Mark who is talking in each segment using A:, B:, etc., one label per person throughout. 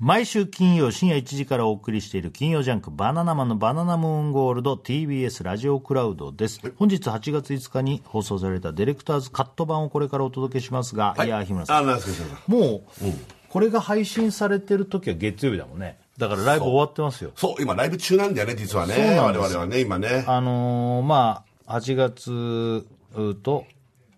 A: 毎週金曜深夜1時からお送りしている金曜ジャンクバナナマンのバナナムーンゴールド TBS ラジオクラウドです。本日8月5日に放送されたディレクターズカット版をこれからお届けしますが、い、やー日村さん、
B: あ、なんですか、そうだ
A: もう、これが配信されてる時は月曜日だもんね。だからライブ終わってますよ。
B: そう、今ライブ中なんだよね、実はね。
A: そうなん
B: 我
A: です
B: 々はね、今ね。
A: あのーまあ、8月うーと、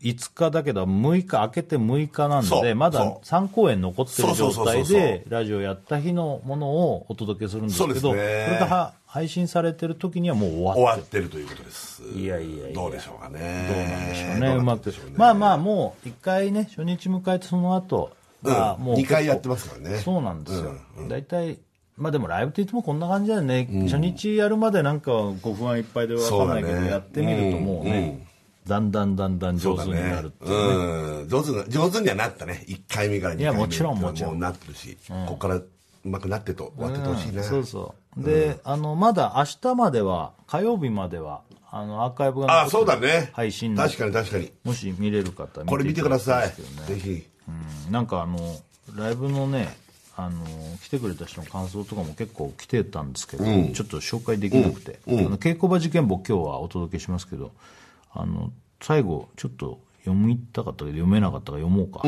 A: 5日だけど、6日、明けて6日なん
B: そ
A: で、
B: う
A: まだ
B: そう
A: 3公演残ってる状
B: そうそうそ
A: 態
B: うそうそ
A: で、ラジオやった日のものをお届けするんですけど、
B: そ
A: こ
B: うですね
A: れがは配信されてる時にはもう終
B: 終
A: わ
B: わ
A: っ
B: っててるということです。
A: いやいやいや
B: どうでしょうかね。
A: どうなんでしょう
B: ど
A: ね、う
B: な
A: ま
B: んで
A: く
B: しょう。
A: まあまあ、もう一回ね、初日迎えて、その後が、
B: うん
A: もう結
B: 二
A: 構
B: 回やってますからね
A: そうなんですよ。大体、まあでもライブっていつもこんな感じだよね、初日やるまでなんかご不安いっぱいで分かんないけど、
B: そうだね
A: やってみるともうね、だんだんだんだん上手になるっていう
B: う
A: ね
B: ん上手な上手にはなったね1回目から2回目
A: いやもちろんもちろん
B: うなってるし、ここからうまくなってと終わっててほしいな、
A: そうそう。で、あの、まだ明日までは、火曜日までは、あの、アーカイブが残って
B: あ
A: る
B: そうだね
A: 配信の
B: 確かに確かに
A: もし見れる方
B: これ見てください
A: ただきたんですけどね
B: ぜひ
A: うんなんかあのライブのねあの来てくれた人の感想とかも結構来てたんですけど、ちょっと紹介できなくて、あの稽古場事件簿今日はお届けしますけどあの最後ちょっと読みたかったけど読めなかったから読もうか、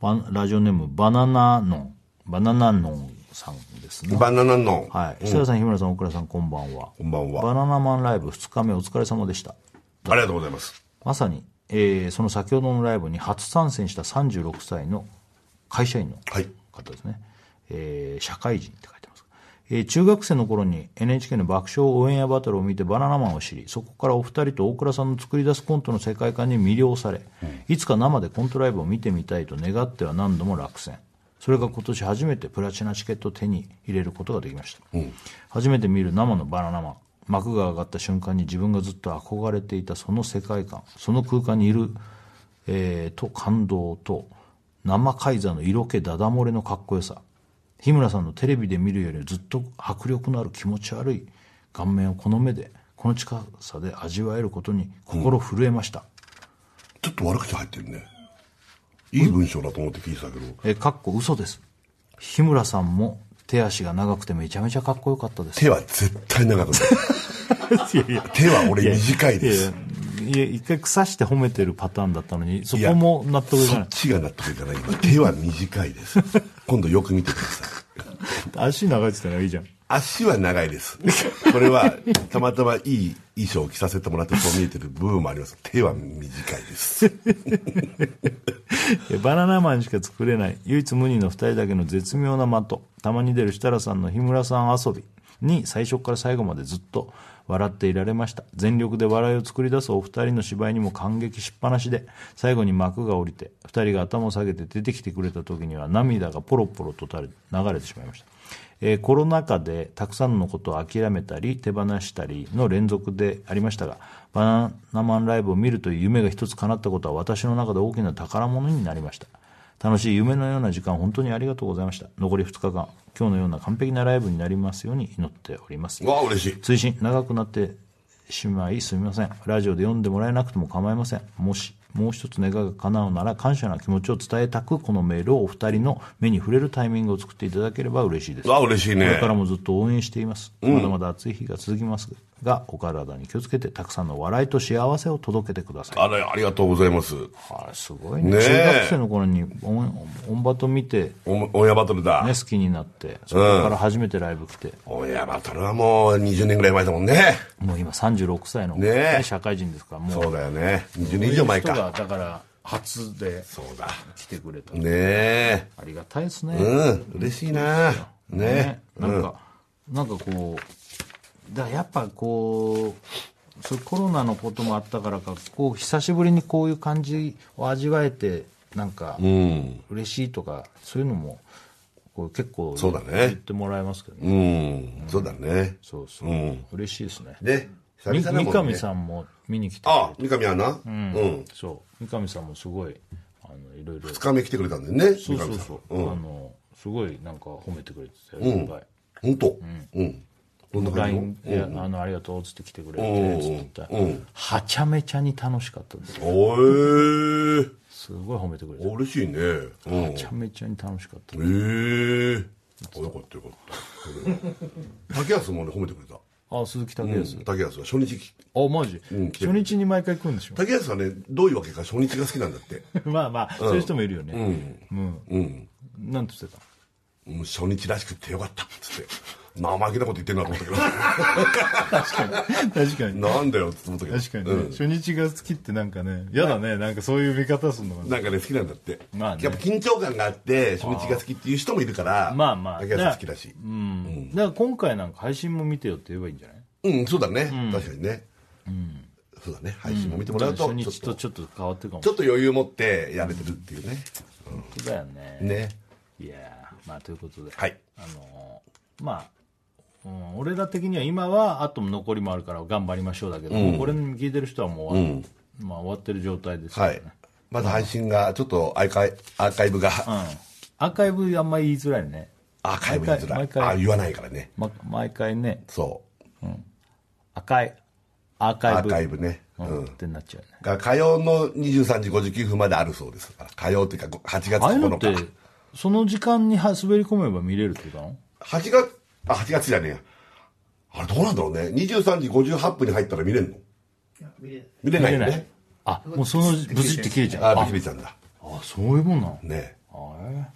A: バラジオネームバナナノンバナナノンさんですね
B: バナナの、
A: はい設楽さん日村さん大倉さんこんばんは
B: こんばんは
A: バナナマンライブ2日目お疲れ様でした
B: ありがとうございます
A: まさに、えーその先ほどのライブに初参戦した36歳の会社員の
B: はい
A: 方ですね、えー社会人って書いてます、えー中学生の頃に NHK の爆笑オンエアバトルを見てバナナマンを知りそこからお二人と大倉さんの作り出すコントの世界観に魅了され、いつか生でコントライブを見てみたいと願っては何度も落選それが今年初めてプラチナチケットを手に入れることができました、初めて見る生のバナナマン幕が上がった瞬間に自分がずっと憧れていたその世界観その空間にいる、えーと感動と生カイザーの色気ダダ漏れのかっこよさ日村さんのテレビで見るよりずっと迫力のある気持ち悪い顔面をこの目でこの近さで味わえることに心震えました、
B: ちょっと悪口入ってるねいい文章だと思って聞いてたけど、
A: えーかっこ嘘です日村さんも手足が長くてめちゃめちゃかっこよかったです
B: 手は絶対長くない手は俺短いです
A: いや一回腐して褒めてるパターンだったのにそこも納得いか
B: そ
A: ない
B: っちが納得いかない今手は短いです今度よく見てください
A: 足長いって言ったらいいじゃん
B: 足は長いです。これは、たまたまいい衣装を着させてもらってそう見えてる部分もあります。手は短いです。
A: えバナナマンしか作れない唯一無二の二人だけの絶妙な的たまに出る設楽さんの日村さん遊びに最初から最後までずっと笑っていられました全力で笑いを作り出すお二人の芝居にも感激しっぱなしで最後に幕が下りて二人が頭を下げて出てきてくれた時には涙がポロポロと垂れ流れてしまいましたえーコロナ禍でたくさんのことを諦めたり手放したりの連続でありましたがバナナマンライブを見るという夢が一つ叶ったことは私の中で大きな宝物になりました楽しい夢のような時間本当にありがとうございました残り2日間今日のような完璧なライブになりますように祈っております
B: わあ、嬉しい。
A: 追伸長くなってしまいすみませんラジオで読んでもらえなくても構いませんもしもう一つ願いが叶うなら感謝の気持ちを伝えたくこのメールをお二人の目に触れるタイミングを作っていただければ嬉しいです
B: わあ、嬉しい
A: これ
B: ね
A: か。らもずっと応援しています、まだまだ暑い日が続きますがお体に気をつけてたくさんの笑いと幸せを届けてください
B: あら、ありがとうございます。
A: あれすごいね
B: ねえ
A: 中学生の頃にオンオンバト見て、ね、
B: オンオンエアバトルだ
A: 好。きになってそこから初めてライブ来て、
B: オンエアバトルはもう20年ぐらい前だもんね。
A: もう今36歳の、
B: ねえ
A: 社会人ですからも
B: そうだよね。20
A: そう
B: 年
A: い
B: 以
A: う
B: 上前
A: 人が
B: か。
A: だから初で
B: そうだ。
A: 来てくれた、
B: ねえ。
A: ありがたいですね、
B: うん、嬉しいな。ね
A: なんか、なんかこうだからやっぱこうそういうコロナのこともあったからかこう久しぶりにこういう感じを味わえてなんか嬉しいとか、そういうのもこう結構
B: そうだね
A: 言ってもらえますけどね
B: うん、そうだね。
A: そうそう、嬉しいですね
B: ね、久
A: み
B: 々だもん
A: 三
B: ね
A: 上さんも見に来て
B: あ、三上アナうん。
A: そう三上さんもすごいあのいろいろ
B: 二日目来てくれたんだよね、三
A: そう
B: 上
A: そう
B: さん
A: そ。う、あのすごいなんか褒めてくれてたよいっぱい。
B: 本当うん。どんな感じの
A: LINE で、あの、ありがとうっつって来てくれて、つって言ったら、
B: うんうん
A: はちゃめちゃに楽しかったです。
B: おえ
A: すごい褒めてくれて、は
B: 嬉しいね。うん。へ
A: ちゃめちゃに楽しかった。
B: え。あよかったよかった竹安もね褒めてくれた
A: あ鈴木武康、
B: 竹安は初日き
A: あマジ、
B: うん来て
A: 初
B: る
A: 日に毎回来る んでしょ
B: 竹安はねどういうわけか初日が好きなんだって
A: まあまあ、そういう人もいるよねうん、
B: うん
A: なんて言ってた
B: うん初日らしくてよかったっつって生意気なこと言ってんなと思っ たけ
A: 確か
B: ど
A: に
B: なんだよっつって思ったけど
A: 確かにね、初日が好きってなんかね嫌だねなんかそういう見方するのが
B: なんかね好きなんだって、
A: まあね
B: やっぱ緊張感があって初日が好きっていう人もいるから
A: まあまあ
B: 竹安好きだし
A: うん、だから今回なんか配信も見てよって言えばいいんじゃない
B: うんそうだね、確かにね、そうだね配信も見てもらうと
A: 初
B: ちょっ
A: 日
B: と
A: とちょっと変わってるかも
B: ちょっと余裕持ってやれてるっていうね、
A: そうだよね
B: ね
A: いやーまあということで、
B: はい
A: あのーまあ、うん、俺ら的には今はあとも残りもあるから頑張りましょうだけど、もうこれ聞いてる人はもう終わ,、まあ、終わってる状態ですよ
B: は
A: ね、
B: いまだ配信がちょっとアーカイアーカイブが、
A: うん、アーカイブあんまり言いづらいね
B: アーカイブ言いづら
A: 毎
B: い
A: 回毎回
B: あ言わないからね
A: ま、毎回ね
B: そう
A: 赤いアーカ
B: ア
A: イブ
B: ーカイブね、
A: う
B: うんん
A: ってなっちゃうね
B: が火曜の23時59分まであるそうです火曜っていうかご8月
A: ああいうの
B: 9
A: っ
B: 日
A: てその時間には滑り込めば見れるってことなの
B: 8月、あ、8月じゃねえや。あれどうなんだろうね。23時58分に入ったら見れんの
C: いや見れない
B: 見れない
A: 見
B: よ
A: れない
B: ね。
A: あもうそのブチって切れちゃう
B: あ、ビキビちゃんだ。
A: あそういうもんなの
B: ね
A: は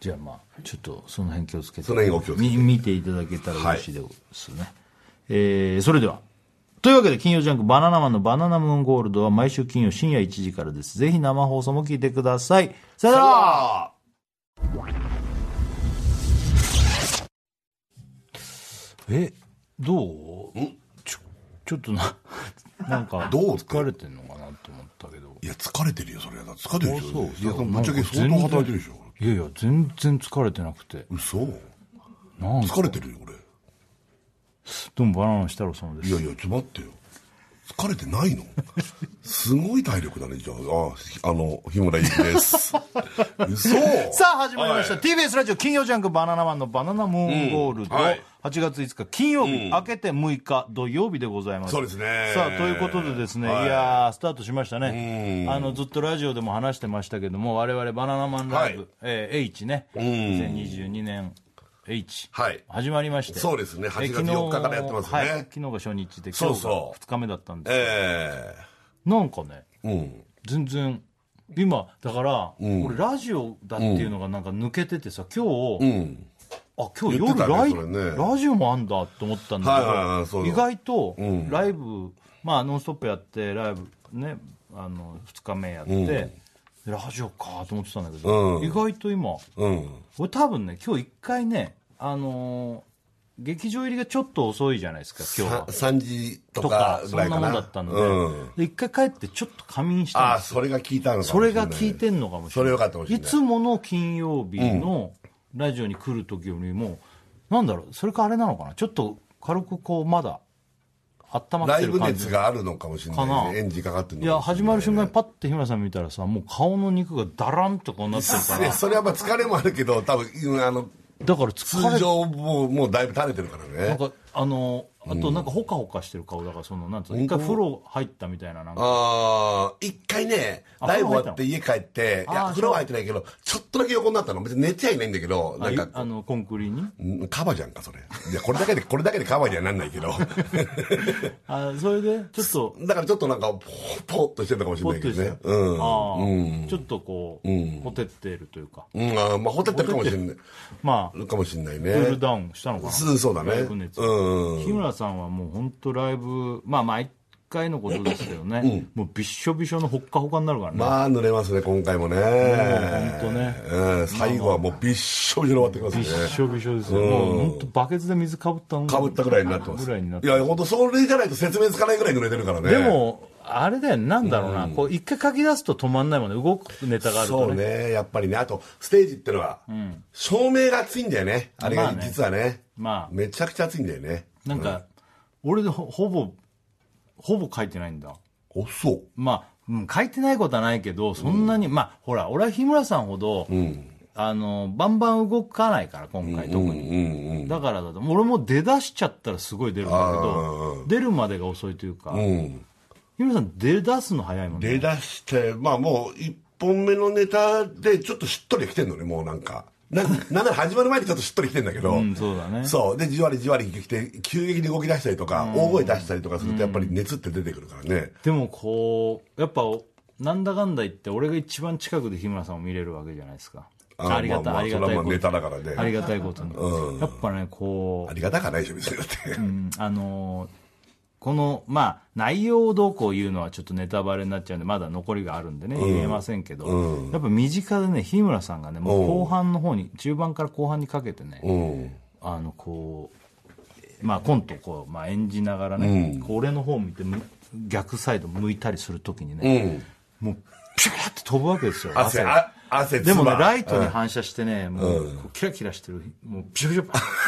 A: いじゃあまあちょっとその辺気をつけて
B: その辺お気をつけて
A: み見ていただけたら嬉しいですね、えーそれではというわけで金曜ジャンク「バナナマンのバナナムーンゴールド」は毎週金曜深夜1時からですぜひ生放送も聞いてくださいさよなら
B: あ
A: えどうちょちょっとな なんか
B: どう
A: 疲れてんのかなと思ったけど
B: いや、疲れてるよ、それは。疲れてるでしょ。石田さんぶ
A: な
B: っ
A: ん
B: ち
A: か
B: ゃけ相当働いてるでしょ。
A: 全然いやいや全然疲れてなくて
B: 嘘
A: なんか
B: 疲れてるよ、俺。
A: どうもバナナの設楽様で
B: い
A: す
B: やいや、ちょっと待ってよ。疲れてないのすごい体力だね、じゃあ。あ、ひあの、日村ゆき です。嘘
A: さあ始まりました、
B: はい
A: TBS ラジオ金曜ジャンク「バナナマンのバナナムーンゴールド」
B: うんはい
A: 8月5日金曜日、明けて6日土曜日でございます
B: そうですね
A: さあということでですね、
B: はい
A: い、やースタートしましたねあのずっとラジオでも話してましたけども我々バナナマンライブ、
B: はい
A: えー H ね2022年 H、
B: はい
A: 始まりまして
B: そうですね
A: えー
B: 8月
A: 昨日
B: 4日からやってますね
A: はい、昨日が初日で
B: そ
A: 今
B: う
A: 日
B: そう
A: が2日目だったんで
B: え
A: なんかね
B: えうん。
A: 全然今だから、俺ラジオだっていうのがなんか抜けててさ今日、
B: うん。
A: あ今日
B: 言っ
A: 夜
B: てたね
A: ライ、
B: それね
A: ラジオもあんだと思ったん
B: はいはいは
A: だ
B: い
A: け
B: そ
A: ど
B: うだ
A: 意外と
B: ん
A: ライブ、まあ「ノンストップ!」やってライブねあの2日目やって、でラジオかと思ってたんだけど、
B: うん
A: 意外と今
B: うん。
A: 俺多分ね今日1回ねあのー劇場入りがちょっと遅いじゃないですか今日は
B: さ。3時と
A: と
B: か
A: かそ
B: ぐらい
A: ん
B: か
A: なも
B: な。
A: んだったの
B: うん
A: でで一、回帰ってちょっと仮眠したん
B: あ
A: です
B: あ、そ
A: よ
B: れが効いたのかもしれない。
A: それが聞いてんのかもしれない。
B: それよかったかもしれない
A: つもの金曜日のラジオに来る時よりも、なんだろう、それかあれなのかな、ちょっと軽くこう、まだ、温まっ
B: ラ
A: て
B: イ
A: る
B: ブ
A: 感じ
B: 熱。があるのかもしれない
A: かな
B: ね。エンジンかかってる
A: い
B: の
A: や、
B: かもし
A: 始
B: れな
A: ま
B: い
A: る瞬間にパッて日村さん見たらさ、もう顔の肉がだらんとこうなってるか
B: いや
A: ら、
B: それはまあ疲れもあるけど、多分、うんあの、
A: だから疲れ
B: 通常もう、もうだいぶ垂れてるから
A: なん
B: ね。
A: か、あの、あとなんかほかほかしてる顔だから、その、なんつうの、一回風呂入ったみたいな、なんか、
B: ああ、一回ね、
A: あ
B: ライブ終わって家帰って、い
A: あ
B: や、
A: ー
B: 風呂は入ってないけど、ちょっとだけ横になったの。別に寝ちゃいないんだけど、
A: あ
B: なん
A: ゆあ
B: か、
A: の、コンクリに。
B: うんカバじゃんか、それ。いや、これだけで、これだけでカバにはなんないけど。
A: あそれで、ちょっと、
B: だからちょっとなんか、ぽぽっとしてるのかもしれ
A: ポ
B: な
A: ッ
B: いけ
A: と
B: ど
A: して
B: ね。うん。
A: ああちょっとこう、ほてってるというか、
B: うん、あーまあ、ほてってるかもしれない。
A: まあ、
B: かもしれない
A: クー
B: ね
A: ル。ダウンしたのかな、
B: そうそうだね。
A: ライ
B: う
A: ブ
B: ん
A: 熱、日村さんはもう本当、ライブ、まあ、毎回のことですけどね、もうびっしょびしょのほっかほかになるからね、
B: まあ、濡れますね、今回もね。
A: ほんとね
B: うん最後はもうびっしょびしょに終わって
A: び
B: き
A: っ
B: ます
A: し
B: ね。
A: ょびしょですよ、もう本当、バケツで水かぶったの
B: かぶったぐらいになってます。
A: ぐらいになって
B: いや、ほんと、それじゃないと説明つかないぐらい濡れてるからね。
A: で、も、あれだよね、なんだろうな、こう一回書き出すと止まんないもんね、動くネタがある
B: そ
A: と
B: う
A: ね。
B: ね、やっぱりね。あと、ステージってのは、照明が熱いんだよね。あれ
A: まあ
B: が
A: ね
B: 実はね。
A: まあ
B: めちゃくちゃ熱いんだよね。
A: なんか、俺でほほぼ、ほぼ書いてないんだ。
B: おそう。
A: まあ、うん書いてないことはないけど、そんなに、まあ、ほら、俺は日村さんほど、あの、バンバン動かないから、今回特
B: うんう
A: に。
B: んうん。
A: だからだと、俺も出だしちゃったらすごい出るんだけど、出るまでが遅いというか、
B: うん。
A: 日村さん出だすの早いもん
B: 出
A: ね。
B: だして、まあもう、一本目のネタで、ちょっとしっとり来てんのね、もうなんか。ななんなら始まる前にちょっとしっとりきてんだけど、
A: うんそうだね
B: そうでじわりじわりきて急激に動き出したりとか、大声出したりとかするとやっぱり熱って出てくるからね、
A: でもこうやっぱなんだかんだ言って俺が一番近くで日村さんを見れるわけじゃないですか
B: あ
A: ありがた
B: まあ
A: い、
B: まあ
A: ありがたいこ
B: それはまあネタだか
A: と
B: らね
A: にありがたいことに、やっぱねこ
B: ありがたかないでしょ別にだって、
A: う、うん、あのーこのまあ内容をどうこう言うのはちょっとネタバレになっちゃうんでまだ残りがあるんでね、言えませんけど、やっぱ身近でね日村さんがねもう後半の方に中盤から後半にかけてね、
B: うん
A: あのこう、まあ、コントをこう、まあ、演じながらね、こう俺の方を見てむ逆サイド向いたりするときにね、もうピューって飛ぶわけですよ
B: 汗
A: が
B: あ汗
A: でもね
B: 唾
A: ライトに反射してね、もうこうキラキラしてるもうピュピュピュ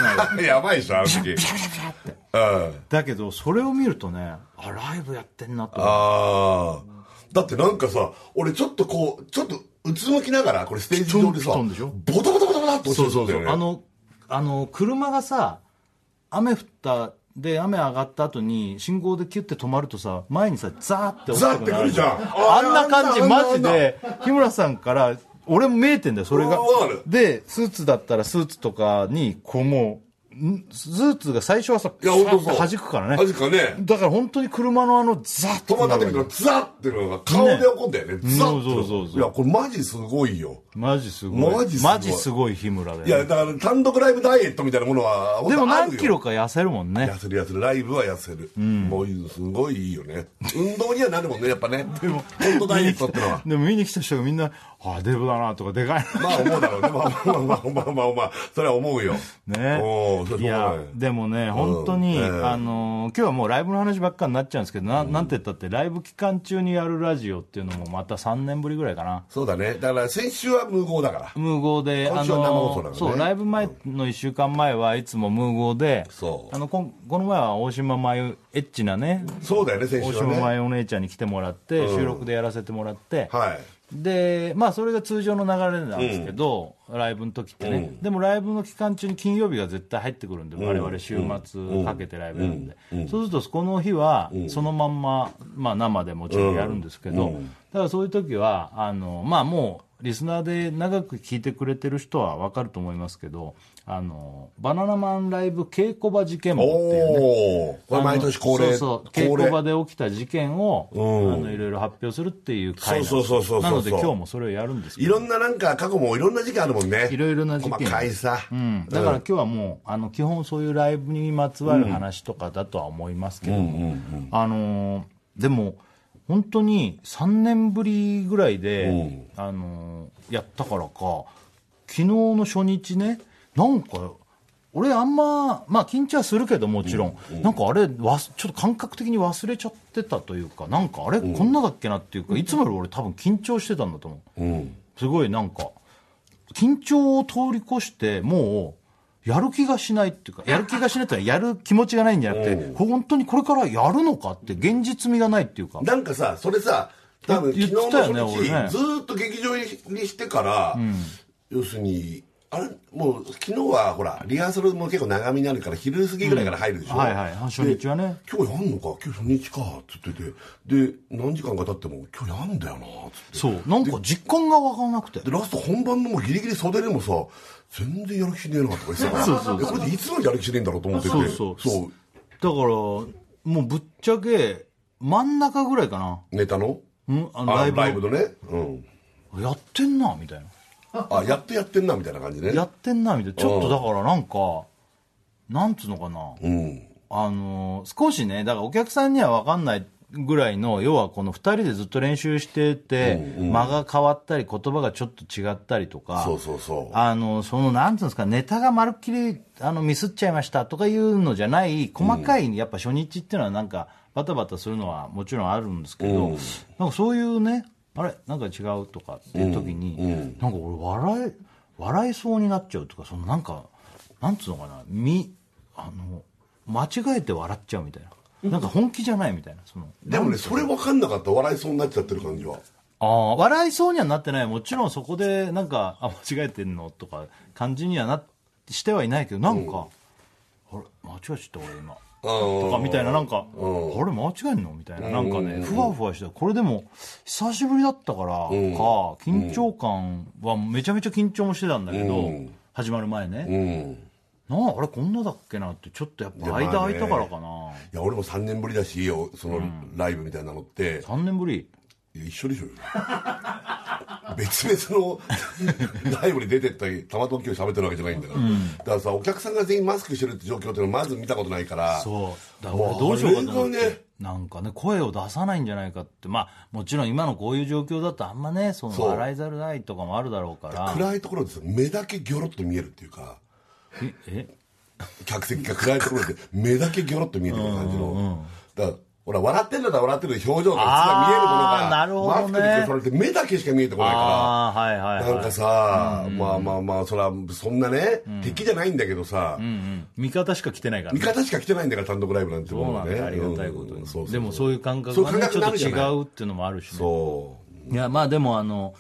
A: ってなる
B: やばいでしょあの時
A: ピュピュピュって
B: うん
A: だけどそれを見るとねあライブやってんなと
B: ああ。だってなんかさ、俺ちょっとこう、ちょっとうつむきながら、これステージ上でさ、
A: ちょんちょんでしょ
B: ボタボタボタボタって落ち
A: そ
B: て
A: う
B: くるん
A: そう
B: だ
A: そ
B: よ
A: う
B: ね。
A: あのあの車がさ雨降ったで雨上がった後に信号でキュッて止まるとさ前にさザーって
B: ザーってくるじゃん
A: あんな感じ
B: あんなあんな
A: マジで日村さんから俺も見えてんだよそれが
B: うわわかる
A: でスーツだったらスーツとかにこうもうんスーツが最初はさ
B: いや、本当そう。
A: 弾くから
B: 弾
A: ね
B: くからね。
A: だから本当に車のあのザーッ
B: 止
A: と
B: まった
A: なる
B: 時
A: わ
B: の
A: け
B: ザッっていうのが顔で起こんだよね。ザッっていうの
A: そうそうそうそう
B: いや、これマジすごいよ。
A: マジすご
B: マ
A: い
B: ジすごい
A: すごい日村で
B: いや、だから単独ライブダイエットみたいなものは、
A: でも
B: 本当ある
A: 何
B: よ
A: キロか痩せるもんね
B: 痩せる痩せる。ライブは痩せる。もう、すごいいいよね。運動にはなるもんね、やっぱね。でも、本当ダイエットってのは。
A: でも見に来た人がみんな、あ、デブだなとか、でかい
B: まあ思うだろうね。まあまあまあまあまあまあ、それは思うよ。
A: な。ね
B: おーそれ
A: い
B: しょうがな
A: や
B: い、
A: でもね、本当に、
B: ええ
A: あのー今日はもうライブの話ばっかになっちゃうんですけど、ななんて言ったって、ライブ期間中にやるラジオっていうのもまた3年ぶりぐらいかな。
B: そうだね。だから先週は無効だから。
A: 無号で、
B: 今
A: あ
B: 週は生放
A: の
B: 送だか
A: ー
B: らね
A: そう、ライブ前の1週間前はいつも無号で、
B: そう
A: あのこんこの前は大島麻由、エッチなね、
B: そうだよね、先
A: 大
B: 週は
A: 島麻
B: ね。
A: 由お姉ちゃんに来てもらって、収録でやらせてもらって、
B: はい。
A: でまあそれが通常の流れなんですけど、ライブの時ってね、でもライブの期間中に金曜日が絶対入ってくるんで、我々週末かけてライブやるんで、そうするとこの日はそのまんま、まあ、生でもちろんやるんですけど、だからそういう時はあのまあもうリスナーで長く聞いてくれてる人は分かると思いますけどあのバナナマンライブ稽古場事件簿っていうね
B: おお、これ毎年恒
A: あ
B: 例。
A: のそうそう
B: 恒
A: 稽古場
B: 例。
A: で起きた事件を、あのいろいろ発表するっていう会なんです
B: そうそうそうそうそう
A: なので今日もそれをやるんですけ
B: い
A: ど
B: ろんななんか過去もいろんな時期あるもんね。
A: いろいろな事件
B: 細かいさ。
A: うん、だから今日はもうあの基本そういうライブにまつわる話とかだとは思いますけど、あのーでも本当に3年ぶりぐらいで、あのーやったからか昨日の初日ねなんか俺あんままあ緊張はするけどもちろん、なんかあれわすちょっと感覚的に忘れちゃってたというかなんかあれ、こんなだっけなっていうかいつもより俺多分緊張してたんだと思う、すごいなんか緊張を通り越してもうやる気がしないっていうかやる気がしないっていうのはやる気持ちがないんじゃなく て、本当にこれからやるのかって現実味がないっていうか
B: なんかさ、それさ、多分昨
A: 言
B: 日
A: っ
B: の
A: てたよね
B: 初日、
A: 俺ね
B: ずーっと劇場入りしてから、要するに、あれもう昨日はほらリハーサルも結構長めになるから昼過ぎぐらいから入るでしょ、
A: はいはい初日はね
B: 今日やんのか今日初日かっつっててで何時間か経っても今日やんだよなっつって
A: そうなんか実感が分からなくて
B: でラスト本番のもうギリギリ袖でもさ全然やる気しねえなとか言ってたから
A: そうそうそう
B: えこれでいつまでやる気しねえんだろうと思ってて
A: そうそう
B: そう
A: だからもうぶっちゃけ真ん中ぐらいかな、
B: ネタの
A: うん、あの
B: あ
A: ラ
B: ラ
A: イ
B: イ
A: ブ
B: ブ
A: の
B: のね、うん、
A: やってんなみたいな
B: あやっとやってんなみたいな感じね
A: やってんなみたいなちょっとだからなんかなんつうのかな
B: うん
A: あのー少しね、だからお客さんには分かんないぐらいの、要はこの2人でずっと練習してて、間が変わったり、言葉がちょっと違ったりとか、
B: そうそうそう
A: あのそのなんていうんですか、ネタがまるっきりあのミスっちゃいましたとかいうのじゃない、細かい、やっぱ初日っていうのは、なんか、バタバタするのはもちろんあるんですけど、なんかそういうね、あれ、なんか違うとかっていう時に、なんか俺、笑い、笑いそうになっちゃうとか、そのなんか、なんつうのかな、みあの間違えて笑っちゃうみたいな、なんか本気じゃないみたいな、その。
B: でもねそれ分かんなかった笑いそうになっちゃってる感じは
A: ああ笑いそうにはなってないもちろんそこでなんかあ間違えてんのとか感じにはなしてはいないけどなんか、あれ間違えちゃった俺今とかみたいななんかあれ間違えんのみたいななんかねふわふわしてこれでも久しぶりだったからか緊張感はめちゃめちゃ緊張もしてたんだけど始まる前ね
B: うん
A: なああれこんなだっけなってちょっとやっぱ間空いたからかない
B: や俺も3年ぶりだしよそのライブみたいなのって、
A: 3年ぶり
B: いや一緒でしょ 別 々のライブに出てったりたまたま今日喋ってるわけじゃないんだから、だからさお客さんが全員マスクしてるって状況っていうのはまず見たことないから
A: そうだから俺どうしようかと思っ
B: もうあれがね
A: てなんかね声を出さないんじゃないかってまあもちろん今のこういう状況だとあんまねその
B: そう
A: 笑いざるないとかもあるだろうから
B: 暗いところですよ目だけギョロッと見えるっていうか
A: ええ
B: 客席が暗いところで目だけギョロッと見えてくる感じの、だからほら笑ってんだったら笑ってる表情
A: あ
B: が
A: ーな
B: す
A: る
B: ごい見えるもの
A: ほ
B: がマ
A: どね
B: スクに消されて目だけしか見えてこないから
A: ああはいはいはい
B: なんかさ、まあまあまあそらそんなね、敵じゃないんだけどさ、
A: うん味方しか来てないから、
B: 味
A: ね、
B: 方しか来てないんだから単独ライブなんても
A: そ
B: の
A: うな
B: は
A: ん
B: ね
A: だありがたいこと
B: うん
A: に、
B: そうそう
A: でもそういう感覚
B: そう
A: がねちょっと
B: じゃ
A: 違
B: ないう
A: っていうのもあるしね
B: そ
A: いやまあでもあの、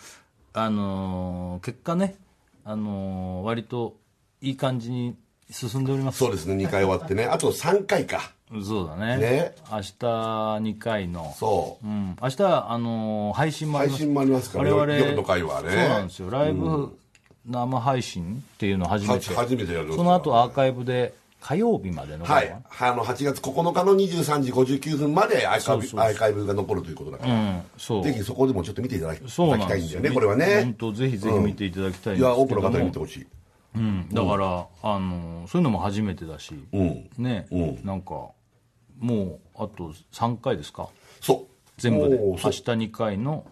A: あのー結果ね、あのー割といい感じに進んでおりま
B: う
A: す
B: そうですね2回終わって ねあと3回か
A: そうだね
B: ね
A: 明日2回の
B: そうう、
A: ん、明日、あのー配信もあり
B: 配
A: ます
B: 信もありますから
A: 我々
B: 夜夜の回はね
A: そうなんですよライブ生配信っていうのを初め
B: は
A: て
B: 初めてやる
A: その後アーカイブで火曜日までの
B: はい、あの8月9日の23時59分までアーカイブアーカイブが残るということだから、
A: うん、そう
B: ぜひそこでもちょっと見ていただき
A: そうなん
B: たいん
A: で
B: だ
A: す
B: よ
A: よ
B: ねこれは
A: 本
B: ね
A: 当ぜひぜひ見ていただきたいん
B: い
A: ですけど
B: や
A: も、
B: 多くの方に見てほしい
A: うん、だから、あのそういうのも初めてだし、
B: うん
A: ね、
B: う
A: なんかもうあと3回ですか
B: そう
A: 全部で
B: も
A: 明
B: う
A: 日
B: そう
A: 2回の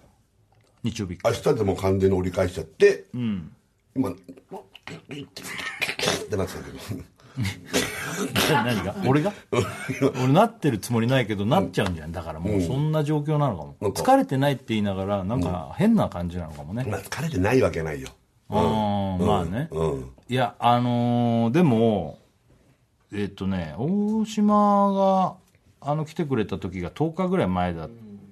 A: 日曜日
B: 明日でも完全に折り返しちゃって、今 ってなってたけど
A: 何が俺が俺なってるつもりないけどなっちゃうんじゃんだからもうそんな状況なのかも、
B: なんか
A: 疲れてないって言いながらなんか変な感じなのかもね、
B: まあ疲れてないわけないよ
A: あーまあね、いやあのーでもえっ、とね大島があの来てくれた時が10日ぐらい前だっ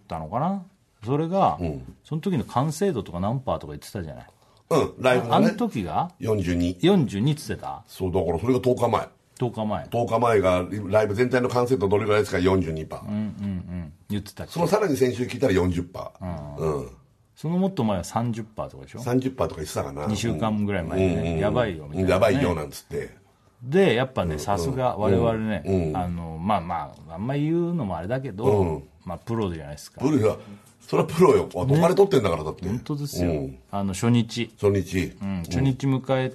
A: たのかなそれが、その時の完成度とか何パーとか言ってたじゃない
B: うんライブ
A: あ
B: の
A: の
B: ね
A: 時が
B: 42
A: 42っつってた
B: そうだからそれが10日前
A: 10日前
B: 10日前がライブ全体の完成度どれぐらいですか42%、
A: 言ってたっけ
B: そのさらに先週聞いたら40%うん、
A: そのもっと前は30パーとかでしょ
B: 30%とか言ってたかな
A: 2週間ぐらい前にね、やばいよみたいな、ね、
B: やばいよなんつって
A: でやっぱねさすが我々ね、あのまあまああんま言うのもあれだけど、まあプロじゃないですか
B: ブルーはそれはプロよお金取ってんだからだって
A: 本当ですよ、あの初日、
B: 初日、
A: うん初日迎え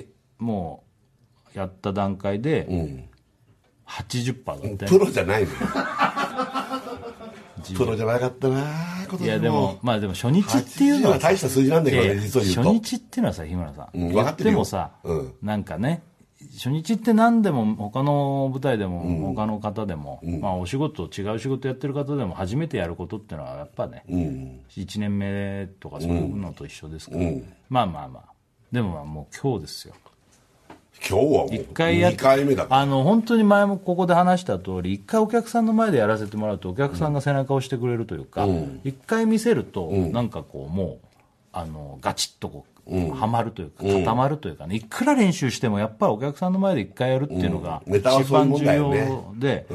A: てもうやった段階で、80%だった
B: プ
A: よ
B: ロじゃないの よプロじゃなかったな今
A: い
B: 年
A: やでもまあでも初日っていう
B: 80
A: の
B: は
A: は
B: 大した数字なんだけど
A: い
B: ね
A: や
B: 実を言う
A: 初
B: と
A: 日っていうのはさ日村さ
B: う
A: ん、
B: ん分
A: や
B: かっ
A: って
B: る
A: て
B: よ
A: もさ、
B: うん
A: なんかね初日って何でも他の舞台でも、他の方でも、まあ、お仕事違う仕事やってる方でも初めてやることっていうのはやっぱね、1年目とかそういうのと一緒ですから、まあまあまあでもまあもう今日ですよ
B: 今日はもう
A: 一回やっ
B: 2回目だから
A: あの本当に前もここで話した通り一回お客さんの前でやらせてもらうとお客さんが背中を押してくれるというか一、回見せると、なんかこうもうあのガチッとこう、はまるというか固まるというかねいくら練習してもやっぱりお客さんの前で一回やるっていうのが
B: うんネタは
A: 一
B: そういう
A: 番
B: もん
A: 重
B: だよね
A: 要で、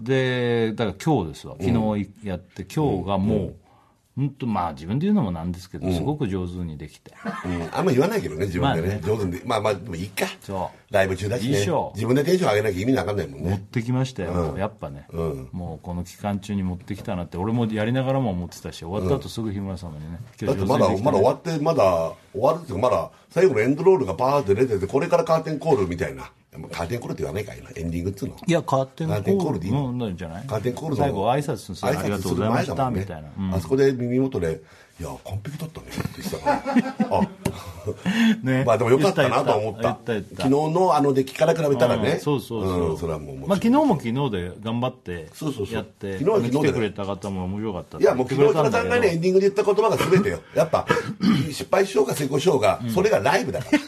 A: でだから今日ですわ昨日やって、今日がもう、本当まあ自分で言うのもなんですけど、すごく上手にできて。
B: うんあんま言わないけどね自分でね,、
A: まあね
B: 上手でまあまあでもいいか
A: そう
B: ライブ中だし
A: いい
B: ね
A: っしょ
B: 自分でテンション上げなきゃ意味わかんないもん
A: 持っ
B: ね
A: てきましたよ、やっぱね、もうこの期間中に持ってきたなって俺もやりながらも思ってたし終わった後すぐ日村様にね、
B: だってまだ
A: 今日上手にできた
B: まだ終わってまだ終わるっていうかまだ最後のエンドロールがバーって出ててこれからカーテンコールみたいなカーテンコールって言わないか今エンディングっつうの
A: いやカーテンコ
B: カーテンコ
A: ー
B: ー
A: ル
B: ルでいいの
A: うんなんじゃない
B: カーテンコールの
A: 最後挨拶する
B: 挨拶
A: ありがとうございました、
B: する前だもんね
A: みたいな、うん
B: あそこで耳元で「いや完璧だったね」って言ってた からあ
A: ね
B: まあでもよかったなとは思っ
A: 言ったた言った言った
B: 昨日のあの出来から比べたらね、
A: うんそうそうそう、
B: んそれはもうもちろん
A: まあ、昨日も昨日で頑張って
B: そうそうそう
A: やって
B: 昨日は昨日で
A: 来てくれた方も面白かったっ
B: い
A: て
B: やも
A: 言っ
B: う
A: て
B: 昨
A: く
B: 日
A: れ
B: 田さ
A: たんだけ
B: ん
A: ど
B: がねエンディングで言った言葉が全 てよやっぱ失敗しようが成功しようが、それがライブだから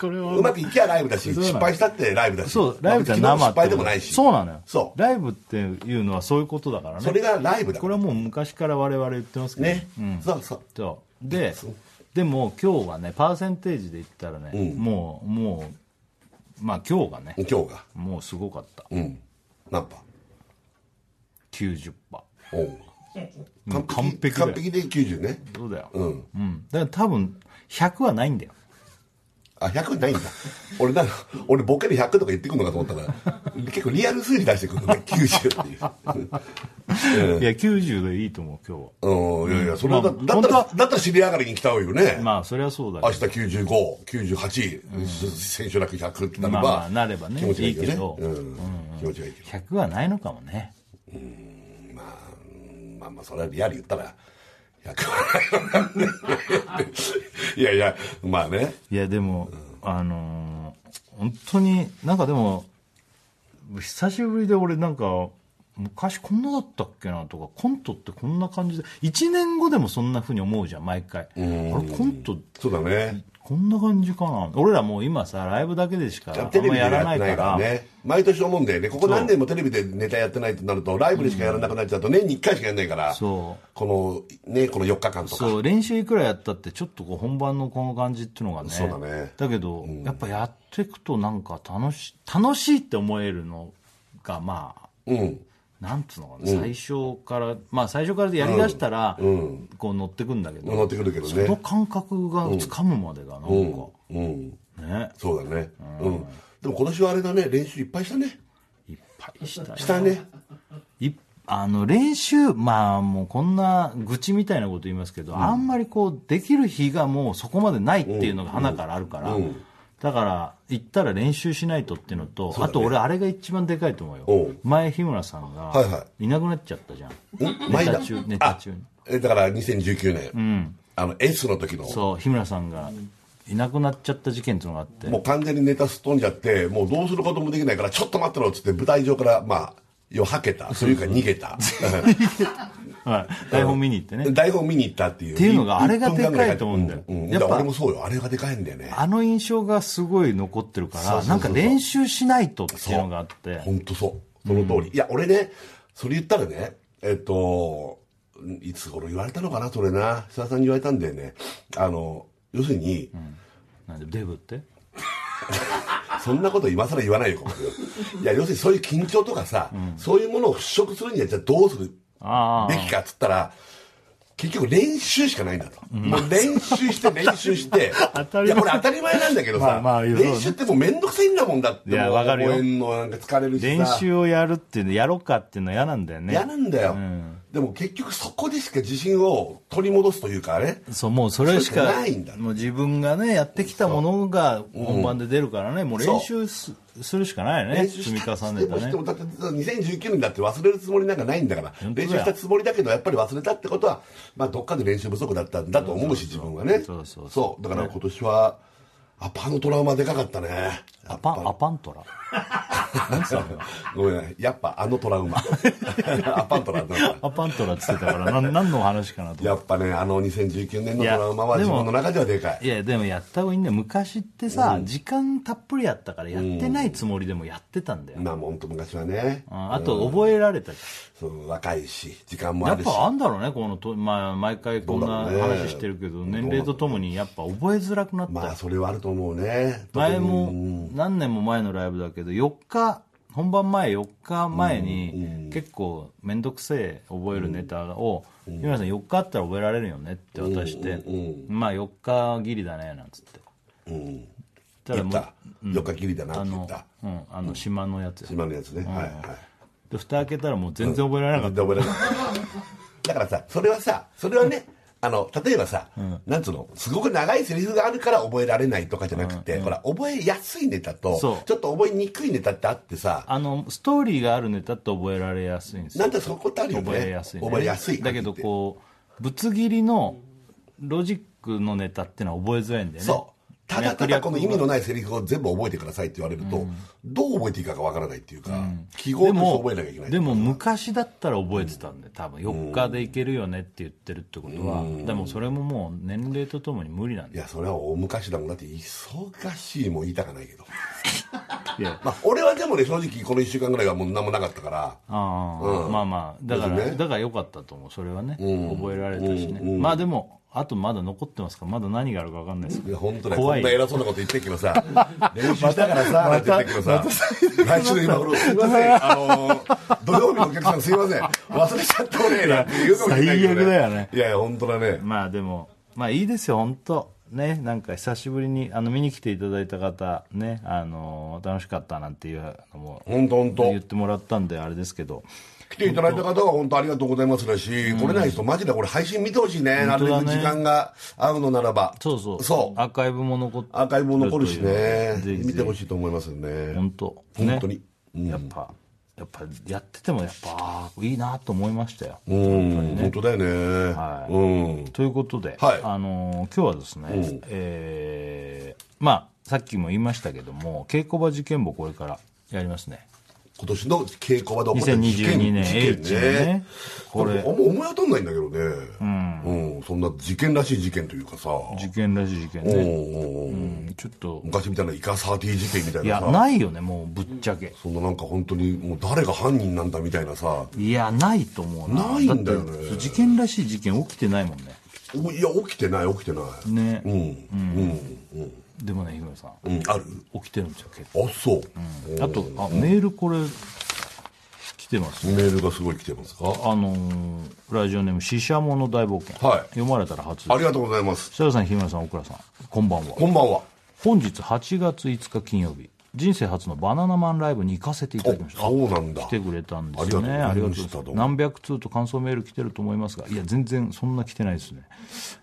A: これ
B: うまくいきゃライブだし
A: そうなの
B: 失敗したってライブだし
A: そうライブって生
B: まあ
A: っ
B: 昨日の失敗
A: て
B: でもないし
A: そうなのよ
B: そう
A: ライブっていうのはそういうことだからね
B: それがライブだ
A: こ
B: か
A: れ
B: ら
A: はもう昔から我々言ってますけど
B: ね、そうそう
A: そうででも今日はねパーセンテージで言ったらね、もうもうまあ今日がね
B: 今日が
A: もうすごかった、
B: うん何パ
A: 90%パ
B: ーおう
A: もう完璧だよ
B: 完璧で90ね
A: ーそうだよ、
B: うん
A: うん、だから多分100はないんだよ
B: あ100ないんだ 俺なんか俺ボケで100とか言ってくるのかと思ったら 結構リアル数字出してくるのね90っていう、うん
A: いや90でいいと思う今日は
B: うん、いやいや、それはだ
A: まあ
B: だっ
A: 本
B: た
A: 当
B: ら
A: は、
B: だったら尻上がりに来た方がいいよね。
A: まあそりゃそうだ
B: 明
A: け
B: 日95、98、選手楽100ってなれば、
A: まあまあなればね
B: 気持ちがいいよね。
A: いいけど
B: うん、気持ちがいいけど。
A: ど100はないのかもね
B: まあまあ、それはリアル言ったら、100はないよないやいや、まあね。
A: いやでも、あのー本当になんかでも久しぶりで俺なんか昔こんなだったっけなとかコントってこんな感じで1年後でもそんなふうに思うじゃん毎回あれコント
B: そうだね。
A: こんな感じかな俺らもう今さライブだけでしかあんまやらないから
B: ね。毎年思うんだよね。ここ何年もテレビでネタやってないとなると、ライブでしかやらなくなっちゃうと、年に1回しかやらないから、
A: そ
B: この、ね、この4日間とか。
A: そう練習いくらやったってちょっとこう本番のこの感じっていうのがね
B: そうだね
A: だけど、やっぱやっていくとなんか楽し楽しいって思えるのがまあ
B: うん。
A: なんつうのかな、最初からまあ最初からやりだしたら、こう乗ってくんだけど、
B: 乗ってくるけど
A: その
B: ね。
A: 感覚がつかむまでがなんか、
B: うん。
A: ね
B: そうだね。うん。でも今年はあれだね、練習いっぱいしたね。
A: いっぱいしたよ
B: したね。
A: いあの練習まあもうこんな愚痴みたいなこと言いますけど、あんまりこうできる日がもうそこまでないっていうのが花からあるから、だから行ったら練習しないとっていうのとあと俺あれが一番でかいと思うよ
B: おう
A: 前日村さん
B: はいは
A: がいなくなっちゃったじゃん、
B: ん
A: ネ
B: 前
A: タ
B: だ
A: 中ネタ
B: あ
A: 中に、
B: えだから2019年。あの、S の時の。
A: そう日村さんがいなくなっちゃった事件っていうのがあって
B: もう完全にネタすっ飛んじゃって、もうどうすることもできないから、ちょっと待ってろっつって舞台上から、まあ、よはけた。というか逃げた。
A: はい、台本見に行 ってね、
B: 台本見に行ったっていう。
A: っていうのがあれがでかいと思うんだよ
B: うう
A: や
B: だ
A: っぱ
B: から俺もそうよ。あれがでかいんだよね。
A: あの印象がすごい残ってるから
B: そうそうそうそう
A: なんか練習しないとっていうのがあって
B: 本当そう。その通り。いや、俺ね、それ言ったらね、えっと、いつ頃言われたのかな、それな。久田さんに言われたんだよね。あの、要するに、
A: なんでデブって
B: そんなこと今更言わないよ、ここでいや、要するにそういう緊張とかさ、そういうものを払拭するには、じゃあどうする
A: ああ
B: べきかっつったら、結局練習しかないんだと。もう練習して練習して。
A: 当た
B: い
A: り
B: や、
A: 前
B: これ当たり前なんだけどさ、
A: まあまあそうね
B: 練習ってもうめんどくさいんだもんだって。
A: いや
B: もう
A: わかるよ
B: 応援のなんか疲れるしさ。
A: 練習をやるっていうのやろうかっていうのは嫌なんだよね
B: 嫌なんだよ、でも結局そこでしか自信を取り戻すというかね
A: そうもうそれし
B: そ
A: か
B: れしかないんだ
A: もう自分がねやってきたものが本番で出るからね、もう練習すするしかないよね
B: 練習
A: 積
B: し
A: み
B: た
A: 重
B: して
A: ね
B: も
A: た
B: し
A: ね
B: てもだって2019年だって忘れるつもりなんかないんだから
A: 本当だ
B: 練習
A: よ
B: したつもりだけどやっぱり忘れたってことは、まあ、どっかで練習不足だったんだと思うし自分はね
A: そうそうそう
B: そうだから今年はアパのトラウマでかかったね
A: アパンアパントラ
B: ごめんねやっぱあのトラ ウマアパントラウマ
A: アパントラって言ってたからなん 何の話かなと思って
B: やっぱねあの2019年のトラウマはい
A: や
B: 自
A: でも
B: 分の中ではでかい
A: いやでもやった方がいいんだよ昔ってさ、時間たっぷりあったからやってないつもりでもやってたんだよ、
B: まあもう本当昔はね
A: うんあと覚えられたじ
B: そう若いし時間も
A: ゃ
B: あ
A: んや
B: る
A: っ
B: し
A: ぱあんだろうねこのと、まあ、毎回こんな
B: どうだろうね
A: 話してるけど年齢とともにやっぱ覚えづらくなったよ、
B: まあそれはあると思うね
A: 前
B: 特に
A: も何年も前のライブだけど4日本番前4日前に結構面倒くせえ覚えるネタを「日村さん4日あったら覚えられるよね」って渡して「まあ4日ギリだね」なんつって
B: うん
A: た
B: 言
A: ら
B: っ
A: もう
B: た4日きりだなっ
A: あ
B: て言
A: の
B: った
A: うんあの島のやつ
B: 島のやつねはいはい
A: で蓋開けたらもう全然覚えられなかっ
B: 全然覚えなかっただからさそれはさそれはねあの例えばさ、なんつうのすごく長いセリフがあるから覚えられないとかじゃなくて、ほら覚えやすいネタとち
A: そ
B: ょ
A: う
B: っと覚えにくいネタってあってさ
A: たあのストーリーがあるネタって覚えられやすいんですよ
B: なんてそこってあるよね
A: 覚えやすい、ね、
B: 覚えやすい
A: だけどこうぶつ切りのロジックのネタってのは覚えづらいんだよね
B: そうただただ
A: 脈略
B: この意味のないセリフを全部覚えてくださいって言われると、どう覚えていいかがわからないっていうか、記号
A: で
B: として
A: も
B: 覚えなきゃいけない
A: でも昔だったら覚えてたんで多分4日でいけるよねって言ってるってことは、でもそれももう年齢とともに無理なん
B: い
A: で
B: やそれは大昔だもんだって忙しいも言いたかないけど
A: いや
B: まあ、俺はでもね正直この1週間ぐらいはもう何もなかったから
A: ああ、まあまあだから、
B: ですね
A: だから良かったと思うそれはね、
B: うん
A: 覚えられたしね、
B: うんうん
A: まあでもあとまだ残ってますからまだ何があるか分かんないですけ
B: い
A: ど
B: や本当ね
A: 怖い
B: こんな偉そうなこと言ってっけど さ練習したからさなんて言ってっけどさ来週の今頃すいませ んあのー土曜日のお客さんすいません忘れちゃった俺なんて言うかもしれないけど、ね、
A: 最悪だよね
B: いやいや本当だね
A: まあでもまあいいですよ本当ねなんか久しぶりにあの見に来ていただいた方ねあの楽しかったなんていうのも
B: 本当本当
A: 言ってもらったんであれですけど
B: 来ていただいた方は本当ありがとうございますだし、来れない人マジでこれ配信見てほしいねなるべく
A: 本当だ
B: 時
A: ね
B: 間が合うのならば
A: そうそう
B: そう
A: アーカイブも残って
B: アーカイブも残るしね
A: ぜひぜひ
B: 見てほしいと思いますよね
A: 本当
B: 本当に
A: ねやっぱやっぱやっててもやっぱあーいいなと思いましたよ
B: うん本当だよね、
A: はい
B: うん
A: ということで、
B: はい
A: あのー今日はですね、えーまあさっきも言いましたけども稽古場事件簿これからやりますね
B: 今年の稽古場で起こった
A: 2022年
B: 事件
A: H のねこ
B: これ
A: れ
B: あんま思い当たんないんだけどねうん、そんな事件らしい事件というかさ
A: 事件らしい事件
B: うん
A: ね、
B: うんうん
A: うんちょっと
B: 昔みたいなイカサーティー事件みたい
A: い
B: な
A: や
B: さ
A: ないよねもうぶっちゃけ
B: そんななんか本当にもう誰が犯人なんだみたいなさ
A: いやないと思うな
B: ないんだよね
A: だって事件らしい事件起きてないもんね
B: おいや起きてない起きてない
A: ね、
B: うんうんうん
A: でもね日村さん
B: うんある
A: 起きてるんですよ結
B: あそう、
A: 構あとあメールこれ来てます
B: メールがすごい来てますか
A: あのーラジオネーム「ししゃもの大冒険」
B: はい
A: 読まれたら初
B: ありがとうございます
A: 設楽さん日村さん大倉さんこんばんは
B: こんばんは
A: 本日8月5日金曜日人生初のバナナマンライブに行かせていただきました
B: そうなんだ
A: 来てくれたんですよね
B: ありがとうございました
A: ありがとうございます
B: どうも
A: 何百通と感想メール来てると思いますがいや全然そんな来てないですね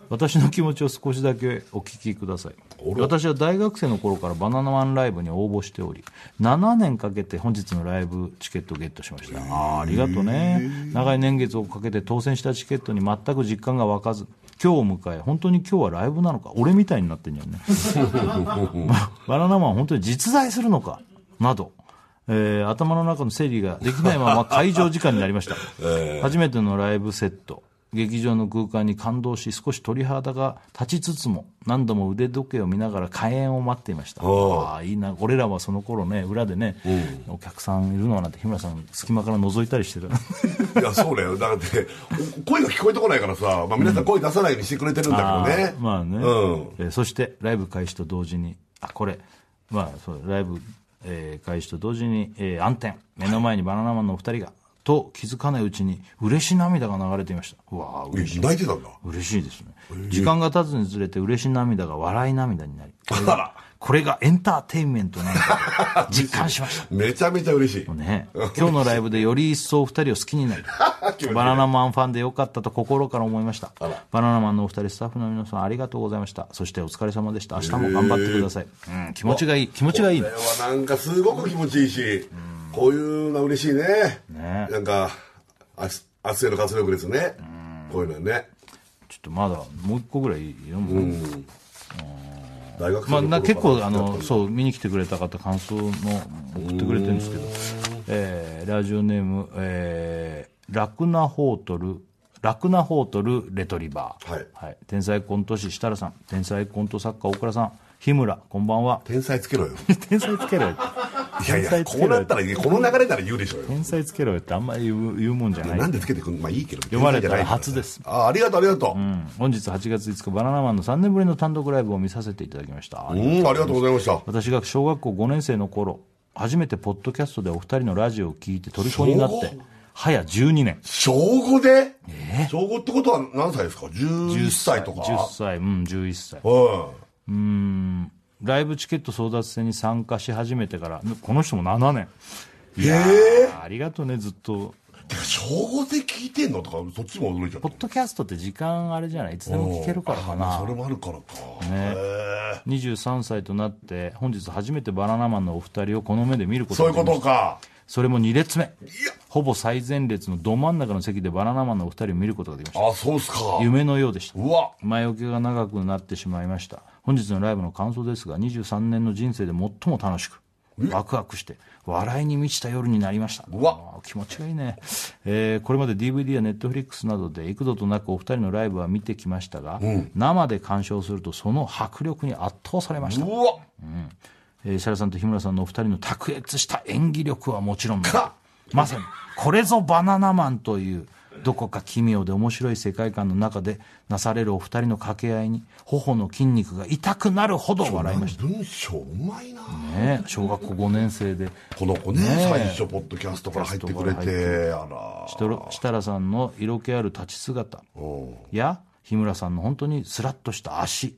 A: 私の気持ちを少しだけお聞きください私は大学生の頃からバナナマンライブに応募しており7年かけて本日のライブチケットをゲットしましたあーありがとうね長い年月をかけて当選したチケットに全く実感が湧かず今日を迎え本当に今日はライブなのか俺みたいになってんじゃんねバナナマンは本当に実在するのかなど、えー頭の中の整理ができないまま会場時間になりました、初めてのライブセット劇場の空間に感動し少し鳥肌が立ちつつも何度も腕時計を見ながら開演を待っていましたああいいな俺らはその頃ね裏でね、お客さんいるのなんて日村さん隙間から覗いたりしてる
B: いやそうだよだってお声が聞こえてこないからさ、まあ、皆さん声出さないようにしてくれてるんだけどね、
A: あーまあね、
B: うん
A: えーそしてライブ開始と同時にあこれまあそうライブ、えー開始と同時に、えー暗転目の前にバナナマンのお二人がと気づかないうちに嬉し涙が流れていましたうわー嬉しい
B: え泣いてたんだ
A: 嬉しいですね、時間が経つにつれて嬉し涙が笑い涙になりこれ
B: あら
A: がこれがエンターテインメントなのかと実感しました
B: めちゃめちゃ嬉しい、
A: ね、今日のライブでより一層お二人を好きになりバナナマンファンでよかったと心から思いましたバナナマンのお二人スタッフの皆さんありがとうございましたそしてお疲れ様でした明日も頑張ってください、うん、気持ちがいい気持ちがいい
B: これはなんかすごく気持ちいいし、こういうのは嬉しいね
A: ね
B: なんかあ圧への活力ですね、こういうのはね
A: ちょっとまだもう一個ぐらい読む、
B: 大学生
A: まあ、
B: の頃から
A: な結構あのそう見に来てくれた方感想も送ってくれてるんですけど、えーラジオネーム、えーラクナホートルラクナホートルレトリバー、
B: はい
A: 天才コント師設楽さん天才コント作家大倉さん日村こんばんは
B: 天才つけろよ
A: 天才つけろよって
B: いやいや
A: 天才
B: こうなった
A: ら
B: らこの流れなら言うでしょうよ
A: 天才つけろよってあんまり言う言うもんじゃない
B: なんでつけてくんまあいいけど
A: 読まれたら初です
B: あありがとうありがとう、うん
A: うん本日8月5日バナナマンの3年ぶりの単独ライブを見させていただきました、
B: ありがとうございました
A: 私が小学校5年生の頃初めてポッドキャストでお二人のラジオを聞いて虜になっ
B: そ
A: て
B: う
A: 早12年
B: 小5で、小5ってことは何歳ですか11歳とか
A: 10歳うん11歳
B: うん
A: ライブチケット争奪戦に参加し始めてからこの人も7年いやーありがとうねずっと
B: てか小5で聞いてんのとかそっちも驚いちゃった
A: ポッドキャストって時間あれじゃないいつでも聞けるからか
B: あ
A: な
B: それもあるからか、
A: ね
B: へえ
A: 23歳となって本日初めてバナナマンのお二人をこの目で見ること
B: そうい
A: が
B: う
A: で
B: こ
A: きました
B: とか
A: それも2列目
B: いや
A: ほぼ最前列のど真ん中の席でバナナマンのお二人を見ることができました
B: あそうっすか
A: 夢のようでした
B: うわ
A: 前置きが長くなってしまいました本日のライブの感想ですが23年の人生で最も楽しくワクワクして笑いに満ちた夜になりました
B: うわ
A: あー気持ちがいいね、えーこれまで DVD や Netflix などで幾度となくお二人のライブは見てきましたが、生で鑑賞するとその迫力に圧倒されました
B: うわ
A: えー、シャラさんと日村さんのお二人の卓越した演技力はもちろんまさにこれぞバナナマンというどこか奇妙で面白い世界観の中でなされるお二人の掛け合いに頬の筋肉が痛くなるほど笑いました
B: 文章うまいな
A: ねえ小学校5年生で
B: この子ね最初ポッドキャストから入ってくれてあら
A: 設楽設楽さんの色気ある立ち姿や日村さんの本当にスラッとした足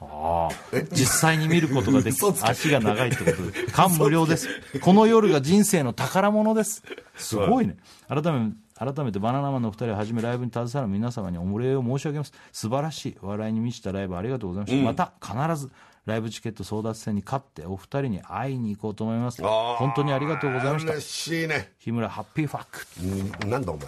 A: ああ実際に見ることができ足が長いってことで感無量ですこの夜が人生の宝物ですすごいね改め改めてバナナマンのお二人をはじめライブに携わる皆様にお礼を申し上げます素晴らしい笑いに満ちたライブありがとうございました、また必ずライブチケット争奪戦に勝ってお二人に会いに行こうと思います本当にありがとうございました
B: 嬉しいね
A: 日村ハッピーファック
B: うんなんだお前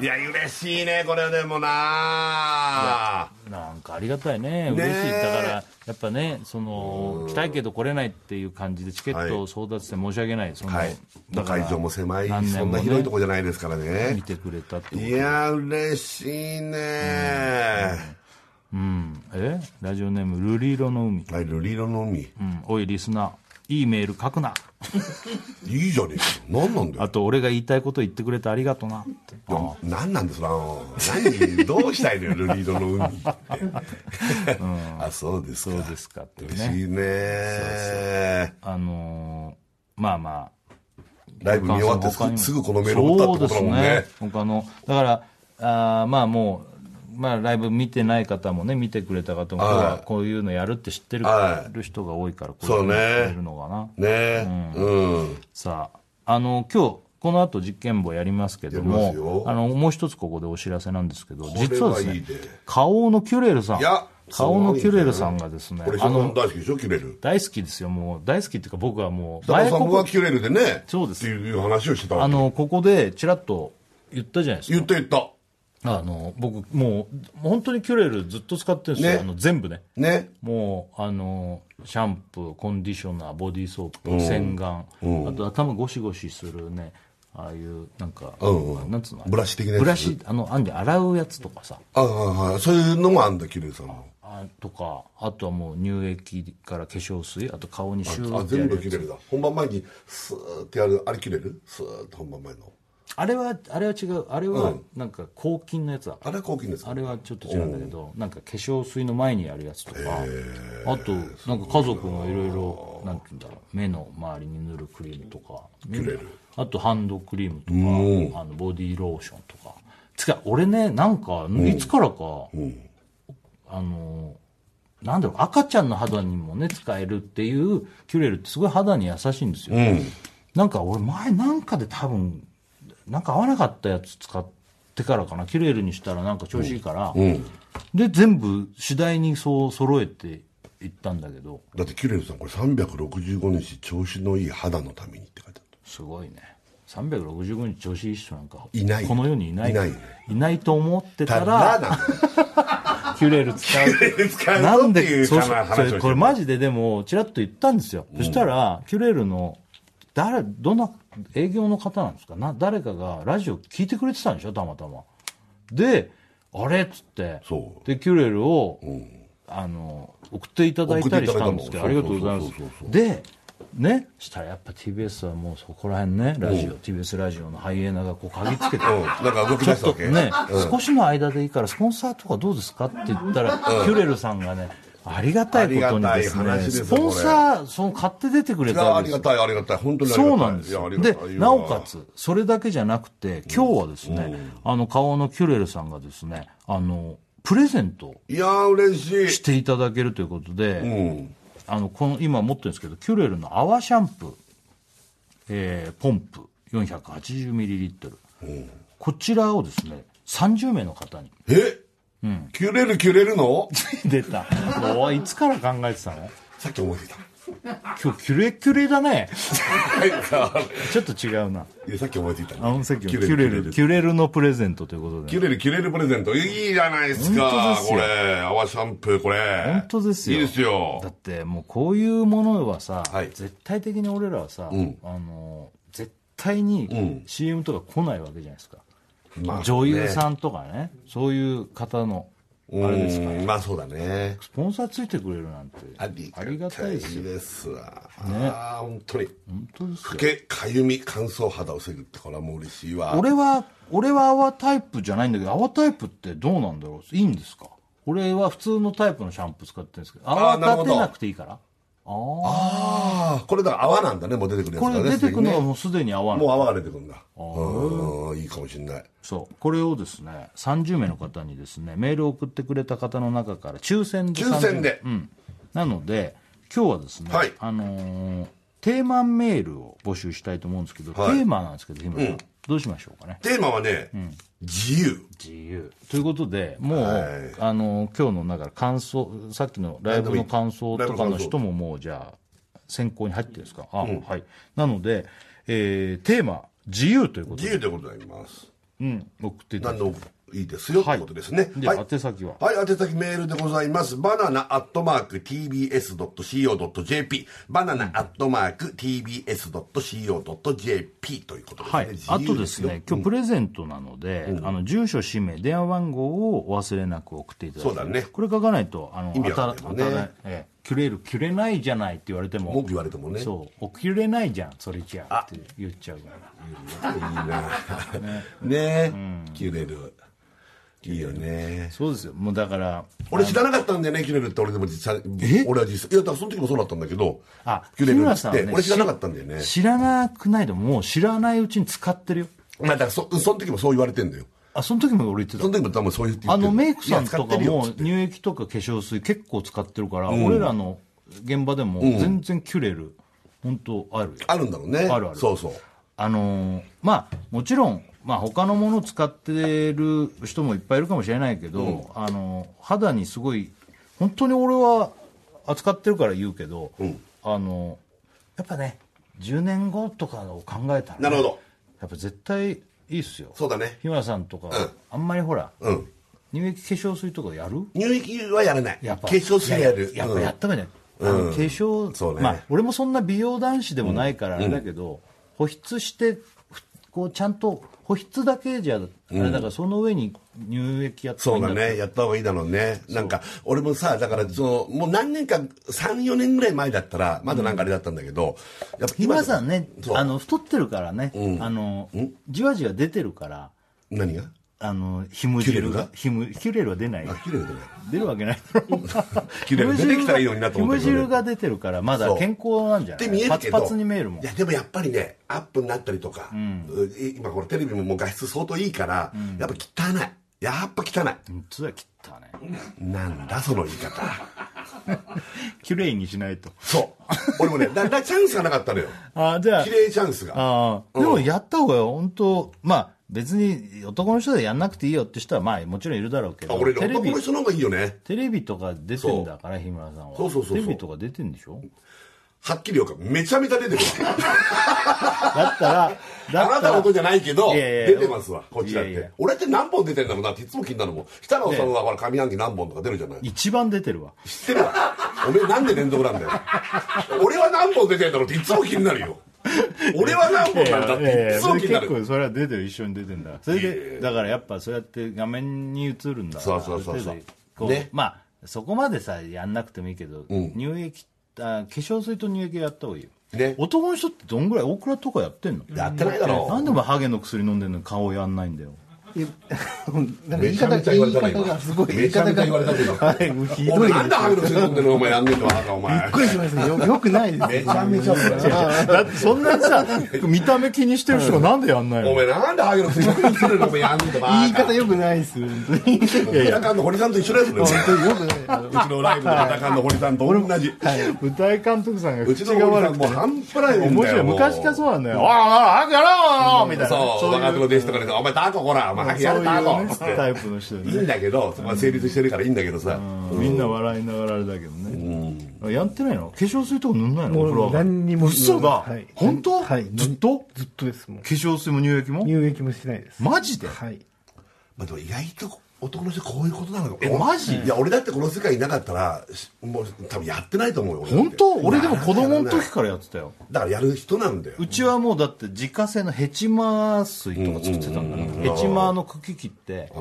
B: いや嬉しいねこれでもな
A: なんかありがたいね嬉しいだからやっぱねその来たいけど来れないっていう感じでチケット争奪戦申し訳ないその、
B: はい
A: だから
B: 会場も狭い
A: 何年
B: そ
A: も
B: ん
A: ね
B: な広いとこじゃないですから
A: 見
B: ね
A: てくれたってこと
B: いや嬉しいね
A: うんえラジオネームルリ色の海、
B: はいルリロの海い
A: うん、おいリスナーいいメール書くない
B: じゃねえか何なんだよ
A: あと俺が言いたいこと言ってくれてありがとなって
B: でも何なんですか何どうしたいの よルリードの海ってあそうですか
A: そうですかっていう
B: 嬉し
A: ね
B: いね
A: あのーまあまあ
B: ライブ見終わって
A: 他に
B: すすぐ
A: も
B: このメールを打ったってことだもんね
A: そうですね他のだからあーまあもう、まあ、ライブ見てない方もね見てくれた方も、
B: はい
A: 要はこういうのやるって知ってる,、
B: は
A: 人が多いからこ
B: そうね
A: やってるのかな
B: ねうん、
A: さああの今日この後実験簿やりますけど
B: やりますよ
A: もあのもう一つここでお知らせなんですけど実はです
B: い
A: ね
B: いで
A: 花王のキュレルさん
B: いや
A: 花王のキュレルさんがですね
B: これ石
A: あ
B: 原さん
A: の
B: 大好きでしょキュレル
A: 大好きですよもう大好きっていうか僕はもう
B: だから
A: 前
B: さ
A: こ
B: んが
A: こ
B: キュレルでね
A: そうです
B: っていう話をしてた
A: あ
B: わけ
A: のここでちらっと言ったじゃないですか
B: 言った言った
A: あの僕もう本当にキュレルずっと使ってるんですよ、
B: ね
A: あの全部ね
B: ね
A: もうあのシャンプーコンディショナーボディーソープ洗顔あと頭ゴシゴシするねああいうなんか、
B: うんうん
A: なんつうの
B: ブラシ的なやつ
A: ブラシあのあんじゃん洗うやつとかさ
B: あああそういうのもあんだキュレルさんも
A: あとかあとはもう乳液から化粧水あと顔にシュー
B: あ
A: ってや
B: 全
A: る
B: 部
A: や
B: キ
A: つ
B: ュレルだ本番前にスーってやるあれキュレルスーって本番前の
A: あれはあれは違うあれはなんか抗菌のやつだ、
B: あれは抗菌ですか
A: あれはちょっと違うんだけど、なんか化粧水の前にやるやつとか、あと、なんか家族もいろいろ、なんて言うんだろう、目の周りに塗るクリームとか、あとハンドクリームとか、あのボディーローションとか。つか、俺ね、なんか、いつからか、あの、なんだろう、赤ちゃんの肌にもね、使えるっていう、キュレルってすごい肌に優しいんですよ。なんか俺前なんかで多分、なんか合わなかったやつ使ってからかな、キュレルにしたらなんか調子いいから、で、全部次第にそう揃えていったんだけど、
B: だってキュレルさんこれ365日調子のいい肌のためにって書いてあっ
A: すごいね。365日調子いい人なんか、
B: いない
A: この世にいない。
B: いないね
A: いないと思って
B: た
A: たら、
B: だ
A: キュレル使う。
B: な使う
A: な
B: ぞ
A: ん
B: って
A: で、
B: いう
A: そう
B: 話
A: そう
B: を
A: そ
B: して
A: れ
B: る
A: これマジででも、ちらっと言ったんですよ。そしたら、キュレルの、誰、どんな営業の方なんですかな、誰かがラジオ聞いてくれてたんでしょたまたま。で、あれっつって、
B: そう
A: で、キュレルを、あの、送っていただいたりしたんですけど、あ
B: 送
A: り
B: って
A: が
B: い
A: と
B: た
A: う
B: だ
A: ご
B: いた
A: ざい
B: のそうそ
A: ます
B: うそうそ。
A: で、ね、したらやっぱ TBS はもうそこら辺ね、ラジオ、TBS ラジオのハイエナがこう嗅ぎつけて、
B: うんなんか動き
A: ち
B: 出
A: ょっ
B: したわ
A: と
B: け
A: ね、少しの間でいいから、スポンサーとかどうですかって言ったら、キュレルさんがね、ありがたいことにです
B: ありがたい
A: ね、
B: 話です
A: ス
B: よ
A: ポンサー、その買って出てくれ
B: い
A: た
B: やあ
A: わ
B: り
A: けで
B: が
A: す。
B: たいありがたい本当にありがたい
A: そうなんです
B: いやあ
A: よ。
B: りが
A: で
B: たい、
A: なおかつ、それだけじゃなくて、今日はですね、あの、顔のキュレルさんがですね、あの、プレゼントを
B: いやー嬉
A: し
B: して
A: いただけるということで、
B: いうん
A: あの、この、今持ってるんですけど、キュレルの泡シャンプー、えーポンプ 480ml、こちらをですね、30名の方に、
B: えキュレルキュレルの
A: 出た。おいいつから考えてたの
B: さっき思いついた
A: 今日キュレキュレだ ね。
B: なんか
A: ちょっと違うな。
B: いやさっき思いついた
A: あの席
B: キ
A: キ
B: ュレ
A: ュレル、
B: ル
A: キュレルのプレゼントということ
B: キ
A: で。
B: ュレルキュレルプレゼントいいじゃないです
A: 本当で
B: か
A: す
B: こ
A: よ
B: れ泡シャンプーこれ
A: 本当ですよ。
B: いいですよ
A: だってもうこういうものはさ、
B: はい
A: 絶対的に俺らはさ、あの、絶対に CM とか来ないわけじゃないですか。
B: まあ
A: 女優
B: ね
A: さんとかね、そういう方のあれですから
B: うんまあそうだね
A: スポンサーついてくれるなんて
B: あり
A: ありがたいですよ
B: ですわああ本当に
A: 本当ですよ
B: ふけかゆみ乾燥肌を防ぐってこれはもう嬉しいわ
A: 俺は俺は泡タイプじゃないんだけど泡タイプってどうなんだろういいんですか俺は普通のタイプのシャンプー使ってるんですけど泡
B: あーなる
A: 立
B: ほど
A: てなくていいからああ
B: ああこれだから泡なんだねもう出てくるやつ
A: こ
B: だね
A: れ出てくるのが
B: すでにね
A: もうすでに泡なの
B: もう泡が出てくるんだうんいいかもしれない
A: そうこれをですね30名の方にですねメールを送ってくれた方の中から抽選で
B: 抽選で
A: 30うん、なので今日はですね、
B: はい
A: あのーテーマメールを募集したいと思うんですけど、
B: はい
A: テーマなんですけど日村さん、どうしましょうかね
B: テーマはね自由
A: 自由ということでもう、
B: はい
A: あの今日のだから感想さっきのライブの感想とかの人ももうじゃあ選考に入ってるんですかあ、はいなので、えーテーマ自由ということ
B: 自
A: で、
B: 由でございます
A: うん、送っていただ
B: 何
A: き
B: でもいいですよってことですね
A: で、
B: はい
A: 宛先は
B: はい、宛先メールでございます。バナナアットマーク tbs.co.jp。バナナアットマーク tbs.co.jp ということですね。
A: はい、あ
B: 自由
A: とですね、
B: よ
A: 今日プレゼントなので、あの住所、氏名、電話番号をお忘れなく送っていただい
B: そ
A: て、
B: うだね
A: これ書かないと、あの
B: 意味わかんないもんね
A: 当たらええ切れる、切れないじゃないって言われても、
B: 文句言われてもね
A: そう、お切れないじゃん、それじゃあって言っちゃうから、
B: いい なねえ、キュレル。いいよね。
A: そうですよ、もうだから、
B: 俺知らなかったんだよね、キュレルって俺でも実際、俺は実際、いや、だからその時もそうだったんだけど、
A: あ
B: キュレル
A: 木村
B: っ
A: さんは
B: て、
A: ね
B: 俺知らなかったんだよね。
A: 知らなくないでも、もう知らないうちに使ってるよ、
B: まあだからそ、その時もそう言われてんだよ。
A: あその時も俺言ってた
B: そ。の時も多分そう言って言
A: あ
B: ってる
A: のメイクさんと
B: いや使っ
A: か
B: てるよ
A: も
B: つって
A: 乳液とか化粧水結構使ってるから、俺らの現場でも全然キュレル、本当あるよ
B: あるんだろうね。
A: あるある
B: そうそう。
A: あのーまあもちろん、まあ、他のもの使ってる人もいっぱいいるかもしれないけど、あのー肌にすごい本当に俺は扱ってるから言うけど、あのーやっぱね10年後とかを考えたらね、
B: なるほど
A: やっぱ絶対いいっすよ
B: そうだね。
A: 日村さんとか、あんまりほら、
B: うん。
A: 乳液化粧水とかやる
B: 乳液はやらない
A: やっぱ
B: 化粧水はや
A: い
B: る
A: ややっぱやった方がいいね、あの化粧
B: そうね
A: まあ、俺もそんな美容男子でもないからあれだけど、保湿してふこうちゃんと保湿だけじゃあれだから、その上に乳液やった
B: そ
A: らいういんだ
B: だねやった方がいいだろうねなんか俺もさだからそのもう何年か34年ぐらい前だったらまだなんかあれだったんだけどやっぱ
A: 日村さんね
B: そう
A: あの太ってるからね、あのじわじわ出てるから
B: 何が
A: あのひむ汁が
B: キ
A: ひむキュレルは出ない
B: あ綺麗だね
A: 出るわけない だろ
B: キュレル出てきたらいいのになと思ったけ
A: ひ
B: どね
A: む汁が出てるからまだ
B: そう
A: 健康なんじゃ
B: って
A: ない
B: 見える
A: パ
B: け
A: ツ
B: ど
A: パツに見えるもん
B: いやでもやっぱりねアップになったりとか、う今ほらテレビももう画質相当いいから、やっぱ汚いやっぱ汚い
A: うんつは切ったね
B: なんだその言い方
A: きれいにしないと
B: そう 俺もねだだチャンスがなかったのよ
A: あじゃあ
B: 綺麗チャンスが
A: ああ、でもやった方が本当、まあ別に男の人でやんなくていいよって人はまあもちろんいるだろうけ
B: あ
A: ど、
B: 俺
A: テレ
B: 男
A: ビ
B: の、人の方がいいよね
A: テレビとか出てんだから、日村さんは。
B: そうそうそうそう
A: テレビとか出てんでしょ
B: はっきり言うからめちゃめちゃ出てくる
A: だったら、だ
B: あ
A: っ
B: な
A: た
B: た
A: ら
B: のこ、とじゃないけど、
A: いやい
B: 出
A: や
B: てますわ、こっちだっ
A: いやい
B: て
A: や。
B: 俺って何本出てんだろうなっていつも気になるもん。北野さんはほら上半期何本とか出るじゃない。
A: 一番出てるわ。
B: 知ってるわ。おめえなんで連続なんだよ。俺は何本出てんだろうっていつも気になるよ。俺は何本なんだっ
A: いやいや
B: てい
A: いや
B: つも気にな
A: 結
B: る。
A: 構それは出てる、一緒に出てんだ。それで、だからやっぱそうやって画面に映るんだから。
B: そうそうそうそう
A: ある程度こう
B: ね
A: まあ、そこまでさ、やんなくてもいいけど、乳液、あ化粧水と乳液やった方がいいよ。
B: ね。
A: 男の人ってどんぐらいオクラとかやってんの
B: やってないだろう
A: なんでお前ハゲの薬飲んでんのに顔やんないん だよ
C: えなんか言
B: め
C: い
B: ちゃ
C: 方
B: めちゃ言われたね
C: 言い方がすごい
B: 今。めちゃめちゃ言われたね
C: はいひ
B: 今。
C: ど
B: 俺
C: い
B: なんでハゲの薬飲んでるのお前やんねえとわかお前
C: びっ。くりしましたよよくないです
B: めちゃめちゃそれ
A: だってそんなさ見た目気にしてる人がなんでやんな い
B: お前なんでハゲの薬飲んでるのお前やんねえとわか
C: 言い方よくないです本当に本
B: 村中の堀さんと一緒ですね。
C: 当によくないあの
B: うちのライブの村中の堀さんと同じ。
A: 舞台監督さんが
B: う
A: 口
B: ちの
A: が
B: おじさ
A: 悪
B: ん
A: く
B: もう
A: て
B: 半端ないもんだよ
A: 面白い昔からそうなんだよ「ああ早くやろう!」みたいな
B: そう若手の弟子とかでさ「お前タコほらお前早くやるタコ」っつっ
A: そういうねタ
B: て
A: イプの人で
B: いい
A: ね
B: んだけどそこは成立してるからいいんだけどさ
A: みんな笑いながらあれだけどねやってないの化粧水とか塗んないの
C: もう
A: お風呂上がり
C: 何にも
A: 嘘だ
C: はい
A: 本当
C: はい
A: ずっと
C: ずっとですもう
A: 化粧水も乳液も
C: 入液もしてないです
A: マジで
C: はい
B: まあでも意外と男の人こういうことなのか
A: えマジ
B: いや俺だってこの世界いなかったらしもう多分やってないと思うよ俺だって
A: 本当俺でも
B: やら
A: 子供の
B: やらな
A: 時
B: い
A: からやってたよ
B: だからやる人なんだよ
A: うちはもうだって自家製のヘチマ水とか作ってたんだからヘチマの茎切って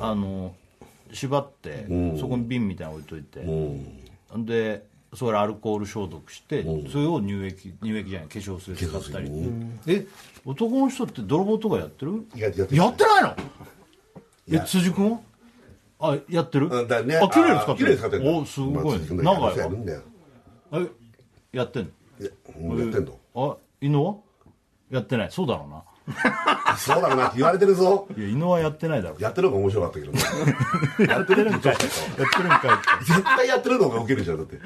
A: あの縛って
B: うん
A: そこに瓶みたいなの置いといて
B: うん
A: でそれアルコール消毒して
B: うん
A: それを乳液乳液じゃない化粧水使ったり
B: 化粧水う
A: え男の人って泥棒とかやってる
B: ややってる
A: やってないのえ
B: や
A: 辻君はあやってる
B: うんだね
A: あ綺麗に使
B: あ
A: っ
B: 綺
A: て
B: 麗に
A: る
B: 使ってんだ
A: おすごいね
B: まあ
A: 長い
B: や
A: わ
B: るんだよ
A: えやってんの
B: いやうんやってんの
A: あ犬はやってないそうだろうな
B: そうだろうなって言われてるぞ
A: いや犬はやってないだろう
B: やってる方が面白かったけどねやってるのか
A: やってるんかいって
B: 絶対やってるのがウケるじゃんだって
A: い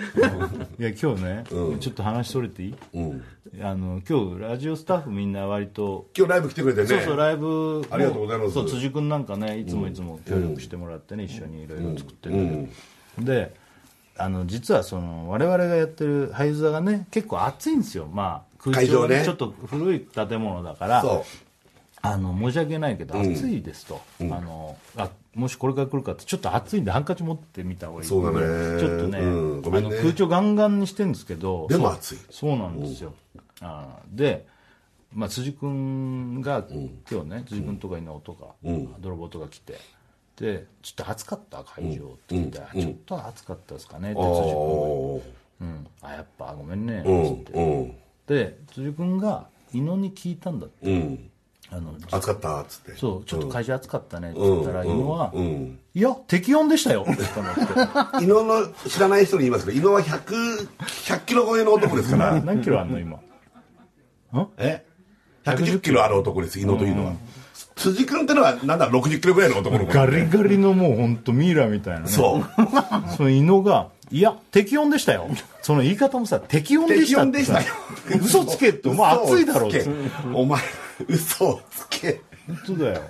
A: や今日ね、ちょっと話それていい
B: うん
A: あの今日ラジオスタッフみんな割と、
B: 今日ライブ来てくれてね
A: そうそうライブ
B: ありがとうございます
A: そう辻君なんかねいつもいつも協力してもらってね、一緒にいろいろ作ってるんだけど、であの実はその我々がやってる俳優座がね結構暑いんですよまあ空調が
B: 会場ね
A: ちょっと古い建物だから
B: そ
A: あの申し訳ないけど暑いですと、あのあもしこれから来るかってちょっと暑いんでハンカチ持ってみた方がいい
B: そうだね
A: ちょっとね,、
B: うんごめ
A: あ
B: んね
A: の空調ガンガンにしてるんですけど
B: でも
A: そう
B: 暑い
A: そうなんですよ、あーで、まあ、辻君が、今日ね辻君とか稲尾とか、泥棒とか来てでちょっと暑かった会場って聞いたら、ちょっと暑かったですかねって
B: う
A: 辻君
B: お
A: うん、あやっぱごめんね、
B: うん
A: つって
B: うん
A: で辻君が伊野に聞いたんだって
B: うん
A: あの
B: 暑かったっつって
A: そうちょっと会社暑かったねって
B: うん
A: 言ったら、伊野は、
B: うん
A: いや適温でしたよ」って言ったのって
B: 伊野の知らない人に言いますけど伊野は100 100キロ超えの男です から
A: 何キロあんの今
B: え110キロある男です伊野というのは辻君ってのはなんだ60キロぐらいの男の子
A: ガリガリのもう本当ミイラみたいなね
B: そう
A: その伊野が「いや適温でしたよ」その言い方もさ「適温でした」ってさ
B: 適温でした
A: 嘘つけってお前暑いだろっ
B: 嘘をつけ
A: て
B: お前嘘をつけ
A: 本当だよ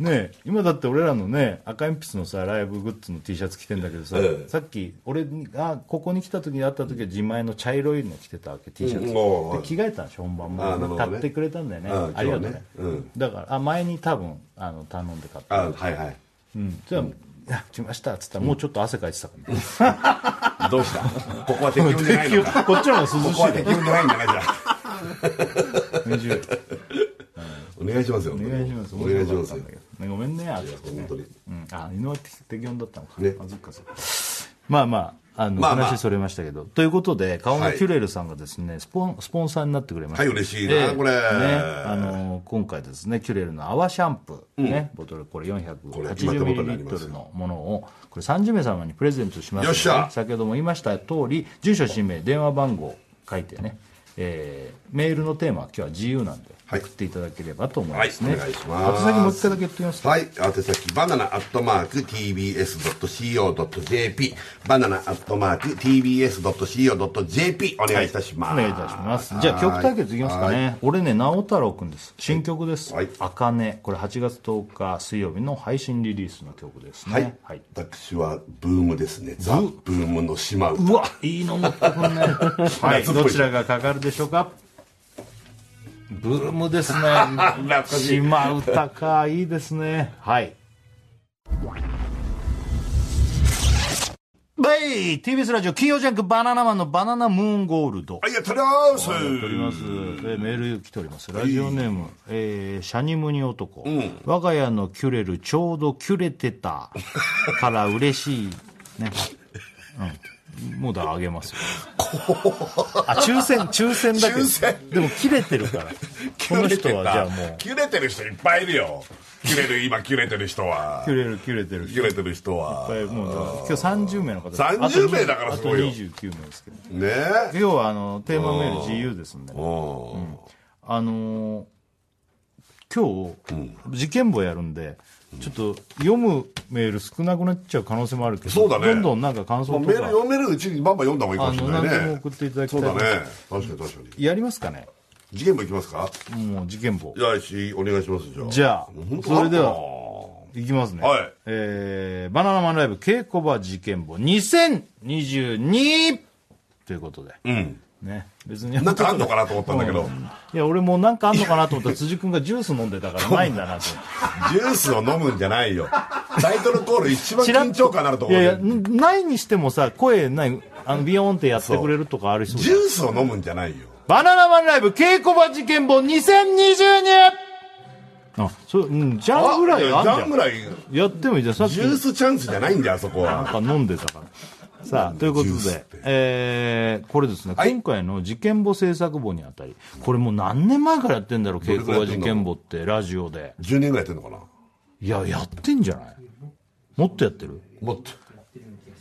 A: ねえ今だって俺らのね赤鉛筆のさライブグッズの T シャツ着てんだけどさ、
B: ええ
A: さっき俺がここに来た時に会った時は自前の茶色いの着てたわけ T シャツ、
B: うんおう
A: で着替えたんでしょ本番
B: ああなる
A: も、
B: ほど
A: 買
B: ね
A: ってくれたんだよね
B: うん
A: ありがとう
B: 今日
A: ね
B: はねうん
A: だからあ前に多分あの頼んで買った
B: あはいはい
A: うんじゃあいや来ましたっつったらもうちょっと汗かいてたから、
B: どうしたここは適温 じゃないのか
A: こっちの方が
B: こ
A: 涼し
B: こはい
A: で
B: 適温じゃないんだなじゃあ
A: 20
B: お願いしますよお
A: お願いします
B: お願いしますよ
A: 面白かったんだけどねごめんねあれ
B: 本当に
A: うん、あ井上適温だったのか、
B: ね
A: あそっかそっかまあまああの、
B: まあまあ
A: 話それましたけどということで顔
B: は
A: の
B: い
A: キュレルさんがですね、スポンスポンサーになってくれました
B: はい嬉しいな
A: ええ
B: これ
A: ねあの今回ですねキュレルの泡シャンプー、ねボトルこれ
B: これ今手
A: 480ミ
B: 元
A: リ
B: にあ
A: リ
B: りま
A: ット
B: す
A: ルのものをこれ30名様にプレゼントしますので
B: よっしゃ
A: 先ほども言いました通り住所氏名電話番号書いてね、えーメールのテーマは今日は自由なんで、
B: はい
A: 送っていただければと思いますね、
B: はいお願いします
A: 宛先もう一回だけ言ってみます
B: はい宛先バナナアットマーク TBS.CO.JP バナナアットマーク TBS.CO.JP お願いいたします
A: お願いいたしますじゃあ曲対決いきますかね俺ね直太朗くんです新曲です
B: はい
A: 「あかね」これ8月10日水曜日の配信リリースの曲です
B: はいはい
A: ね、はい
B: 私はブームですねザ・ブームの島唄
A: うわいいの持ってく んねはいどちらがかかるでしょうかブームですね
B: 懐かしい
A: 島唄かいいですねはいベイ TBS ラジオ金曜ジャンクバナナマンのバナナムーンゴールド
B: はいやっております
A: おります。えーメール来ております。ラジオネーム、えーシャニムニ男、我が家のキュレル、ちょうどキュレ てたから嬉しい。ね。うん。もうだ、あげますよ。あ、抽選、抽選だけど。
B: 抽選
A: でも、切れて るから。この人は、じゃあもう。
B: キュレてる人いっぱいいるよキュレる今キュレてる人は
A: キュレる、キュレてる。
B: キュレてる人は
A: これもうだから今日30名の方です
B: 30
A: あと20
B: 名だからすごいよ
A: あと29名ですけど
B: ねえ
A: 今日はあのテーマメール自由ですんでね
B: うん
A: あのー今日、事件簿やるんで、ちょっと読むメール少なくなっちゃう可能性もあるけど、
B: そうだね
A: どんどんなんか感
B: も
A: 想
B: う
A: と
B: メ
A: か
B: ール、読めるうちにバンバン読んだ方がいいか
A: あ
B: もし
A: の、
B: れな
A: 何
B: い
A: でも
B: ね
A: 送っていただきた
B: そ
A: いう
B: だね確かに確かに
A: やりますかね、
B: 事件もいきますか
A: もう事件簿
B: じ。ゃあしお願いしますじゃあ
A: じゃあ
B: 本、当
A: それで
B: あ
A: は、
B: ー
A: いきますね。
B: はい
A: えー、バナナマンライブ稽古場事件簿 2022! ということで。
B: うん
A: ね、別に
B: なんかあんのかなと思ったんだけど、
A: いや俺もなんかあんのかなと思ったら辻君がジュース飲んでたからないんだなと思って
B: ジュースを飲むんじゃないよタイトルコール一番緊張感あると
A: い
B: 思うよ
A: やいやんないにしてもさ声ないあのビヨーンってやってくれるとかある人
B: ジュースを飲むんじゃないよ
A: バナナマンライブ稽古場事件簿2022あそううんジャ
B: あ
A: ンぐらいあんじ
B: ジ
A: ゃん
B: ャンぐらい
A: やってもいいじゃんさっき
B: ジュースチャンスじゃないんだよあそこは
A: なんか飲んでたから。さあ、ということ
B: ジュースっ
A: で
B: て、
A: えー、これですね、
B: はい
A: 今回の事件簿制作簿にあたり、これもう何年前からやってんだろう、
B: れ
A: 稽
B: くらい
A: 古
B: や
A: は
B: って
A: 事
B: んだろう
A: 件簿って、ラジオで。
B: 10年ぐらいやってんのかない
A: や、やってんじゃないもっとやってる
B: もっと
A: い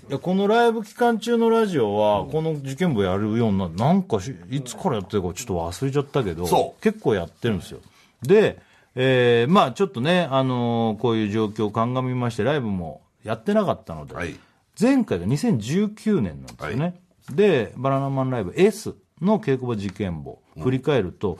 A: や、このライブ期間中のラジオは、この事件簿やるようになる、なんかし、いつからやってるかちょっと忘れちゃったけど、
B: そう
A: 結構やってるんですよ。で、えー、まあちょっとね、あのーこういう状況を鑑みまして、ライブもやってなかったので、
B: はい
A: 前回が2019年なんですよね。
B: はい
A: で、バナナマンライブ S の稽古場事件簿、振り返ると、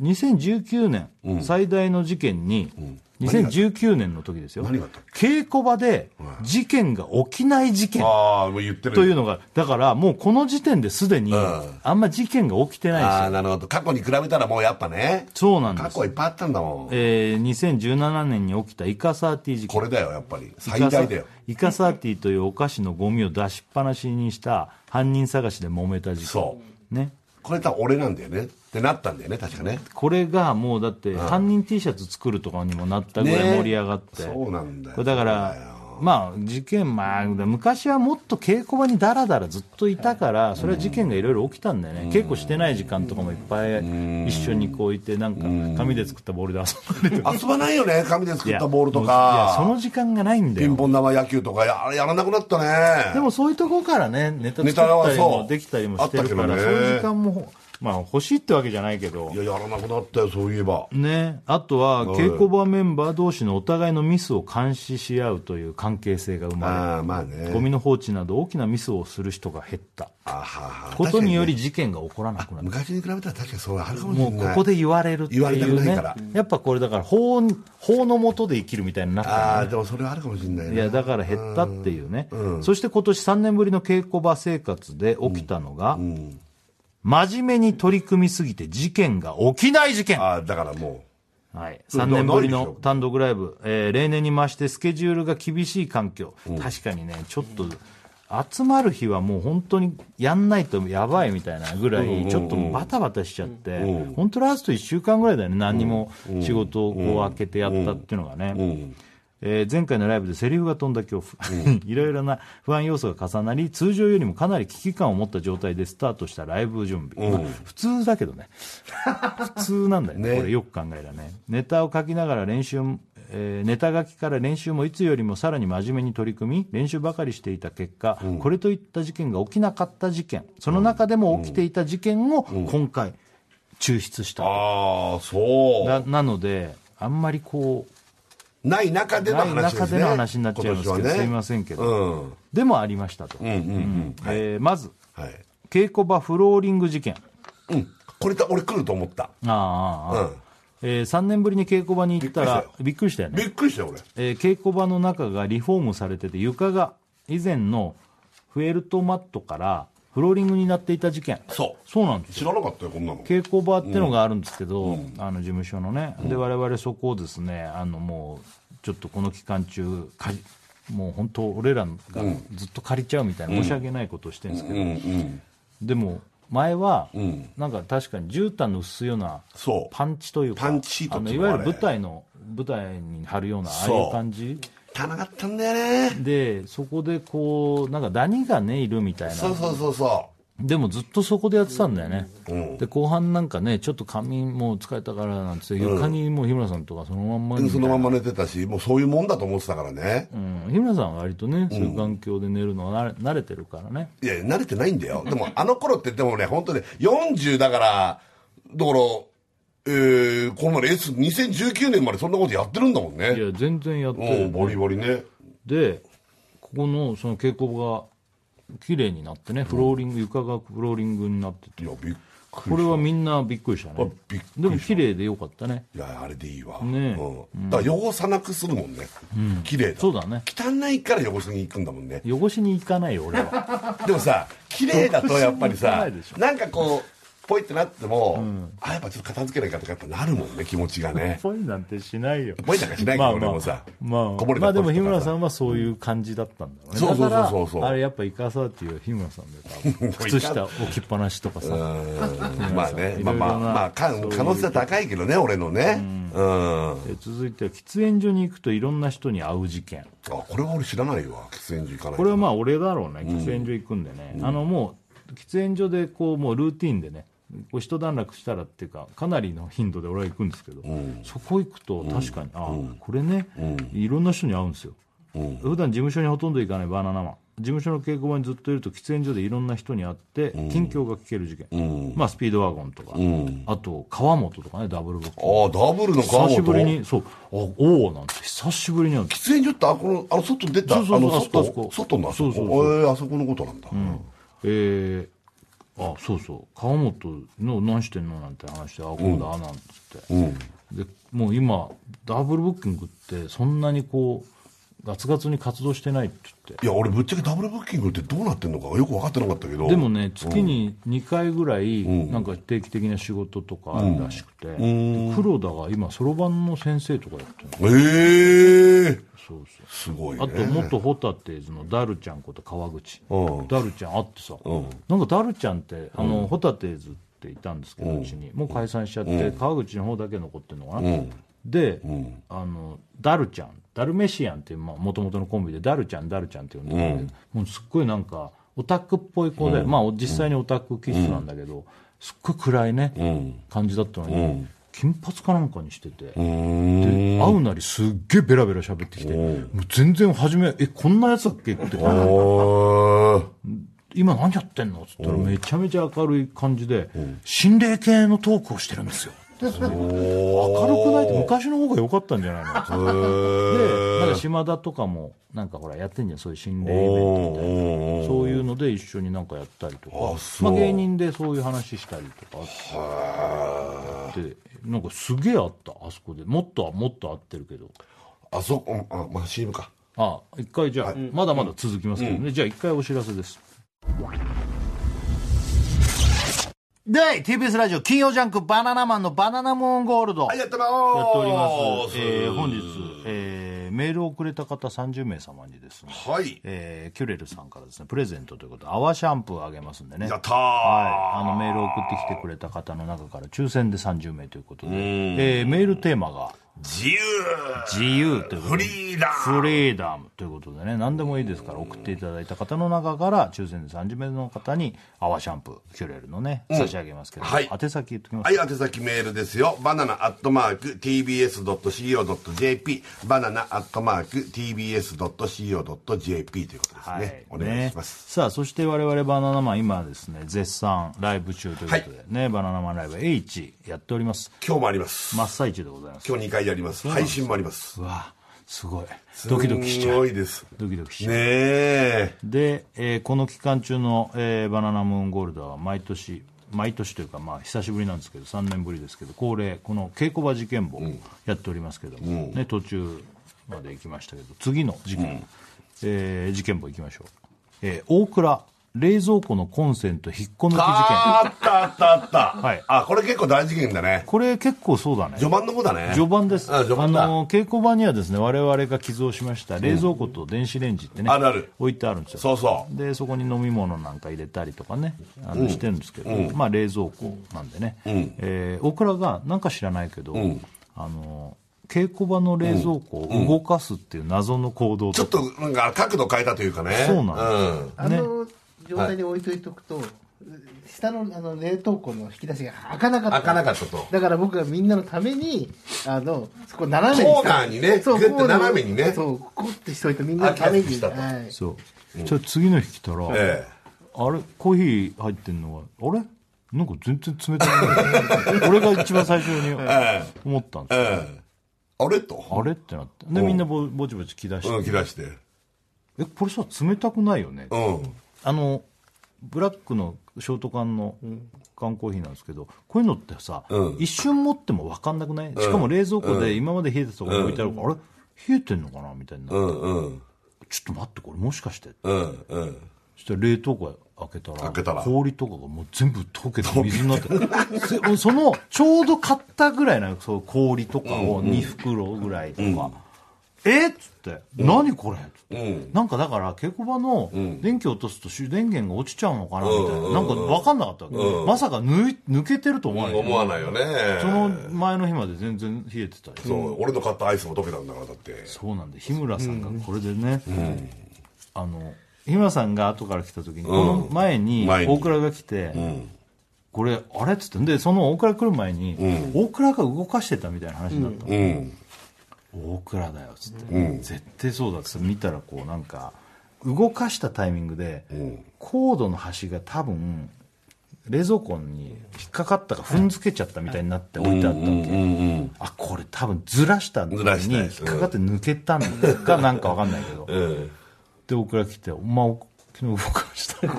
A: 2019年、最大の事件に、2019年の時ですよ。
B: 何があったっ
A: 稽古場で事件が起きない事件
B: ああもう言ってる
A: というのが、だからもうこの時点ですでに、
B: ん
A: あんま事件が起きてないんです
B: あ
A: よ。
B: あなるほど過去に比べたらもうやっぱね
A: そうなんで
B: 過
A: す
B: 去。はいっぱいあったんだもん、
A: えー、2017年に起きたイカサーティ事件。
B: これだよやっぱり最大だよ
A: イカサーティというお菓子のゴミを出しっぱなしにした犯人探しで揉めた事件。
B: そう
A: ね。
B: これ多分俺なんだよねってなったんだよね確かね
A: これがもうだって犯人 T シャツ作るとかにもなったぐらい盛り上がって、
B: ねそうなんだよ
A: これだからまあ事件まあ昔はもっと稽古場にだらだらずっといたからそれは事件がいろいろ起きたんだよね稽古してない時間とかもいっぱい一緒にこういてなんか紙で作ったボールで遊んでる
B: 遊ばないよね紙で作ったボールと
A: いやその
B: か
A: 時間がないんだ
B: ピン
A: よ
B: ポン玉野球とかやあれやらなくなったね
A: でもそういうとこからねネタ作っ
B: ネタ
A: た
B: は
A: り
B: そ
A: も
B: う
A: できたりもしてるか
B: あ
A: ら
B: った
A: そ
B: けど
A: う
B: ね
A: いう時間もまあ欲しいってわけじゃないけど
B: いややらなくなったよそういえば
A: ね、あとは
B: はい
A: 稽古場メンバー同士のお互いのミスを監視し合うという関係性が生ま
B: ああまあ
A: れゴ
B: ね
A: ミの放置など大きなミスをする人が減った
B: あはは
A: ことによ
B: り
A: り事件が起こらなくなる
B: 昔に比べたら確かにそうあるかもし
A: も
B: れ
A: う
B: ない
A: ここで言われるってい
B: 言われたく
A: う
B: ない
A: ね
B: から
A: やっぱこれだから法法の下で生きるみたいになっ
B: あ
A: た
B: あでもそれはあるかもしれない
A: い
B: ね
A: やだから減ったっていうね、そして今年3年ぶりの稽古場生活で起きたのが、真面目に取り組みすぎて事件が起きない事件
B: ああだからも
A: はい、
B: それ
A: 3年ぶり
B: ないで
A: の
B: しょ
A: 単独ライブ、えー例年に増してスケジュールが厳しい環境、確かにね、ちょっと集まる日はもう本当にやんないとやばいみたいなぐらい、ちょっとバタバタしちゃって、本当、ラスト1週間ぐらいだよね、何にも仕事をこう開けてやったっていうのがね。えー前回のライブでセリフが飛んだ恐怖、 いろいろな不安要素が重なり通常よりもかなり危機感を持った状態でスタートしたライブ準備、まあ普通だけ どね普通なんだよねこれよく考えたらねネタを書きながら練習も、えーネタ書きから練習もいつよりもさらに真面目に取り組み練習ばかりしていた結果、これといった事件が起きなかった事件その中でも起きていた事件を今回抽出し
B: う
A: た、
B: ああそう
A: ななのであんまりこう
B: ない中での
A: ない
B: 話ですね
A: 中での話になっちゃいますけど、
B: 今年はね
A: すいませんけど、
B: うんうん
A: でもありましたと、
B: うんうん
A: えーまず
B: はい
A: 稽古場フローリング事件
B: うんこれだ俺来ると思った
A: あああ
B: う
A: あ、
B: ん
A: え3年ぶりに稽古場に行ったらびっくりしたよね
B: びっくりしたよ俺
A: えー稽古場の中がリフォームされてて床が以前のフェルトマットからフローリングになっていた事件
B: そう
A: そうなんです
B: 知らなかったよこんなの
A: 稽古場ってのがあるんですけど、あの事務所のね、で我々そこをですねあのもうちょっとこの期間中かじもう本当俺らがずっと借りちゃうみたいな、申し訳ないことをしてるんですけど、
B: うんうん
A: でも前は、
B: ん
A: なんか確かに絨毯の薄いような
B: そう
A: パンチというか
B: パンチシート
A: あ
B: って
A: の
B: い
A: いう
B: の
A: わ
B: はあ
A: ゆる
B: れ
A: 舞台の舞台に貼るようなああい
B: そう
A: う感じ
B: 汚かったんだよね
A: でそこでこうなんかダニがねいるみたいな
B: そうそうそうそ
A: でもずっとそこでやってたんだよね、
B: ううん
A: で後半なんかねちょっと髪もう疲れたからなんつって床にもう日村さんとかそのまんまにみた
B: そ
A: いな
B: のまま寝てたしもうそういうもんだと思ってたからね
A: うん、日村さんは割とねそういう環境で寝るのは慣れ慣れてるからね
B: いや慣れてないんだよでもあの頃ってでもね本当ね40だからだからえー、この前レース2019年までそんなことやってるんだもん
A: い
B: ね
A: や全然やってる
B: うんバリバリね
A: でここのその稽古場が綺麗になってねフローリング、床がフローリングになってて
B: いやびっくり
A: これはみんなびっくりしたね
B: あびっくりした
A: でも綺麗でよかったね
B: いやあれでいいわ、
A: ねえ
B: うん、だから汚さなくするもんね、綺麗だ
A: そうだね
B: 汚いから汚しに行くんだもんね
A: 汚しに行かないよ俺は
B: でもさ綺麗だとやっぱり
A: 汚
B: さ
A: いでしょ
B: なんかこうぽいってなっても、あやっぱちょっと片付けないかとかやっぱなるもんね気持ちがね
A: ぽいなんてしないよ
B: ぽいなんかしないけど、
A: まあ
B: 俺
A: まあ
B: もさ、
A: まあ、
B: こぼれ
A: ま
B: た
A: あでも
B: ポテト
A: 日
B: とか
A: 村さんはそういう感じだったんだろうね、
B: そうそう
A: だから
B: そうそう
A: あれやっぱイカサーっていう日村さんで多分靴下置きっぱなしとかさ
B: うんまあね
A: い
B: ま
A: ろ
B: あ
A: いろな
B: まあまあか可能性は高いけどね俺のねうんあ
A: え続いては喫煙所に行くといろんな人に会う事件
B: これは俺知らないわ喫煙所行かない
A: これはまあ俺だろうね喫煙所行くんでね、あのもう喫煙所でこうもうルーティンでねこう一段落したらっていうかかなりの頻度で俺は行くんですけど、そこ行くと確かに、あこれね、いろんな人に会うんですよ、普段事務所にほとんど行かないバナナマン事務所の稽古場にずっといると喫煙所でいろんな人に会って近況が聞ける事件、まあ、スピードワゴンとか、あと川本とかねダブルボックス
B: ああダブルの顔
A: 久し
B: と
A: ぶりに
B: 喫
A: そうあおおなんて久しぶりに会うんです
B: 煙所ってあこのあの外出たあ
A: そうそうそう
B: の
A: あそこ
B: 外
A: あそこ
B: 外のあそこ
A: そうそうそ
B: えーあそこのことなんだ
A: えーあそうそう川本の何してんのなんて話してあこうだなんつって、
B: うん
A: でもう今ダブルブッキングってそんなにこうガツガツに活動してないって言って
B: いや俺ぶっちゃけダブルブッキングってどうなってんのかよく分かってなかったけど
A: でもね月に2回ぐらいなんか定期的な仕事とかあるらしくて、で黒田が今そろばんの先生とかやってるの
B: ええ
A: そうそう
B: すごいね
A: あと元ホタテーズのダルちゃんこと川口、
B: うん
A: ダルちゃん会ってさ、
B: ん
A: なんかダルちゃんってあの、ホタテーズっていたんですけど、うちにもう解散しちゃって、川口の方だけ残ってるのかな、で、あのダルちゃんダルメシアンっていうもともとのコンビでダルちゃんダルちゃんって呼んでるんだけど、もうすっごいなんかオタクっぽい子で、まあ実際にオタク気質なんだけど、すっごい暗いね、感じだったのに、金髪かなんかにしてて、で会うなりすっげえベラベラ喋ってきて、もう全然初め、え、こんなやつだっけって、
B: おー
A: 今何やってんのっつったらめちゃめちゃ明るい感じで、心霊系のトークをしてるんですよ。明るくないと昔の方が良かったんじゃないのっつってで、なんか島田とかも、なんかほらやってんじゃん、そういう心霊イベント。
B: おー
A: そういうので一緒になんかやったりとか
B: あそう
A: まあ、芸人でそういう話したりとかあってでなんかすげえあったあそこでもっとはもっと合ってるけど
B: あそこあまあ CM か
A: あ一回じゃあ、まだまだ続きますけどね、じゃあ一回お知らせです第 TBS ラジオ金曜ジャンク「バナナマンのバナナムーンゴールド」
B: はいやってま
A: やっておりま
B: ー
A: す、えー本日、えーメールをくれた方30名様にですね、
B: はい
A: えーキュレルさんからですねプレゼントということで泡シャンプーあげますんでね
B: やったー
A: はい、あのメールを送ってきてくれた方の中から抽選で30名ということで、えーメールテーマが
B: 自由
A: 「自由」ということ
B: フ
A: で
B: リーダム
A: フリーダムということでね何でもいいですから送っていただいた方の中から抽選で30名の方に泡シャンプーキュレルのね差し上げますけど、
B: はい
A: 宛先言ってきます、
B: はい、宛先メールですよ。バナナアットマーク tbs.co.jp。バナナアットマーク tbs.co.jp ということですね。お願いします。
A: ねさあそして我々バナナマン今ですね絶賛ライブ中ということでね、バナナマンライブ H やっております
B: 今日もあります。
A: 真っ最中でございます
B: 今日2回やります。配信もあります。
A: うわすごいドキドキしち
B: す
A: ゃう
B: ごいです。
A: ドキドキしちゃう
B: ねえ。
A: で、えーこの期間中の、えーバナナムーンゴールドは毎年毎年というかまあ久しぶりなんですけど3年ぶりですけど恒例この稽古場事件簿やっておりますけども、ね、途中まで行きましたけど次の事件、えー事件簿行きましょう、えー大倉冷蔵庫のコンセント引っこ抜き事件
B: あーあったあったあった。
A: はい
B: あ、これ結構大事件だね。
A: これ結構そうだね
B: 序盤の方だね。
A: 序盤です
B: あ
A: あ
B: 序盤だ
A: の稽古場にはですね我々が寄贈しました冷蔵庫と電子レンジってね、
B: あるある
A: 置いてあるんですよ
B: そうそう。
A: でそこに飲み物なんか入れたりとかねあのしてるんですけど、まあ、冷蔵庫なんでね、えー大倉がなんか知らないけど、あの稽古場の冷蔵庫を動かすっていう謎の行動
B: ちょっ
A: とか、
B: となんか角度変えたというかね。
A: そうな
B: う
A: ん
B: ん
C: あの状態で置いといておくと、下のあの冷凍庫の引き出しが開かなかった
B: 開かなかったと。
C: だから僕がみんなのためにあのそこ斜めに
B: コーナーにね、グ
C: そう
B: ッて
C: コーナー
B: 斜めにね。
C: そうコッてしといてみんなのため
B: 開きやすくした
C: に
B: と
C: はい
A: そうちょっと次の日来たら、
B: ええ。
A: あれコーヒー入ってんのがあれなんか全然冷たくない俺が一番最初に思ったんですよ、
B: ええあれと。
A: あれってなってでみんなぼぼちぼち着だして、
B: うん、切らして。
A: えこれさ冷たくないよね、
B: うん。
A: あのブラックのショート缶の缶コーヒーなんですけどこういうのってさ、
B: うん
A: 一瞬持っても分かんなくないしかも冷蔵庫で今まで冷えてたとこに置いてあるから、あれ冷えてんのかなみたいな、
B: うんうん
A: ちょっと待ってこれもしかして
B: うんうん
A: そしたら冷凍庫開けたら
B: 開けたら
A: 氷とかがもう全部溶けて水になって そそのちょうど買ったぐらいのそう氷とかを2袋ぐらいとか、えっつって、何これっつって、
B: うん
A: なんかだから稽古場の電気落とすと主電源が落ちちゃうのかなみたいな、なんか分かんなかったわけ、まさか抜い抜けてると思わない、
B: 思わないよね
A: その前の日まで全然冷えてたり
B: そう俺の買ったアイスも溶けたんだからだって
A: そうなんで日村さんがこれでね、あの日村さんが後から来た時に、この前に
B: 前に
A: 大倉が来て、これあれっつってでその大倉来る前に、大倉が動かしてたみたいな話になったの、
B: うん
A: 大倉だよっつって、絶対そうだっつって見たらこうなんか動かしたタイミングで、コードの端が多分冷蔵庫に引っかかったか踏んづけちゃったみたいになって置いてあったわけ、
B: うん
A: あこれ多分ずらしたのに
B: ずらした
A: 引
B: や
A: っ
B: つ
A: かかって抜けたのかなんかわかんないけど
B: うんうん
A: で大倉来て「お前お昨日動かしたよ」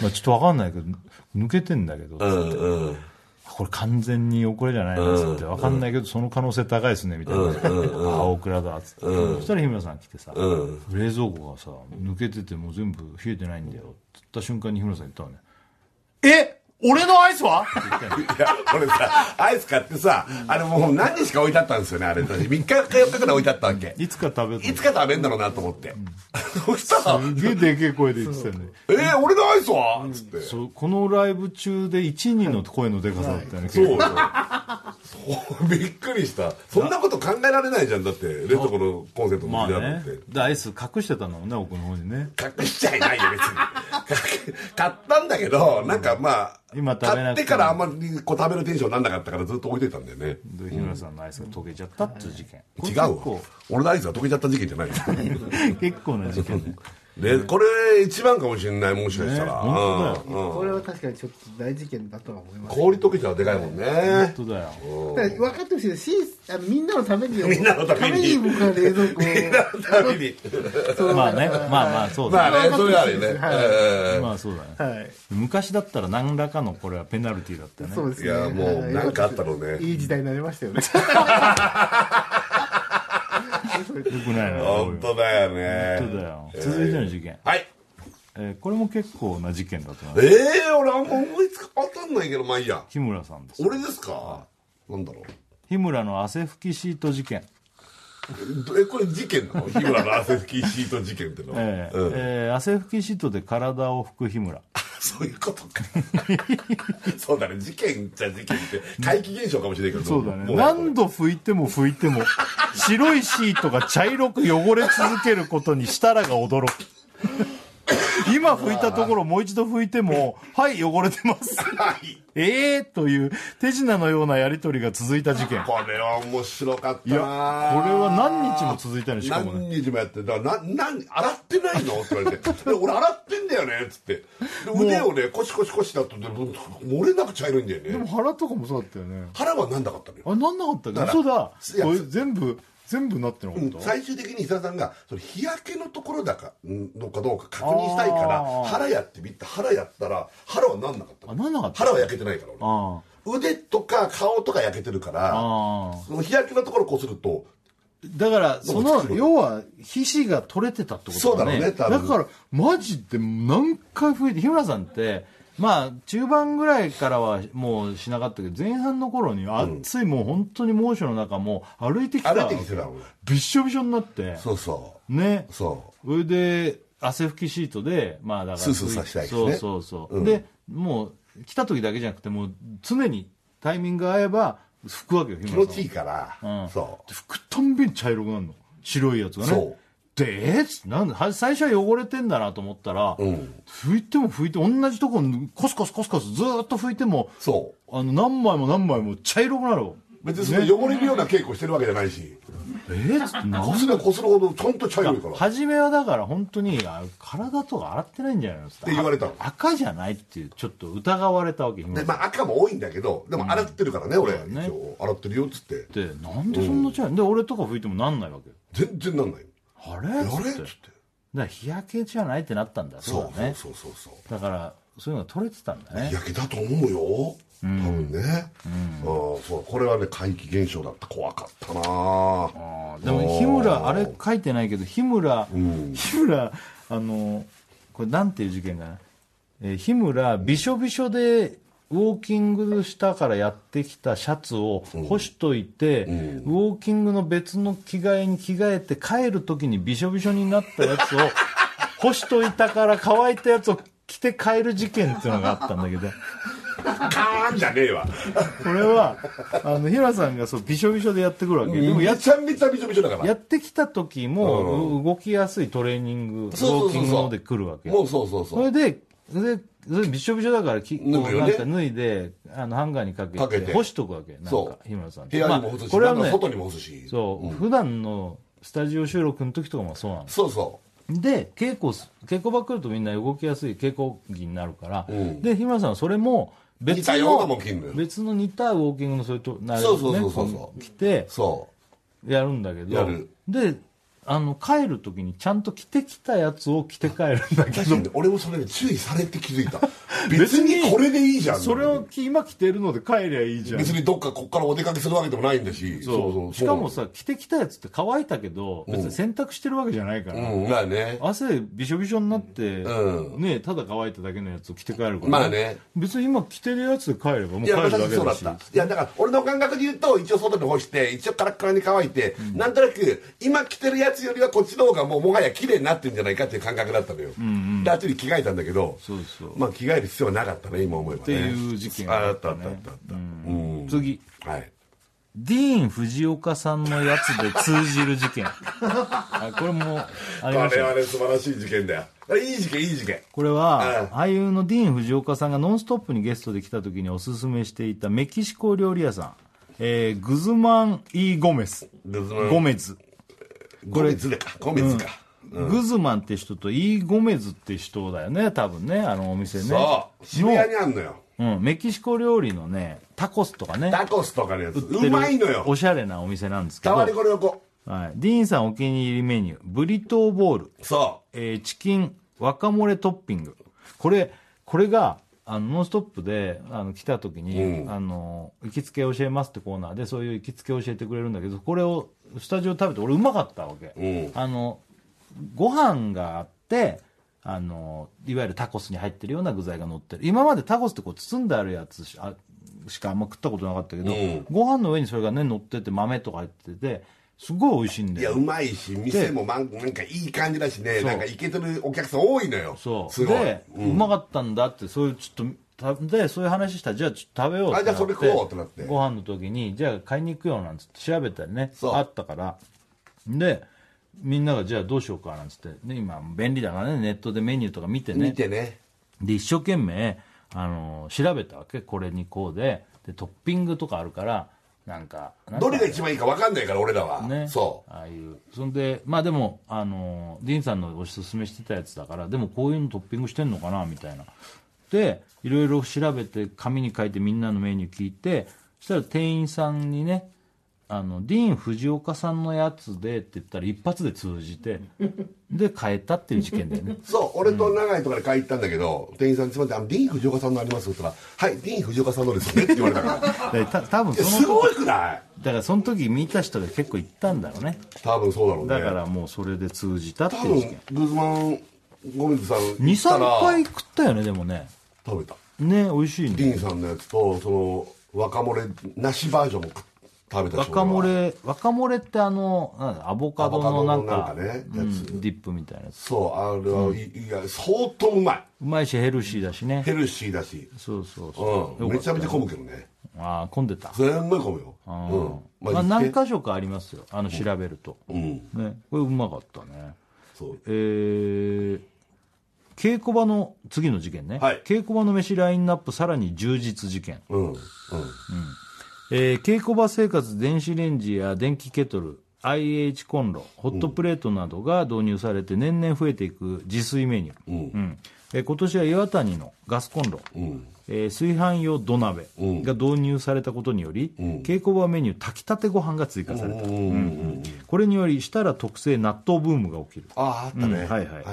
A: まあちょっとわかんないけど抜けてんだけど」
B: うんうん
A: これ完全に遅れじゃないなっつって、わかんないけど、その可能性高いですね、みたいな。ああ、オクラだ、っつって。そしたら日村さん来てさ、
B: うん
A: 冷蔵庫がさ、抜けてて、もう全部冷えてないんだよ、って言った瞬間に日村さん言ったのね。え俺のアイスはって言ったの
B: いや俺さアイス買ってさあれもう何日か置いてあったんですよねあれ3日か4日くらい置いてあったわけ
A: いつか食べた
B: いつか食べんだろうなと思って、そしたら
A: のすげえでけえ声で言ってたよね。
B: 「えー、俺のアイスは?」っつって
A: そうこのライブ中で1、2の声のでかさだったよね。
B: そうよそうびっくりしたそんなこと考えられないじゃんだってレッドコのコンセプト
A: ま
B: の
A: あ
B: 時だっ
A: ね
B: て、。
A: でアイス隠してたのもね、奥の方にね。
B: 隠しちゃいないよ別に買ったんだけどなんかまあ
A: 今食べなく
B: 買って
A: ても
B: からあんまりこう食べるテンションになんなかったからずっと置いといたんだよね
A: で日村さんのアイスが溶けちゃったっていう事件。
B: 違うわ
A: これ結構
B: 俺のアイスが溶けちゃった事件じゃないよ
A: 結構 な事件ね。
B: でこれ一番かもしれないもしかしたら、
A: 本
B: うん
C: これは確かにちょっと大事件だとは思います
B: 氷溶けちゃうでかいもんね
A: 本当だよ。
C: だから分かってほしいですしあのみんなのために
B: みんなのために
C: 僕は冷蔵庫を
B: ダメに
C: そう
A: まあね、まあまあそう
B: ま
A: だね。
B: あねそれはあるよね、
C: はい
B: えー
A: まあそうだね。
C: はい
A: 昔だったら何らかのこれはペナルティーだった
C: そう
A: ね。
C: ですね
B: いやもうなんかあったろうね
C: いい時代になりましたよね
A: よくないな。
B: 本当だよね
A: そうだよ。続いての事件。
B: はい
A: えーこれも結構な事件だと思いま
B: え
A: す。
B: え俺あんま思いつか当たんないけどまあいいや
A: 日村さんです。
B: 俺ですかなんだろう
A: 日村の汗拭きシート事件。
B: どえこれ事件なの日村の汗拭きシート事件ってのは、
A: えー
B: うん
A: えー汗拭きシートで体を拭く日村。
B: そういうことか そうだね事件じゃ事件って怪奇現象かもしれないけど
A: そうだね。
B: も
A: 何度拭いても拭い ても、白いシートが茶色く汚れ続けることに設楽が驚く。今拭いたところもう一度拭いても、はい、汚れてます。
B: はい
A: ええー、という手品のようなやりとりが続いた事件。こ
B: これは面白かったな
A: れは何日も続いたね、しかもね。
B: 何日もやってだからな何洗ってないのって言われて で俺洗ってんだよねっつってで腕をねコシコシコシだとで漏れなく茶色いんだよね
A: 腹とかもそうだったよね。
B: 腹はなんなかったのよ
A: あれ、なんなかったっけ
B: だから
A: 嘘だ。
B: いや
A: これ全部、全部なってなかった、
B: 最終的に伊沢さんがそれ日焼けのところだかんのかどうか確認したいから
A: あー
B: 腹やってみて腹やったら腹はなんなかったの
A: あなんなかった
B: 腹は焼けてないから俺
A: あ
B: 腕とか顔とか焼けてるから
A: あー
B: その日焼けのところこすると
A: だから、
B: な
A: そ
B: んか
A: の
B: 作、る
A: 要は、皮脂が取れてたってこと
B: そうだろうね多
A: だ
B: 分
A: から、マジで何回増えて、日村さんって、まあ、中盤ぐらいからはもうしなかったけど、前半の頃に暑い、もう本当に猛暑の中、もう歩いてきた
B: 歩いてきてたの俺
A: びっしょびしょになって。
B: そうそ
A: ね
B: うそ
A: それで汗拭きシートでまあだから
B: スースーさせたいです
A: そう
B: ね
A: そうそう、でもう来た時だけじゃなくてもう常にタイミング合えば拭くわけよ
B: う
A: 日
B: 気
A: 村
B: 持
A: さ
B: ち
A: ん
B: いいから、
A: うん
B: そう
A: で拭くたんびに茶色くなるの白いやつがね
B: そう
A: でえっつってなんでは最初は汚れてんだなと思ったら、
B: ん
A: 拭いても拭いて同じとこコスコスコスコスずーっと拭いても
B: そう
A: あの何枚も何枚も茶色くなるわ
B: 別にその汚れるような稽古してるわけじゃないし、
A: えーっ つってなん
B: こすればこするほどちゃんと茶色いから
A: 初めはだから本当にあ体とか洗ってないんじゃないのって
B: 言われたの
A: 赤じゃないっていうちょっと疑われたわけ今
B: で、
A: っ
B: まあ、赤も多いんだけどでも洗ってるからね、俺
A: そうだね
B: 一応洗ってるよっつって
A: てなんでそんな違い、で俺とか拭いてもなんないわけよ
B: 全然なんない
A: あれ
B: あ
A: っ
B: れっ
A: つっ
B: つ
A: て
B: って
A: だか、ら日焼けじゃないってなったんだそう
B: そう
A: だね
B: そうそうそう
A: だからそういうのが取れてたんだね
B: 焼けだと思うよ多分ね、あーそうこれはね怪奇現象だった怖かったな
A: でも日村あれ書いてないけど日村、日村あのこれなんていう事件かな、えー日村びしょびしょでウォーキングしたからやってきたシャツを干しといて、ウォーキングの別の着替えに着替えて帰る時にびしょびしょになったやつを 干しといたから乾いたやつを着て帰る事件っていうのがあったんだけど
B: カーンじゃねえわ
A: これはあの日村さんがそうびしょびしょでやってくるわけ、でもや
B: めちゃめちゃびちょびちょだから
A: やってきた時も、う動きやすいトレーニングウォ
B: そうそうそう
A: ーキングので来るわけよ
B: もうそうそう
A: そ
B: そう
A: れで、で、それびしょびしょだからき、こう
B: 脱ぐよ
A: な
B: ね
A: んか脱いで、あの、ハンガーにかけ
B: かけ
A: て、
B: て
A: 干しとくわけ。なん
B: そ
A: か、
B: う
A: 日村さんっ
B: 部
A: て
B: 屋にも干すし、
A: これは
B: なんか
A: ね、
B: 外にも干すし
A: そう、普段のスタジオ収録の時とかもそうなんです。
B: そうそ
A: で、稽古す、稽古場来るとみんな動きやすい稽古着になるから、
B: うん
A: で、日村さんはそれも、別
B: 似
A: の、
B: たようなもん着んのよ
A: 別の似たウォーキングのそれと、な
B: そうそうそうそうそう
A: こ着
B: う、
A: て
B: そ
A: やるんだけど
B: やる、
A: で、あの、帰る時にちゃんと着てきたやつを着て帰るん
B: う
A: だけど
B: 確かに俺もそれで注意されて気づいた
A: 別
B: 別
A: に
B: にこれでいいじゃん
A: それを今着てるので帰りゃいいじゃん
B: 別にどっかこっからお出かけするわけでもないんだし
A: そうしかもさ着てきたやつって乾いたけど別に洗濯してるわけじゃないから、
B: うんまあね
A: 汗びしょびしょになって、
B: うん
A: ねただ乾いただけのやつを着て帰るから、
B: まあね
A: 別に今着てるやつで帰ればもう
B: い
A: 帰
B: や、
A: るだ
B: 私
A: け
B: そうだ
A: だ
B: っ。
A: した
B: いや、だから、俺の感覚で言うと、一応外で干して、一応カラッカラに乾いて、なんとなく、今着てるやつよりはこっちの方がもう、もはや綺麗になってるんじゃないかっていう感覚だったのよ。で、あっちに着替えたんだけど、
A: そうそう
B: まあ、着替える必要はなかったね、今思えばね。
A: っていう事件が
B: あ
A: あ
B: あ
A: っ
B: った
A: た
B: あっ
A: ね
B: たあったあった。うん
A: 次
B: はい。
A: ディーン・藤岡さんのやつで通じる 事件あこれもあ
B: あ
A: りました
B: れ
A: ね
B: はね、素晴らしい事件だよ。あれいい事件、いい事件。
A: これは、俳優のディーン・藤岡さんが「ノンストップ!」にゲストで来た時におすすめしていたメキシコ料理屋さん、えーグズマン・イー・ゴメス
B: グズマン
A: ゴメズ、
B: これ、ずれか。米津か。
A: グズマンって人とイー・ゴメズって人だよね多分ねあのお店ね
B: そう。渋谷にあんのよ。
A: のうん、メキシコ料理のねタコスとかね
B: タコスとかのやつ。うまいのよ
A: お。しゃれなお店なんですけ
B: た
A: ど、
B: ま
A: はい
B: に、これをこ
A: ディーンさんお気に入りメニューブリトーボール
B: う。そ
A: えーチキン若漏れトッピングこれこれが「あのノンストップで」あの来た時に、
B: うん
A: あの「行きつけ教えます」ってコーナーでそういう行きつけ教えてくれるんだけどこれをスタジオで食べて俺うまかったわけ、
B: うん
A: あのご飯があってあのいわゆるタコスに入ってるような具材が乗ってる今までタコスってこう包んであるやつしあしかあんま食ったことなかったけど、
B: うん
A: ご飯の上にそれがね乗ってて豆とか入っててすごい美味しいん
B: う。
A: だ
B: いや、
A: よ
B: うまいし、店もまんなんかいい感じだしね、
A: そう
B: なんかいけてるお客さん多いのよ。
A: そう
B: すごい。
A: で、うまかったんだってそういうちょっとたでそういう話したらじゃあちょっと食べようって
B: あじゃあそれ食おうってなって
A: ご飯の時にじゃあ買いに行くよなんつって調べたりね
B: そう
A: あったからでみんながじゃあどうしようかなんつって、ね、今便利だからねネットでメニューとか見てね
B: 見てね。
A: で一生懸命あの調べたわけこれにこうででトッピングとかあるからなんかなんか
B: どれが一番いいか分かんないから、俺らは。
A: ね、
B: そ
A: ああいうそんでまあでもあのディーンさんのおすすめしてたやつだからでもこういうのトッピングしてんのかなみたいなでいろいろ調べて紙に書いてみんなのメニュー聞いてそしたら店員さんにねあのディーン・藤岡さんのやつでって言ったら一発で通じてで変えたっていう事件だよね
B: う。そう、俺と長井とかで買い行ったんだけど、店員さんにすみません、あの、ディーン・藤岡さんのありますって言ったら、はい、ディーン・藤岡さんのですよねって言われた から。
A: だからた多分
B: いや
A: そ
B: す
A: の
B: ごいくない
A: だからその時見た人が結構言ったんだろうね
B: 多分そうだろうね。
A: だからもうそれで通じたって
B: 多
A: いう
B: 分
A: 事件、
B: グズマン・ゴメズさん行ったら
A: 23回食ったよねでもね
B: 食べた。
A: ね美味しいね
B: ディーンさんのやつと、その、若漏れなしバージョンも食べたし
A: 若漏
B: 俺は
A: れ若漏れってあのなんだアボカドの
B: ア
A: なん
B: ボ
A: か
B: カドのなんかねやつ
A: うんディップみたいなやつ
B: そう、あれは、いいや、相当うまい。
A: うまいしヘルシーだしね
B: ヘルシーだし。
A: そうそうそう
B: うん、
A: よか
B: め
A: っ
B: ちゃめちゃ混むけどね
A: たああ混んでた
B: すんごい混むよ
A: うん
B: うん
A: まあ、
B: まあ
A: 何
B: 実験
A: 箇所かありますよあの調べると、
B: うん
A: ねこれうまかったね
B: そう
A: えー稽古場の次の事件ね、
B: はい
A: 稽古場の飯ラインナップさらに充実事件、
B: うんうん
A: えー稽古場生活電子レンジや電気ケトル IH コンロホットプレートなどが導入されて年々増えていく自炊メニュー、
B: うん
A: うんえー今年は岩谷のガスコンロ、
B: うん
A: えー炊飯用土鍋が導入されたことにより、
B: ん
A: 稽古場メニュー炊きたてご飯が追加された、
B: うんうん
A: これにより設楽特製納豆ブームが起きる
B: あああったね
A: うんはいはい
B: はい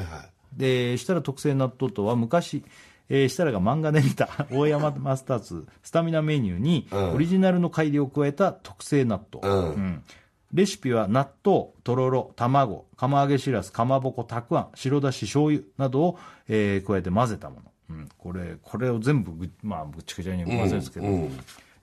A: で設楽特製納豆とは昔、えー設楽が漫画で見 た大山マスターズスタミナメニューに
B: ん
A: オリジナルの改良を加えた特製納豆、
B: うん
A: うんレシピは納豆、とろろ、卵、釜揚げしらす、かまぼこ、たくあん、白だし、醤油などを、えー加えて混ぜたもの。うん、これ、これを全部ぐ、まあ、ぐっちゃぐちゃに混ぜるんですけど、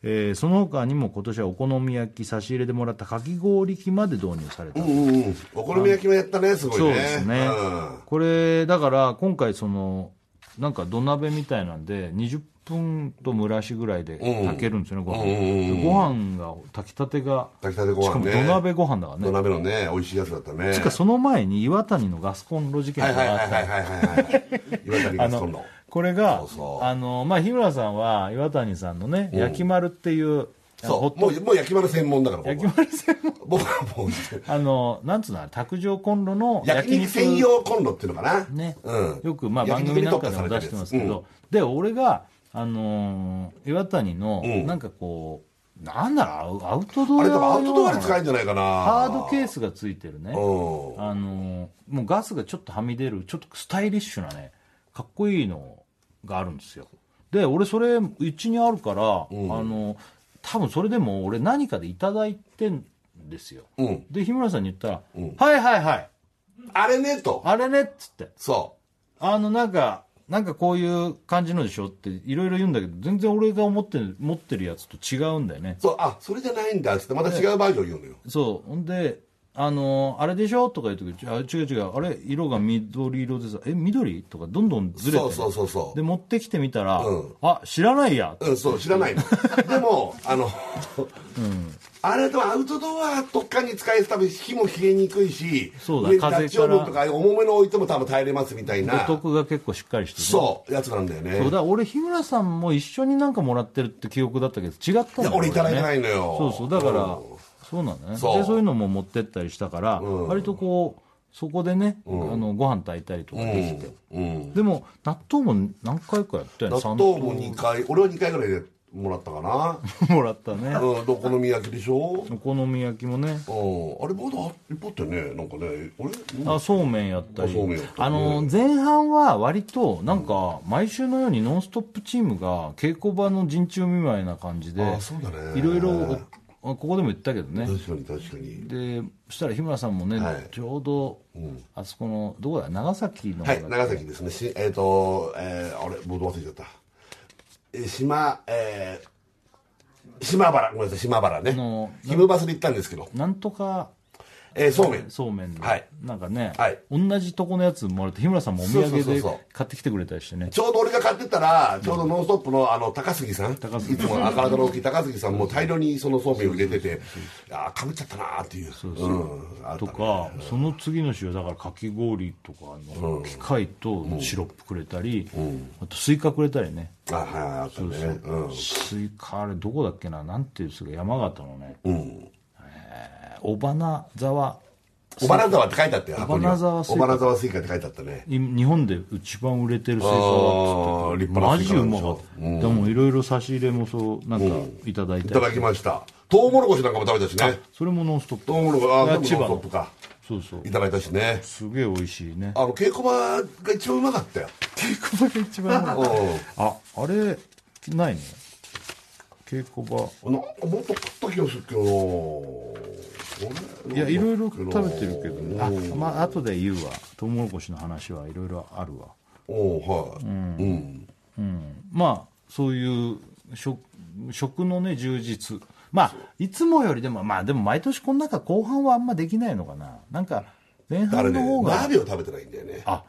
A: えーその他にも今年はお好み焼き差し入れでもらったかき氷機まで導入された。
B: うんうんうんお好み焼きもやったねすごいね
A: そうですね、
B: うん
A: これだから今回そのなんか土鍋みたいなんで20分と蒸らしぐらいで
B: うん
A: 炊けるんですよね、ご飯、
B: うん
A: ご飯が炊きたてが
B: 炊きたてご飯ね
A: しかも土鍋ご飯だからね
B: 土鍋のね美味しいやつだったね
A: しかその前に岩谷のガスコンロ事件
B: はい
A: が
B: はいはいは
A: あ
B: い
A: った
B: はいはい岩谷 ガスコンロ
A: これが
B: そうそう
A: あのまあ日村さんは岩谷さんのね、
B: ん
A: 焼き丸っていうあのホ
B: そう
A: ット
B: もうもう焼き丸専門だから
A: 焼
B: 僕
A: き
B: は
A: 丸専門
B: 僕はもう
A: あのなんつうのあれ卓上コンロの
B: 焼肉専用コンロっていうのかな
A: ね
B: うん
A: よくまあ
B: 焼
A: 番
B: き
A: 組
B: 肉に
A: なん
B: 特
A: か
B: 化さ
A: でも
B: れてる
A: 出
B: やつ
A: してますけど、で俺が、あのー岩谷の
B: うん
A: なんかこう、なんだろうアウアウトド
B: あ
A: ア
B: れ多
A: 用
B: 分
A: の
B: アウトドアで使えるんじゃないかな
A: ハードケースがついてるね、
B: うん
A: あのーもうガスがちょっとはみ出るちょっとスタイリッシュなねかっこいいのがあるんですよで俺それうちにあるから、あのー多分それでも俺何かでいただいてんですよ
B: うん
A: で日村さんに言ったら「はいはいはい
B: あれねと
A: あれね」っつって
B: そ
A: あのなんかなんかこういう感じのでしょっていろいろ言うんだけど全然俺が思ってる持ってるやつと違うんだよね
B: うそうあそれじゃないんだっつってまた違うバージョン言うのよ
A: そうほんであのーあれでしょとか言うとあ違う違うあれ色が緑色でさえ緑とかどんどんずれて
B: そうそうそうそう
A: で持ってきてみたら、
B: うん
A: あ知らないや
B: うん、そう、知らないの。でも、あの、あれとアウトドアとかに使えて多分火も冷えにくいし、
A: そうだ
B: 上に
A: 風
B: ダッチオーブンと
A: か
B: か重めの置いても多分耐えれますみたいな、
A: 得が結構しっかりしてる
B: そう、やつなんだよね。
A: そうだから俺日村さんも一緒になんかもらってるって記憶だったけど違ったんだよ
B: いや俺いただいて
A: ね
B: ないのよ
A: そうそうだから、
B: うん
A: そうなんだね
B: そう
A: でそういうのも持ってったりしたから、割とこうそこでね、あのご飯炊いたりとかできて、
B: うん。
A: でも納豆も何回かやったよね
B: 納豆も2回、俺は2回ぐらいでもらったかな。
A: 3回もらったね
B: うん、でお好み焼きでしょ
A: お好み焼きも
B: う
A: ね
B: ん、あれまだ一歩ってね、なんかね、俺、うん
A: あそうめんやったり
B: あそうめんやったり
A: あの前半は割となんか毎週のように「ノンストップ!」チームが稽古場の陣中見舞いな感じで
B: あそうだね
A: いろいろおあここでも言ったけどね
B: 確かに確かに。
A: でそしたら日村さんもね、
B: はい
A: ちょうど、あそこのどこだ長崎の方だ
B: はい、長崎ですね。しえっ、と、えー、あれ、ボード忘れちゃった。えー島、えー、島原、ごめんなさい、島原
A: の
B: ね。ヒムバスで行ったんですけど、
A: なんとか
B: えー、そうめん。
A: そうめんの、
B: はい
A: なんかね、
B: はい
A: 同じとこのやつもらって日村さんもお土
B: そう
A: 産
B: そうそう
A: で
B: そう
A: 買ってきてくれたりしてね
B: ちょうど俺が買ってたら、ちょうど「ノンストップの」あの高杉さん、
A: 高杉
B: いつも赤々の大きい高杉さんも大量にそのそうめんを入れてて、ああ、かぶっちゃったなーっていう、うん、あった
A: と
B: ね
A: か、その次の週はだからかき氷とかの機械とシロップくれたり、あとスイカくれたりね
B: あはい、あったね、うん
A: スイカあれどこだっけななんていうんですか山形のね、えー小花沢
B: 小花沢って書いてあったよ、箱には
A: 小花沢スイカ
B: 小花沢スイカって書いてあったね。
A: い日本で一番売れてるスイカだ
B: あー
A: っつって
B: 立
A: た
B: 派な
A: マ
B: スイ
A: ジ
B: カ
A: う
B: なんでし
A: まか
B: ょ
A: った、でもいろいろ差し入れもそうなんかいただい
B: い
A: た
B: た
A: り
B: だきました。トウモロコシなんかも食べたしね。
A: それも「ノンストップ!」
B: トウモロコシ、ああ、
A: あ
B: でも
A: 千葉の
B: ノンストップか。
A: そうそう
B: いただいたしね。
A: すげえ美味しいね
B: あの、稽古場が一番うまかったよ。
A: 稽古場が一番
B: うん。
A: ああれないね稽古場
B: なんかもっと食った気がするけどな。
A: いやいろいろ食べてるけどねあ
B: ね。
A: まあ後で言うわトウモロコシの話はいろいろあるわ
B: おおはい。うん。
A: まあそういう食食のね充実まあいつもよりでもまあでも毎年この中後半はあんまできないのかななんか前
B: あれ
A: 半
B: ね、
A: の方が、
B: 鍋を食べてないんだよね。
A: あ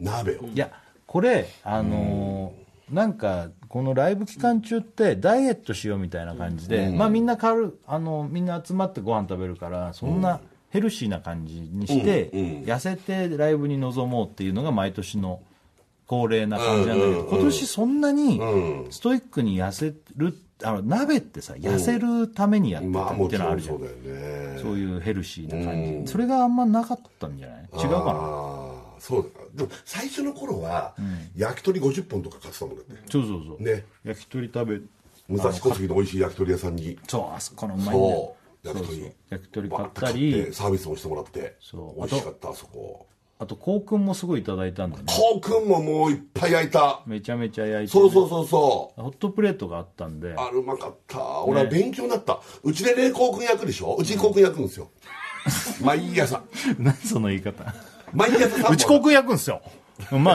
B: 鍋を。
A: いやこれあのーなんかこのライブ期間中ってダイエットしようみたいな感じで、まあみんな軽あのみんな集まってご飯食べるからそんなヘルシーな感じにして、痩せてライブに臨もうっていうのが毎年の恒例な感じなんだけど、今年そんなにストイックに痩せるあの鍋ってさ痩せるためにやって
B: まあ
A: たっ
B: も
A: てい
B: ち
A: うのはあ
B: ろん
A: るじゃん、
B: そうだよね。
A: そういうヘルシーな感じ、それがあんまなかったんじゃない違うかな
B: ああ、そうだ。でも最初の頃は、焼き鳥50本とか買ってたもんだって。
A: そうそうそう、
B: ね
A: 焼き鳥食べ
B: 武蔵小杉の美味しい焼き鳥屋さんに。
A: そうあそこのうまいんだよ
B: そう。焼き鳥。
A: 焼き鳥
B: バー
A: 買っ
B: ッて
A: た
B: 買っ
A: り
B: てサービスもしてもらって
A: そう
B: 美味しかったあそこ
A: あと香薫もすごいいただいたんでね
B: コウ君ももういっぱい焼いた
A: めちゃめちゃ焼いてね、
B: そうそうそうそ
A: ホットプレートがあったんで
B: うあれうまかった俺は勉強になった、うちで冷コウ君焼くでしょうちコウ君焼くんですよ毎朝
A: 何その言い方
B: 毎朝3本
D: うち航空焼くんですよ
A: ま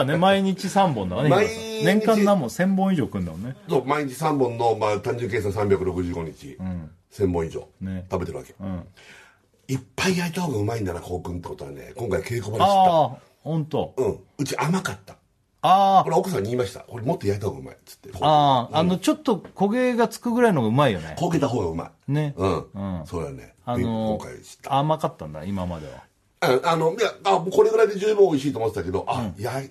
A: あね毎日3本だから
B: 毎
A: ね
B: 日
A: 年間何本1000本以上食うんだもんね
B: そう毎日3本の、まあ、単純計算365日、1000本以上、
A: ね
B: 食べてるわけ、
A: ん
B: いっぱい焼いた方がうまいんだなコウ君ってことはね今回稽古場で知った
A: ああ本当
B: うんうち甘かった
A: あ
B: これ奥さんに言いましたこれもっと焼いた方がうまいっつって
A: ああああのちょっと焦げがつくぐらいのがうまいよね
B: 焦げた方がうまい
A: ね
B: うん、
A: うん
B: それはね、
A: あの
B: 今回知った
A: 甘かったんだ今までは
B: ああのいやあもうこれぐらいで十分美味しいと思ってたけどあ、やい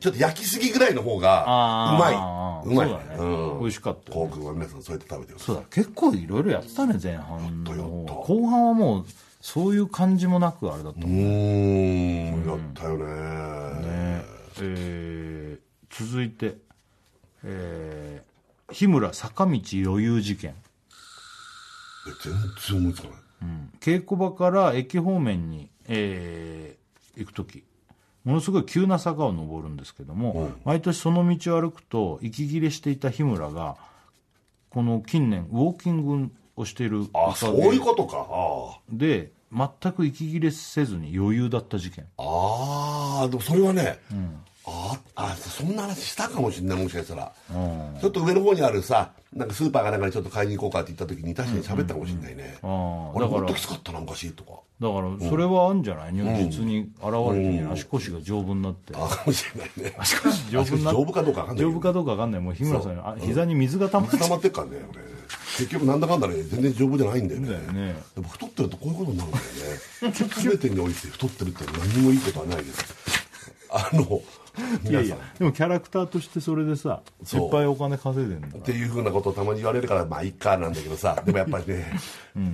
B: ちょっと焼きすぎぐらいの方が
A: ああ
B: うまいうまい
A: そうだね美味しかった
B: コウ君は皆さんそうやって食べてる
A: そうだ結構いろいろやってたね前半の
B: やったやっ
A: 方
B: た
A: 後半はもうそういう感じもなくあれだった、
B: うーんやったよね
A: えー続いてえー日村坂道余裕事件、
B: え全然思いつかない
A: うん稽古場から駅方面に、えー行く時ものすごい急な坂を登るんですけども、毎年その道を歩くと息切れしていた日村がこの近年ウォーキングをしているお
B: あ
A: か
B: そう
A: げ
B: いうことかあ
A: で全く息切れせずに余裕だった事件
B: ああーでもそれはね、ああそんな話したかもしれないもしかしたら、ちょっと上の方にあるさなんかスーパーかなんかにちょっと買いに行こうかって言った時に確かに喋ったかもしれないね、
A: ああ
B: 俺
A: だか
B: もっ
A: ら
B: ときつかったなおかしいとか
A: だからそれはあるんじゃない如実に現れてね、足腰が丈夫になって
B: あかもしれないね
A: 足腰丈夫になって
B: 丈夫かどうかわかんないけど
A: 丈夫かどうかわかんないもう日村さんあ膝に水が溜まっちゃ
B: 固まってっからね俺結局なんだかんだね全然丈夫じゃないんだよね
A: だよね
B: でも太ってるとこういうことになるんだよね全てにおいて太ってるって何もいいことはないですあの
A: うい
B: 皆
A: やい
B: さ
A: や
B: んっ
A: でもキャラクターとしてそれでさい
B: そう
A: っぱいお金稼いでんだ
B: ていうふうなことをたまに言われるからまあいっかなんだけどさでもやっぱりね、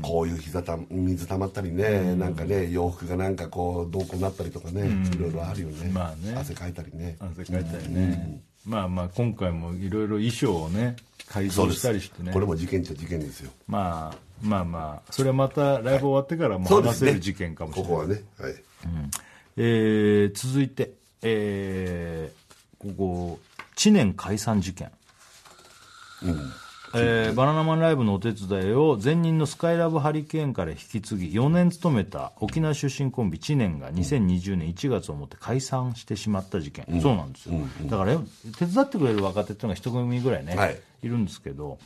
B: こういう膝た水たまったりね、なんかね洋服がなんかこうどうこうなったりとかね、いろいろあるよね,、
A: まあね
B: 汗かいたりね
A: 汗かいたりね、まあまあ今回もいろいろ衣装をね改
B: そう
A: 造
B: で
A: したり
B: す
A: してね
B: これも事件っちゃ事件ですよ
A: まあまあまあそれはまたライブ終わってからも
B: そうで
A: 話
B: す
A: せ
B: ね
A: る事件かもしれ
B: こ
A: ない
B: こはねはい
A: えー続いて、えーここ知念解散事件、えーバナナマンライブのお手伝いを前任のスカイラブハリケーンから引き継ぎ4年勤めた沖縄出身コンビ知念が2020年1月をもって解散してしまった事件、そうなんですよ、だから手伝ってくれる若手っていうのが一組ぐらいね、
B: はい
A: い、るんですけど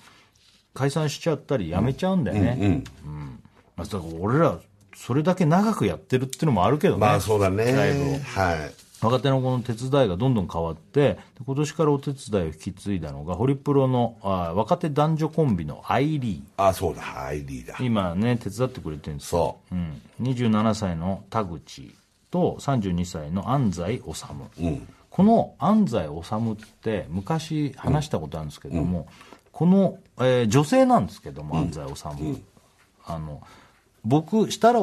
A: 解散しちゃったり辞めちゃうんだよね、うんまあ、だから俺らそれだけ長くやってるっていうのもあるけどね、
B: まあそうだね
A: ライブを
B: はい
A: 若手のこの手伝いがどんどん変わってで今年からお手伝いを引き継いだのがホリプロのあー若手男女コンビのアイリ
B: あそうだ ID だ
A: ー今ね手伝ってくれてるんですよ、
B: そう
A: うん、27歳の田口と32歳の安西治、この安西治って昔話したことあるんですけども、この、えー女性なんですけども安西治、あの僕設楽治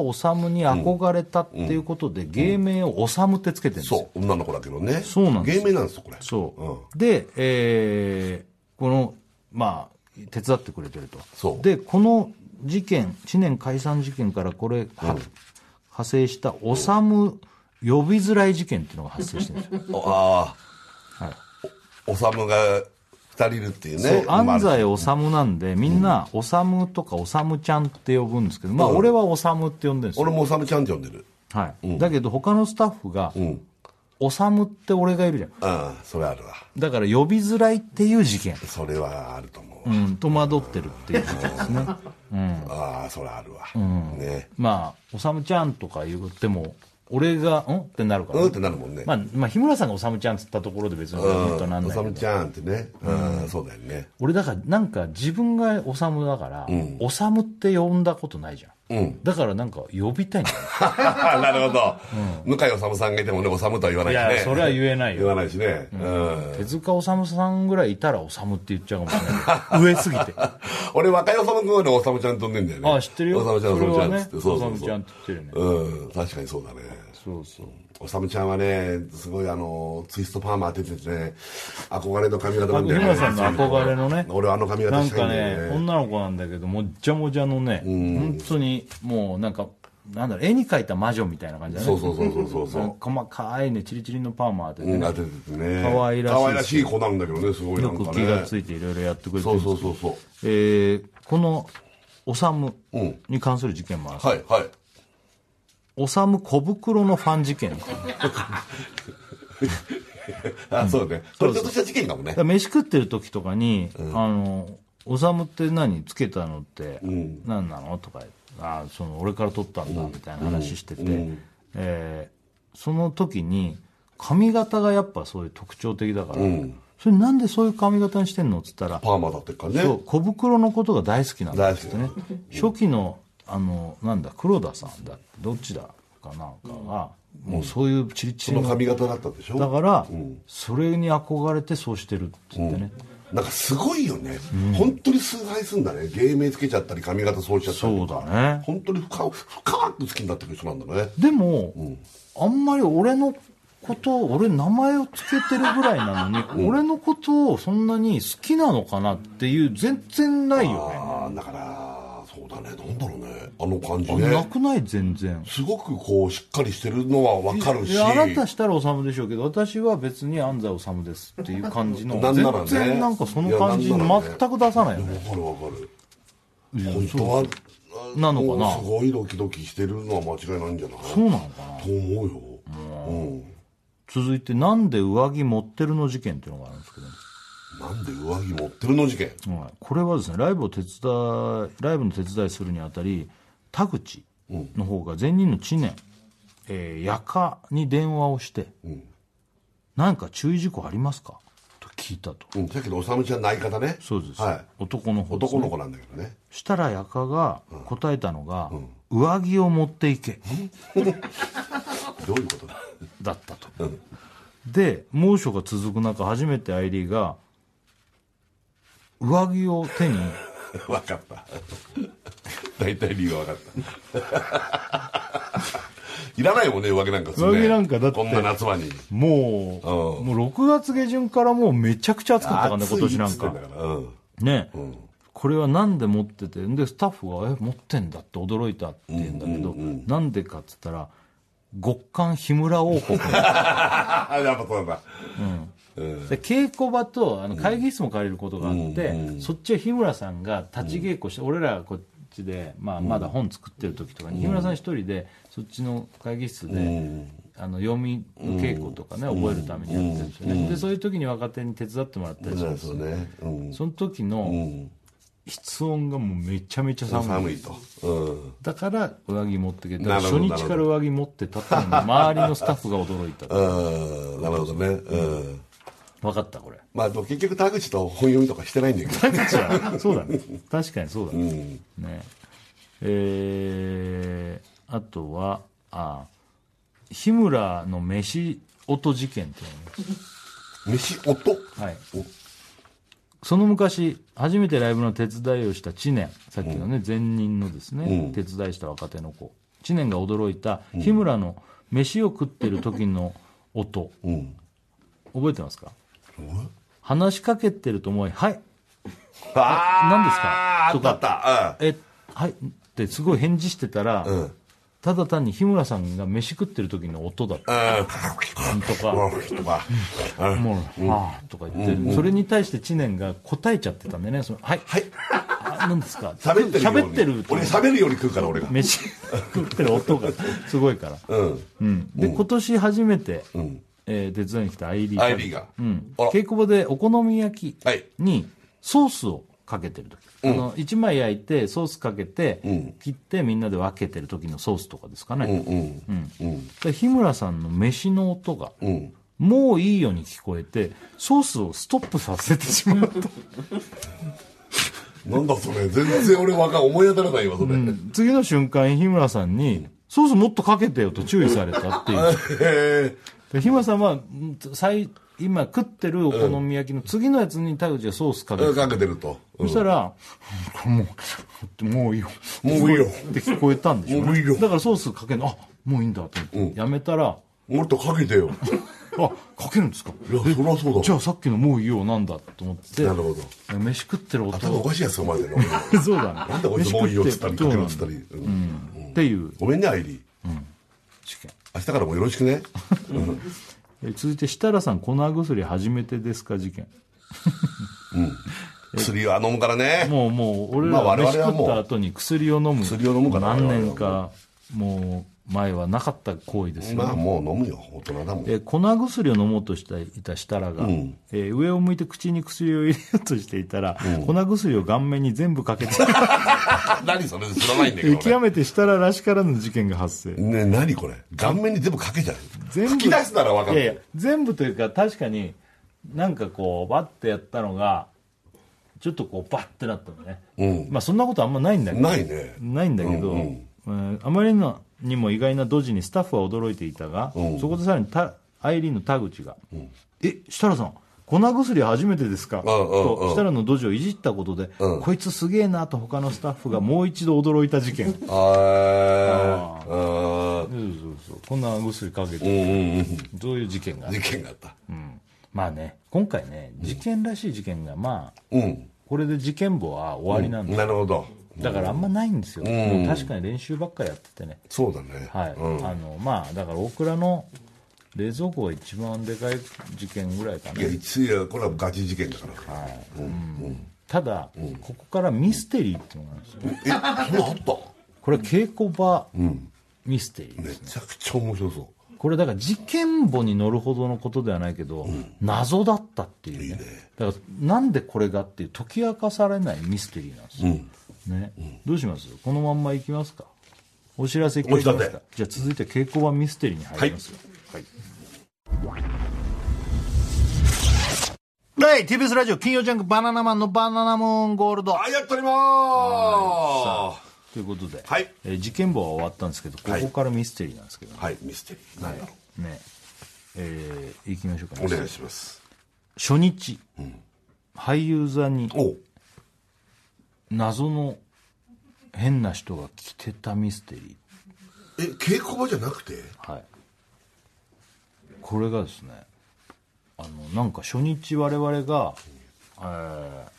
A: に憧れたっていうことで、芸名を治ってつけてるんですよ
B: そう、女の子だけどね。
A: そうなんです
B: 芸名なんですよ、これ。
A: そう、で、えーこのまあ手伝ってくれてると
B: そう
A: でこの事件知念解散事件からこれ、は派生した「修呼びづらい事件」っていうのが発生してるん ですよ
B: う。ああ。
A: はい
B: お、おさむが二人いるっていうね。
A: そう安
B: まあ
A: 西治なんでみんな「修」とか「修ちゃん」って呼ぶんですけどまあ俺は「修」って呼んでるんですよ
B: 俺もおさむちゃんって呼んでる。
A: はいだけど他のスタッフが
B: ん
A: 「修」って俺がいるじゃん
B: うん、それあるわ。
A: だから呼びづらいっていう事件
B: それはあると思う
A: う
B: わ。
A: ん戸惑ってるっていう事件ですね
B: ああ、それあるわ。ね。
A: まあ、おさむちゃんとか言っても、俺が、んってなるから、
B: うんってなるもんね。
A: まあ、まあ、日村さんがおさむちゃんっつったところで別に
B: う
A: 本当なん
B: ん、お
A: だ
B: さ
A: け
B: む
A: ど、
B: ちゃんってね。うん、そうだよね。
A: 俺だから、なんか自分がおさむだから、おさむって呼んだことないじゃん。だからなんか呼びたいんだよ
B: なるほど。向井おさむさんがいてもね、おさむとは言わない
A: い
B: しね。
A: や、それは言えない
B: 言
A: よ。
B: わないしね。うん。
A: 手塚治虫さんぐらいいたらおさむって言っちゃうかも しれない。上すぎて。あ
B: 俺、若いおさむ君はね、おさむちゃんと呼んでんだよね。
A: あ、知ってるよ。
B: おさむちゃん、お
A: そ
B: さ
A: れ
B: むちゃ
A: は
B: んっつ
A: ね
B: っ、て。そ
A: お
B: う
A: さ
B: そう
A: むち
B: そ
A: ゃん
B: う
A: って。言ってるよね。
B: うん、確かにそうだね。
A: そうそう。
B: おさむちゃんはねすごいあのツイストパーマ当てててね憧れの髪型なんだ
A: 日
B: よね
A: 村さんの憧れのね、
B: 俺はあの髪型
A: なん
B: したい
A: か
B: んだよ
A: ね
B: ね
A: 女の子なんだけどもっちゃもじゃのね、本当にもうなんかなんだろう絵に描いた魔女みたいな感じだね
B: そうそうそうそうそうそう
A: なんか細かいねチリチリのパーマ当ててね、
B: うん、当てててね
A: 可愛らしい
B: 可愛らしい子なんだけどねすごいな
A: よ
B: んかね
A: く気がついていろいろやってくれて
B: そ
A: る
B: うん
A: ですけ
B: そ
A: ど
B: うそうそう
A: えーこのオサム
B: うん
A: に関する事件もある、
B: はいはい
A: オサム小袋のファン事件
B: あそうねそれちょっとした事件かもね
A: 飯食ってる時とかに「あのおさむって何つけたのって
B: ん
A: 何なの?」とか「あその俺から取ったんだ」みたいな話してて、
B: うん
A: えーその時に髪型がやっぱそういう特徴的だから「
B: ん
A: それなんでそういう髪型にしてんの?」っつったら
B: パーマだってるからね
A: そう小袋のことが大好きなんだ
B: 大
A: っ
B: 好
A: つ
B: き
A: ってね初期のあのなんだ黒田さんだどっちだかなんかが、もうそういうチリチ
B: そ
A: リ
B: の
A: の
B: 髪型だったでしょ
A: だから、それに憧れてそうしてるっつってね、
B: なんかすごいよね、本当に崇拝するんだね芸名つけちゃったり髪型そうしちゃったりとか
A: そうだね
B: 本当に深深く好きになってくる人なんだね
A: でも、あんまり俺のことを俺名前をつけてるぐらいなのに、俺のことをそんなに好きなのかなっていう全然ないよ
B: ああだからそうだねなんだろうねあの感じ
A: ねな
B: ね
A: くない全然
B: すごくこうしっかりしてるのは分かるし
A: いやあなたしたら治でしょうけど私は別に安西治ですっていう感じの
B: なんなら
A: 全
B: ね
A: 然なんかその感じ
B: いやなんならね
A: 全く出さないよ
B: 分
A: ね
B: かる分かる本当はあ
A: なのかな
B: もうすごいドキドキしてるのは間違いないんじゃない
A: そうなのかな
B: と思うようん
A: 続いてなんで上着持ってるの事件っていうのがあるんですけど
B: なんで上着持ってるの事件
A: はいこれはですねライブを手伝いライブの手伝いするにあたり田口の方が前任の知念、えー、夜間に電話をして
B: うん、
A: 何か注意事項ありますかと聞いたと
B: うん、だけどおさむちゃんない方ね
A: そうです、
B: はい
A: 男の方です
B: 男
A: ね
B: の子なんだけどね
A: したら夜間が答えたのが、上着を持っていけ
B: どういうことだ
A: だったと、で猛暑が続く中初めて ID が上着を手に
B: 分か った大体理由は分かった いらないもんね上着なんかすね
A: 上着なんかだって
B: こんな夏場に
A: も
B: う
A: う
B: ん
A: もう6月下旬からもうめちゃくちゃ暑かったからね今年なん
B: 暑いっつ
A: か
B: ってだらうん
A: ね、これはなんで持っててんでスタッフが「え持ってんだ」って驚いたって言うんだけど、なんでかっつったら極寒日村王 国の
B: ああやっぱそうなんだ
A: で稽古場とあの会議室も借りることがあって、そっちは日村さんが立ち稽古して、俺らはこっちで、まあ、まだ本作ってる時とかに、日村さん一人でそっちの会議室で、あの読みの稽古とかね、覚えるためにやってるんですよね、でそういう時に若手に手伝ってもらったりし
B: そう
A: ま
B: ですすね、うん、
A: その時の室温がもうめちゃめちゃ寒い
B: 寒いと、うん、
A: だから上着持ってけた
B: なる
A: 初
B: ほど
A: 日から上着持ってたったの に周りのスタッフが驚いた
B: うんなるほどね、うん、
A: 分かっ たこれ
B: まあでも結局田口と本読みとかしてないんだけど
A: そうだね確かにそうだね,、ねえーあとはあ日村の飯音事件っていうのね
B: 飯音
A: はい、その昔初めてライブの手伝いをした知念さっきのね、前任のですね、手伝いした若手の子知念が驚いた日村の飯を食ってる時の音、
B: ん
A: 覚えてますか話しかけてると思い「はい
B: あ
A: 何ですか
B: あったあった、
A: えはい」ってすごい返事してたら、
B: うん
A: ただ単に日村さんが飯食ってる時の音だった
B: うん
A: とか
B: うんとかうん
A: もう、はあとか言って、それに対して知念が答えちゃってたんでね、そのはい、はい、何ですか、
B: 喋ってるように
A: 喋ってると
B: 俺喋るように食うから俺が
A: 飯食ってる音がすごいから、
B: うん
A: うん、で、今年初めて、
B: ん
A: えー手伝いに来たアイリー
B: アイリーが
A: うん、
B: あら
A: 稽古場でお好み焼き
B: はい
A: にソースをかけてる時、あの1枚焼いてソースかけて、切ってみんなで分けてる時のソースとかですかね、
B: うんうん
A: で日村さんの飯の音が、
B: うん
A: もういいように聞こえてソースをストップさせてしまった、
B: なんだそれ全然俺わかん思い当たらないわそれ、
A: うん次の瞬間日村さんに「ソースもっとかけてよ」と注意されたっていう
B: へ
A: で日村さんはうん最今食ってるお好み焼きの次のやつに田口がソースかけて、
B: えかけてると、う
A: そ
B: ん
A: したら「もうもういいよ
B: もういいよ
A: って聞こえたんでしょうね、
B: もういいよ
A: だからソースかけるのあもういいんだと思って、やめたら「
B: もっとかけてよ
A: あかけるんですか
B: いやそりゃそうだ
A: じゃあさっきのもういいよなんだ」と思って
B: なるほど
A: 飯食ってる音
B: 頭おかしいやつお前だよ
A: そうだね
B: なんでこいつもういいよっつったり
A: 飯
B: かけ
A: 食て
B: ろっつったりうん
A: っていう
B: ごめんねアイリー
A: 試験
B: 明日からもよろしく ねうん
A: えー続いて設楽さん粉薬初めてですか事件
B: 薬は飲むからね
A: もうもう俺
B: まあ我
A: ら飯
B: 々は
A: 食
B: もう
A: った後に薬を飲む
B: 薬を飲むから
A: 何年かもう前はなかった行為ですよね、
B: まあもう飲むよ大人だもん
A: えー粉薬を飲もうとしていた設楽が、
B: ん
A: えー上を向いて口に薬を入れようとしていたら、粉薬を顔面に全部かけて
B: 何それ知ら ないんだけ ど
A: 極めて設楽らしからぬ事件が発生
B: 俺ね何これ顔面に全部かけちゃう
A: 全部
B: 吹き出すなら分か
A: いやいや
B: る
A: 全部というか確かになんかこうバッてやったのがちょっとこうバッてなったのね、
B: うん
A: まあそんなことあんまないんだけど
B: ないね
A: ないんだけど、
B: うんう
A: えーあまりのにも意外なドジにスタッフは驚いていたが、
B: うん
A: そこでさらにたアイリーンの田口が「え設楽さん粉薬初めてですか?」
B: うんうんうん
A: と設楽のドジをいじったことで、
B: うん
A: こいつすげえな」と他のスタッフがもう一度驚いた事件そう
B: あーあー
A: そうそうこんな薬かけ
B: う
A: て
B: んうんうん
A: どういう事件がある
B: 事件があった
A: うんまあね今回ね事件らしい事件がまあ
B: うん
A: これで事件簿は終わりなんで、
B: なるほど
A: だからあんまないんですよ、
B: ん
A: もう確かに練習ばっかりやっててね
B: そうだね
A: はい、
B: うん
A: あのまあだから大倉の冷蔵庫が一番でかい事件ぐらいかない
B: や一夜これはガチ事件だからうんうん
A: ただ、ここからミステリーっていうのがあるんで
B: えそ
A: すよ
B: んなあった
A: これ稽古場ミステリーで
B: め
A: す、
B: ちゃくちゃ面白そ
A: これだから事件簿に載るほどのことではないけど、謎だったっていうねだからなんでこれがっていう解き明かされないミステリーなんですよ
B: ううん
A: ね、どうしますこのまんまいきますかお知らせいきますか
B: お知らせ
A: じゃあ続いて稽古場ミステリーに入りますよはい、TBS ラジオ金曜ジャンク「バナナマンのバナナムーンゴールド
B: あやっておりま」
A: ということで、
B: はい
A: えー事件簿は終わったんですけどここからミステリーなんですけどね,、
B: すはいミステリーなんだろ
A: ねえー、いきましょうか
B: うお
A: ね
B: 願いします
A: 初日、俳優座に
B: おう
A: 謎の変な人が来てたミステリー
B: え稽古場じゃなくて
A: はい、これがですねあのなんか初日我々が、えー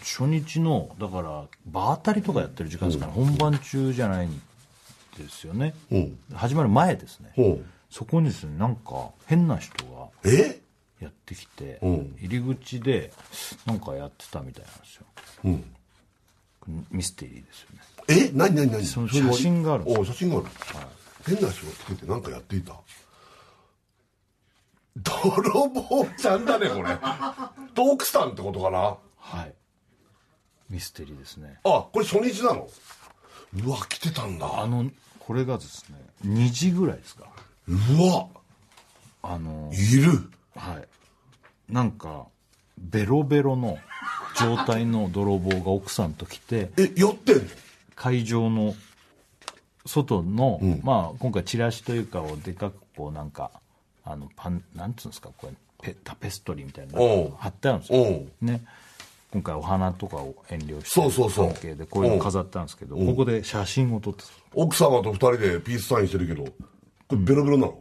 A: 初日のだから場当たりとかやってる時間ですから、本番中じゃないんですよね、
B: うん
A: 始まる前ですね、
B: うん
A: そこにですねなんか変な人が
B: え
A: やってきて、
B: うん
A: 入り口でなんかやってたみたいなんですよ
B: うん
A: ミステリーですよね
B: え何何何
A: その写真がある
B: お写真がある、変な人をつけて何かやっていた泥棒ちゃんだね これトークさんってことかな
A: はいミステリーですね
B: あこれ初日なのうわ来てたんだ
A: あのこれがですね2時ぐらいですか
B: うわ
A: あの
B: いる
A: はいなんかベロベロの状態の泥棒が奥さんと来て
B: え酔ってんの
A: 会場の外の、まあ今回チラシというかをでかくこうなんかあのパンなんつうんですかこれペタペストリーみたいな
B: おう
A: の貼ってあるんですよ、
B: おう
A: ね今回お花とかを遠慮して
B: そうそうそう
A: 関係でこういうの飾ってあるんですけどここで写真を撮ってた
B: 奥様と二人でピースサインしてるけどこれベロベロなの、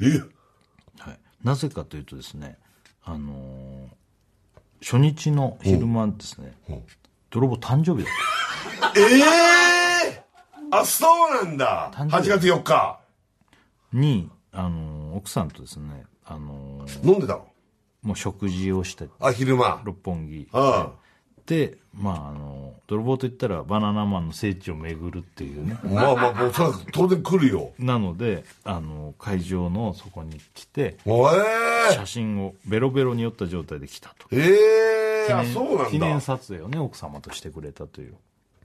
B: え
A: はい、なぜかというとですね、あのー初日の昼間ですね、泥棒誕生日だっ
B: ええー、あそうなんだ
A: 誕
B: 8
A: 生日
B: 月4日
A: たに、あのー奥さんとですね、あのー
B: 飲んでたの
A: もう食事をして
B: あ昼間
A: 六本木
B: あ
A: で、まああのー泥棒といったらバナナマンの聖地を巡るっていうね
B: あまあまあもうそれは当然来るよ
A: なので、あのー会場のそこに来て
B: おえ
A: 写真をベロベロに酔った状態で来たと
B: ええー、あそうなんだ
A: 記念撮影をね奥様としてくれたという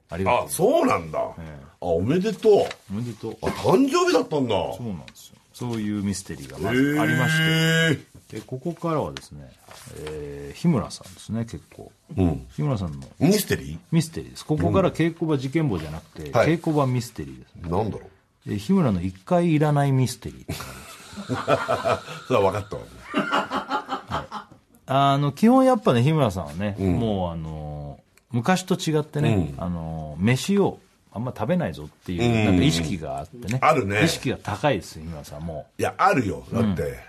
A: ありがとう
B: あそうなんだ、あおめでとう
A: おめでとう
B: あ誕生日だったんだ
A: そうなんですよそういうミステリーがま
B: え
A: ず
B: ー
A: ありまして、でここからはですね、えー日村さんですね結構、
B: うん
A: 日村さんの
B: ミステリ
A: ミステリーですここから稽古場事件簿じゃなくて、
B: はい
A: 稽古場ミステリーですね
B: ーなんだろう
A: で日村の一回いらないミステリー
B: それは分かったわ
A: あの基本やっぱね日村さんはね、もうあのー昔と違ってね、あのー飯をあんま食べないぞっていう、なんか意識があってね
B: あるね
A: 意識が高いです日村さんもう
B: いやあるよだって、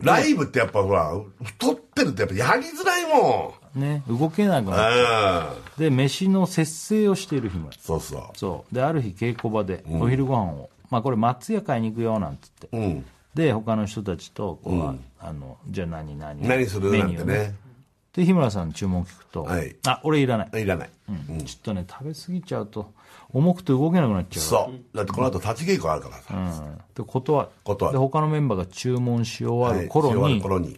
B: ライブってやっぱほら太ってるとやっぱやりづらいも
A: ね、動けなくなっ
B: うん
A: て、飯の節制をしている日村。
B: そうそ
A: そう。で、ある日稽古場で、お昼ご飯を、まあこれ松屋買いに行くよ、なんつって。
B: ううん
A: で、他の人たちと、こう、あの、じゃあ何何
B: 何するなんて。ね
A: で、日村さんの注文聞くと、
B: はい
A: あ、俺いらない。
B: いらない
A: うんちょっとね、食べ過ぎちゃうと、重くて動けなくなっちゃう。
B: そうだってこの後立ち稽古あるからさ
A: うん、で断る
B: 断る
A: で他のメンバーが注文し終わ
B: は
A: る
B: い
A: 頃
B: 終わ
A: に,、
B: る頃に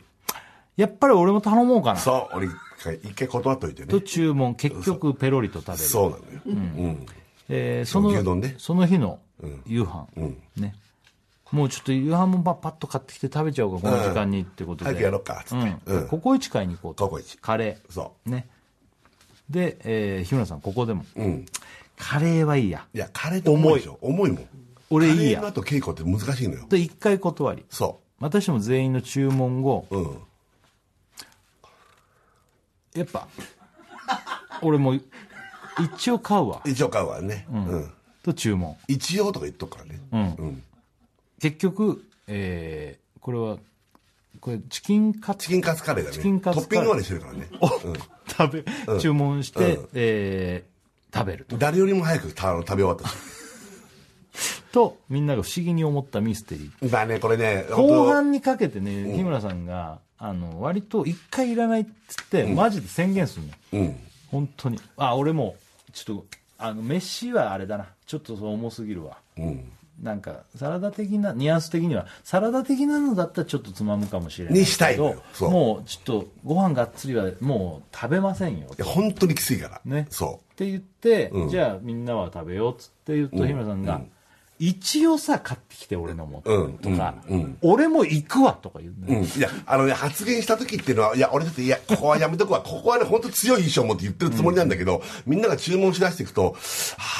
A: やっぱり俺も頼もうかな
B: そう俺一回一回断っといて
A: と
B: ね
A: 注文結局ペロリと食べるそ,、
B: そうなのようん
A: えーその
B: 牛丼ね
A: その日の夕飯、ね、もうちょっと夕飯もパッパッと買ってきて食べちゃおうかこの時間にってことで、
B: 早くやろうかつっ
A: う
B: て
A: ん
B: うん
A: ココイチ買いに行こうと
B: ココイチ
A: カレー
B: そ
A: ねで、えー日村さんここでも、
B: ううん
A: カレーはいいや
B: いやカレーって重いでしょ重いもん
A: 俺いいや
B: カレーの後稽古って難しいのよ
A: と一回断り
B: そ
A: 私も全員の注文後
B: ううん
A: やっぱ俺も一応買うわ
B: 一応買うわねうん
A: と注文
B: 一応とか言っとくからねうん
A: 結局、えーこれはこれチキンカツ
B: チキンカツカレーだね
A: チキンカツカレ
B: トッピング
A: ー
B: までしてるからね
A: 食べ、注文して、えー食べると
B: 誰よりも早くたあの食べ終わったし
A: とみんなが不思議に思ったミステリー
B: だねこれね本当
A: 後半にかけてね日村さんがあの割と一回いらないっつって、マジで宣言するの
B: うん
A: 本当にあ俺もちょっとあの飯はあれだなちょっとそう重すぎるわ
B: うん
A: なんかサラダ的なニュアンス的にはサラダ的なのだったらちょっとつまむかもしれないけど
B: にしたいのよそう
A: もうちょっとご飯がっつりはもう食べませんよ
B: い
A: っ
B: や本当にきついから
A: ね
B: そ
A: て言って、
B: ん
A: じゃあみんなは食べようっつって言うと日村さんが、一応さ買ってきて俺のも、
B: うん
A: とか、
B: うんう
A: 俺も行くわとか言う
B: う、う
A: ね、
B: ん、いやあのね発言した時っていうのはいや俺だっていやここはやめとくわここはね本当強い印象を持って言ってるつもりなんだけど、みんなが注文しだしていくと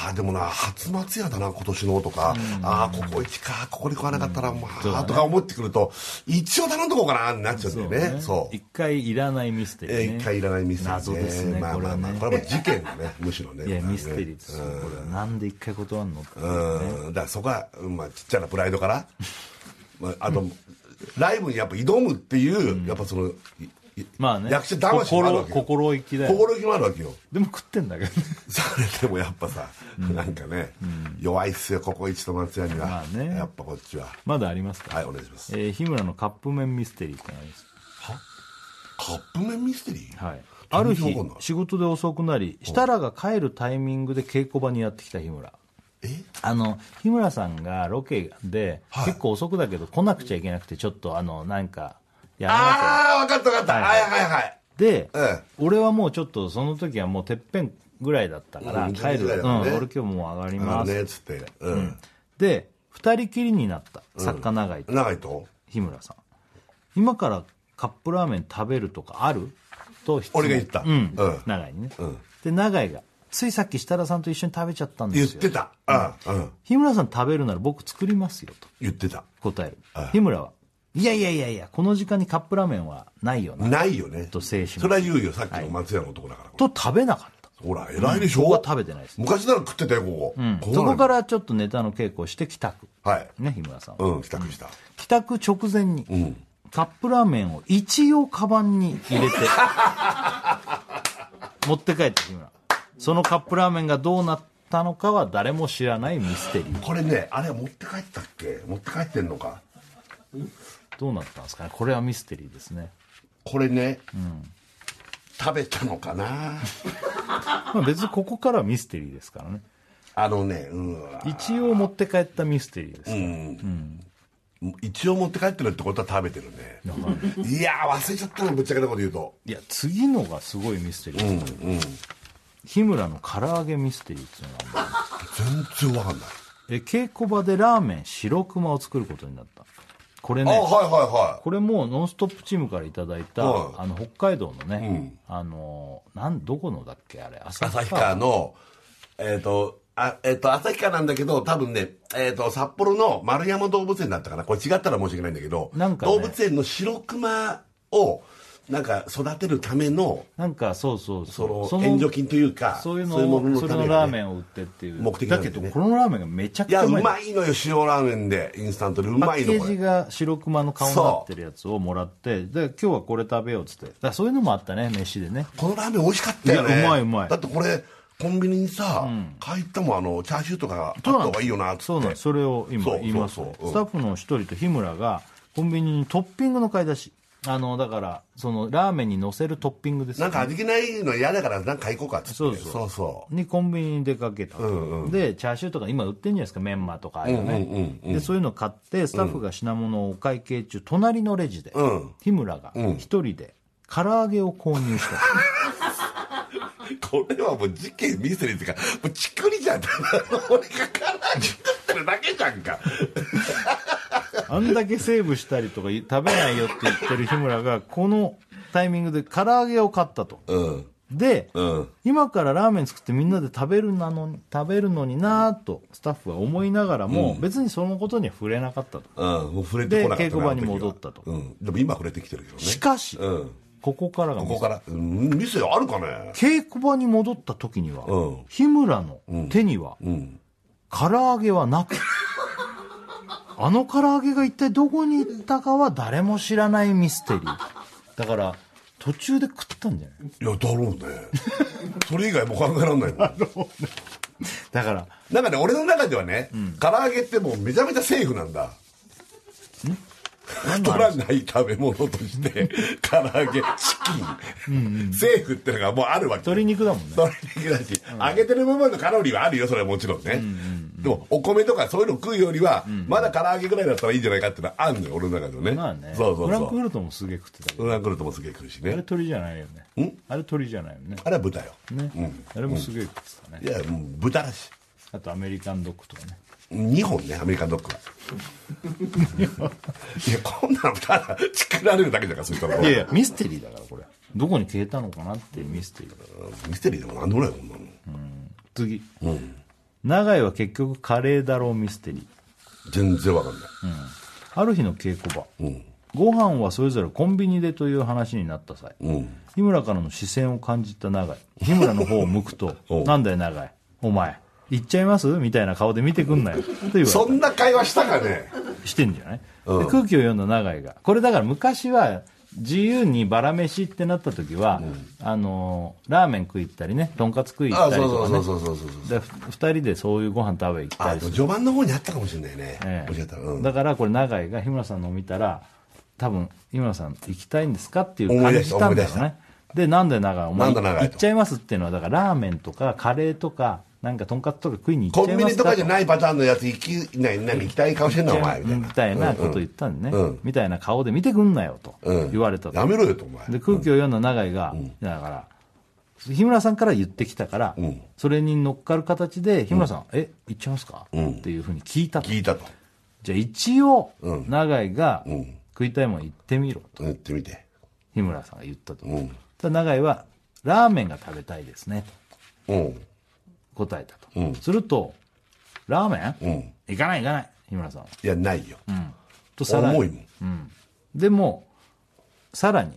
B: ああでもな初松屋だな今年のとか、ああここ一かここに食わなかったらまあ、とか思ってくると一応頼んどこうかなになっちゃうんだよねそう
A: 一回いらないミステリ
B: え
A: ー、ね
B: ー一回いらないミステリー、ね、
A: 謎ですね
B: まあ
A: これ
B: ま
A: は
B: あ
A: ね
B: まあこれはもう事件だ ねむしろね
A: い
B: これ
A: や
B: はね
A: ミステリーですよ、これはなんで一回断んのって、
B: うんだからそこは、まあ、ちっちゃなプライドから、まあ、あとライブにやっぱ挑むっていう、やっぱそのいい
A: まあね
B: 役者魂もあるわ
A: 心
B: けよ
A: 心意気だよ
B: 心意気もあるわけよ
A: でも食ってんだけどね
B: それでもやっぱさ、なんかね、弱いっすよここ一と松屋には、
A: まあね
B: やっぱこっちは
A: まだありますか、
B: はいお願いします
A: えー日村のカップ麺ミステリーってのがあります
B: カップ麺ミステリー、
A: はい、ある
B: 全
A: 日
B: 然わかんない
A: 仕事で遅くなり設楽が帰るタイミングで稽古場にやってきた日村
B: え
A: あの日村さんがロケで、
B: はい
A: 結構遅くだけど来なくちゃいけなくてちょっとあのなんかやらなきゃ
B: ああ分かった分かった、はい、はいはいはい
A: で、
B: え
A: 俺はもうちょっとその時はもうてっぺんぐらいだったから、
B: うん
A: 帰る、
B: ぐらいだ
A: う
B: も
A: ん、
B: んね
A: 俺今日もう上がり
B: あの
A: ます、
B: ねっつってうん、
A: で2人きりになった作家長井と
B: 長いと
A: 日村さん今からカップラーメン食べるとかあると質問
B: 俺が言った
A: うん、
B: うん
A: 長井にね、
B: ん
A: で長井がついさっき設楽さんと一緒に食べちゃったんで
B: 言っ
A: すよ
B: てたうん、うん、
A: 日村さん食べるなら僕作りますよと
B: 言ってた
A: 答える
B: ああ
A: 日村はいやいやいやいやこの時間にカップラーメンはないよな
B: ないよね
A: と制します
B: それは言うよさっきの松屋の男だから、
A: と食べなかった
B: ほら偉いでしょ、
A: 僕は食べてないです、
B: 昔なら食ってたよここ、
A: う
B: う
A: んそ
B: な
A: こ
B: ん
A: か
B: だ
A: らちょっとネタの稽古をして帰宅
B: はい
A: ね日村さんは、
B: うん帰宅した、
A: 帰宅直前に、カップラーメンを一応カバンに入れて持って帰って日村そのカップラーメンがどうなったのかは誰も知らないミステリー
B: これねあれ持って帰ったっけ持って帰ってんのか
A: どうなったんですかねこれはミステリーですね、
B: これね、食べたのかな
A: まあ、別にここからはミステリーですからね
B: あのねうん
A: 一応持って帰ったミステリーです、
B: 一応持って帰ってるってことは食べてるねいやー忘れちゃったのぶっちゃけなこと言うと
A: いや次のがすごいミステリーですから、日村の唐揚げミステリーっていうのがあるんだ
B: 全然わかんない、
A: え稽古場でラーメン白熊を作ることになったこれ
B: あ
A: ね
B: はいは
A: これも「ノンストップ!」チームからいただいた、
B: はい
A: あの北海道のね、あのなんどこのだっけあれ
B: いはい
A: 旭
B: 旭川のえっ、とあえっ、と旭川なんだけど多分ねえっ、と札幌の丸山動物園だったかなこれ違ったら申し訳ないんだけど
A: なんかね
B: 動物園の白熊をなんか育てるための
A: なんかそうそう
B: そ
A: そう
B: の援助金というか
A: そういうの
B: も
A: を
B: の
A: そ
B: た
A: れ
B: めに
A: のラーメンを売ってっていう
B: 目的な
A: だ
B: んで
A: け
B: ね
A: どこのラーメンがめちゃく
B: い
A: ちゃ
B: や
A: う
B: う
A: まい
B: まいのよ塩ラーメンでインスタントでう
A: パ
B: まい
A: ッ
B: の
A: ケー
B: こ
A: ジ
B: れ
A: が白熊の顔になってるやつをもらってで今日はこれ食べようっつってだからそういうのもあったね飯でね
B: このラーメン美味しかったよね
A: いやうまいうまい
B: だってこれコンビニにさ、買い行ったもんあのチャーシューとかあった方がいいよなっつって
A: そうなんですそれを
B: そう
A: 今
B: そう
A: 言いますね
B: そううん
A: スタッフの一人と日村がコンビニにトッピングの買い出しあのだからそのラーメンに乗せるトッピングです
B: な
A: よ
B: ん
A: ね
B: か味気ないの嫌だからなんか買い行こうかっつって
A: そうそう
B: そうそ
A: にコンビニに出かけた、でチャーシューとか今売ってるんじゃないですかメンマとかああいうのね、でそういうの買ってスタッフが品物をお会計中、隣のレジで、
B: ん
A: 日村が一人で唐揚げを購入した、
B: うこれはもう事件ミステリーっていうかもうちくりじゃん俺がからに食ってるだけじゃんか
A: あんだけセーブしたりとか食べないよって言ってる日村がこのタイミングで唐揚げを買ったと
B: うん
A: で、
B: うん
A: 今からラーメン作ってみんなで食べるなのに食べるのになぁとスタッフは思いながらも、別にそのことには触れなかったと
B: うんもう触れてこなかったな
A: で稽古場に
B: あの時は
A: 戻ったと
B: うん、でも今触れてきてるけどね
A: しかし、
B: うん
A: ここからが
B: こ
A: 見
B: こから、うん、店あるかね
A: 稽古場に戻った時には、
B: うん
A: 日村の手には、
B: ん
A: 唐揚げは なくあの唐揚げが一体どこに行ったかは誰も知らないミステリーだから途中で食ったんじゃない
B: いやだろ うねそれ以外もう考えられないもん
A: だから
B: なんかね俺の中ではね、唐揚げってもうめちゃめちゃセーフなんだ
A: 何の
B: 太ら
A: 話
B: ない食べ物として唐揚げチキン、セーフってのがもうあるわけ
A: 鶏肉だもんね
B: それだけだし、揚げてる部分のカロリーはあるよそれはもちろんね、でもお米とかそういうの食うよりは、まだ唐揚げぐらいだったらいいんじゃないかっていうのはあるのよ俺の中ではね,、
A: まあね
B: そうそう
A: フラン
B: そ
A: ク
B: う
A: フルトもすげえ食ってたけど
B: フランクフルトもすげえ食うし
A: あれ
B: ね
A: 鳥じゃないよねあれ鳥じゃないよね
B: あれは豚よ、
A: ね、あれもすげえ食ってたね、
B: いやもう豚だし
A: あとアメリカンドッグとかね
B: 2本ねアメリカンドッグはいやこんなのただ作られるだけだからそういったのはい
A: やいやミステリーだからこれどこに消えたのかなっていうミステリーだから
B: ミステリーでもなんでもないよこんなの
A: 次、長井は結局カレーだろうミステリー
B: 全然わかんない、
A: ある日の稽古場、ご飯はそれぞれコンビニでという話になった際、日村からの視線を感じた長井日村の方を向くと「
B: おう
A: なんだよ長井お前行っちゃいます?」みたいな顔で見てくんなよと言われた
B: そんな会話したかね
A: してんじゃない、で空気を読んだ永井がこれだから昔は自由にバラ飯ってなった時は、あのーラーメン食い行ったりねとんかつ食い行
B: あ
A: ったり
B: そ
A: と
B: うそ
A: か
B: う
A: ね
B: そうそうそうそう
A: でふ二人でそういうご飯食べ行った
B: あ
A: り
B: ですも
A: る、
B: 序盤の方にあったかもしれないね、
A: ええ
B: もしかしたら、うん、
A: だからこれ永井が日村さんのを見たら多分日村さん行きたいんですかっていう
B: 思い
A: 感
B: 出
A: じ
B: した
A: たんだよ
B: 思い出
A: ねでなんで永井お前
B: なんで永井
A: 行
B: と
A: っちゃいますっていうのはだからラーメンとかカレーとかなんかとんかつとか食いに行
B: コ
A: っちゃ
B: ン
A: い
B: ビ
A: ま
B: ニ
A: す
B: と
A: か
B: かじゃないパターンのやつ行きないなんか行きたい顔してんなお前みたいな、
A: みたいなこと言ったんでね、
B: うんうん
A: みたいな顔で見てくんなよと
B: うん
A: 言われたと
B: やめろよとお前
A: で空気を読んだ永井が、だから日村さんから言ってきたから、
B: ん
A: それに乗っかる形で日村さん、え行っちゃいますか、っていうふうに聞いたと
B: 聞いたと
A: じゃあ一応永井が、
B: ん
A: 食いたいもん行ってみろと
B: 言ってみて
A: 日村さんが言ったと、
B: ん
A: ただ永井はラーメンが食べたいですねと
B: うん
A: 答えたと、
B: うん
A: するとラーメン、
B: うん
A: 行かない行かない日村さんはい
B: やないよ、
A: とさらに
B: 重いもん、
A: でもさらに、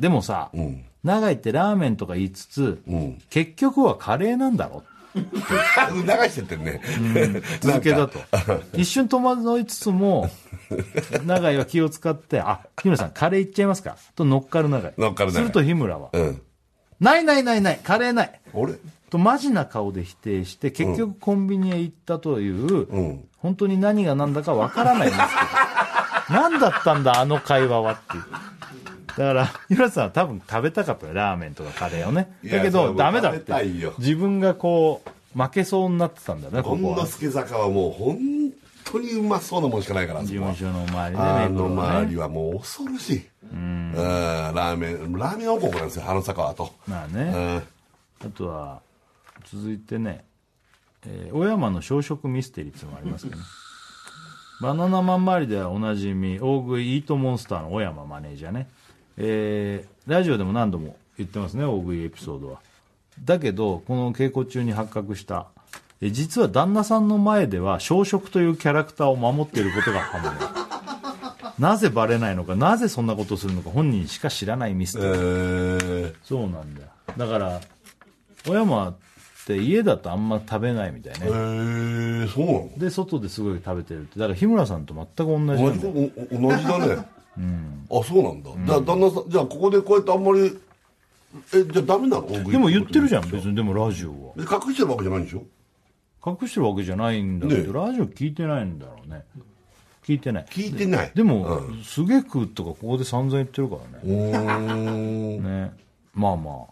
A: でもさ、
B: ん
A: 長井ってラーメンとか言いつつ、
B: ん
A: 結局はカレーなんだろ
B: 流してってんね、
A: 続けだと一瞬戸惑いつつも長井は気を使って「あ日村さんカレーいっちゃいますか」と乗っかる長井
B: 乗っかる永井
A: すると日村は
B: うん
A: 「ないないないないカレーない
B: 俺」
A: とマジな顔で否定して結局コンビニへ行ったという、
B: うん
A: 本当に何が何だかわからないんです けど何だったんだあの会話はっていうだから日村さんは多分食べたかったよラーメンとかカレーをね
B: いや
A: だけ
B: それは
A: ど
B: もう
A: ダメだっ
B: 食べた
A: て
B: いよ
A: 自分がこう負けそうになってたんだよねこ
B: 権
A: こは
B: 之助坂はもう本当にうまそうなもんしかないからあそ
A: 事
B: こは
A: 務所の周りでね
B: あの周り
A: ね
B: はもう恐ろしい、うん、ラーメンラーメン王国なんですよあの坂はと、
A: まあね、
B: うん
A: あとは続いてね、えー小山の小食ミステリーっていうのもありますけどね バナナマン周りではおなじみ大食いイートモンスターの小山マネージャーね、えーラジオでも何度も言ってますね大食いエピソードはだけどこの稽古中に発覚したえー実は旦那さんの前では小食というキャラクターを守っていることが判明なぜバレないのかなぜそんなことをするのか本人しか知らないミス
B: え
A: テリー
B: ー、
A: そうなんだよだから小山って家だとあんま食べないみたい
B: え
A: ね
B: ー、そうなの
A: で外ですごい食べてるってだから日村さんと全く同じなんだ
B: 同
A: よ
B: じおお同じだね、あそうなんだ、じゃあ旦那さんじゃあここでこうやってあんまりえじゃあダメなの大食い
A: でも言ってるじゃん
B: 別
A: 別にでもラジオは
B: に隠してるわけじゃないんでしょ
A: 隠してるわけじゃないんだけど、ラジオ聞いてないんだろうね聞いてない
B: 聞いてない
A: でも、すげえ食うとかここで散々言ってるから
B: う
A: ね
B: ーん
A: ねまあまあ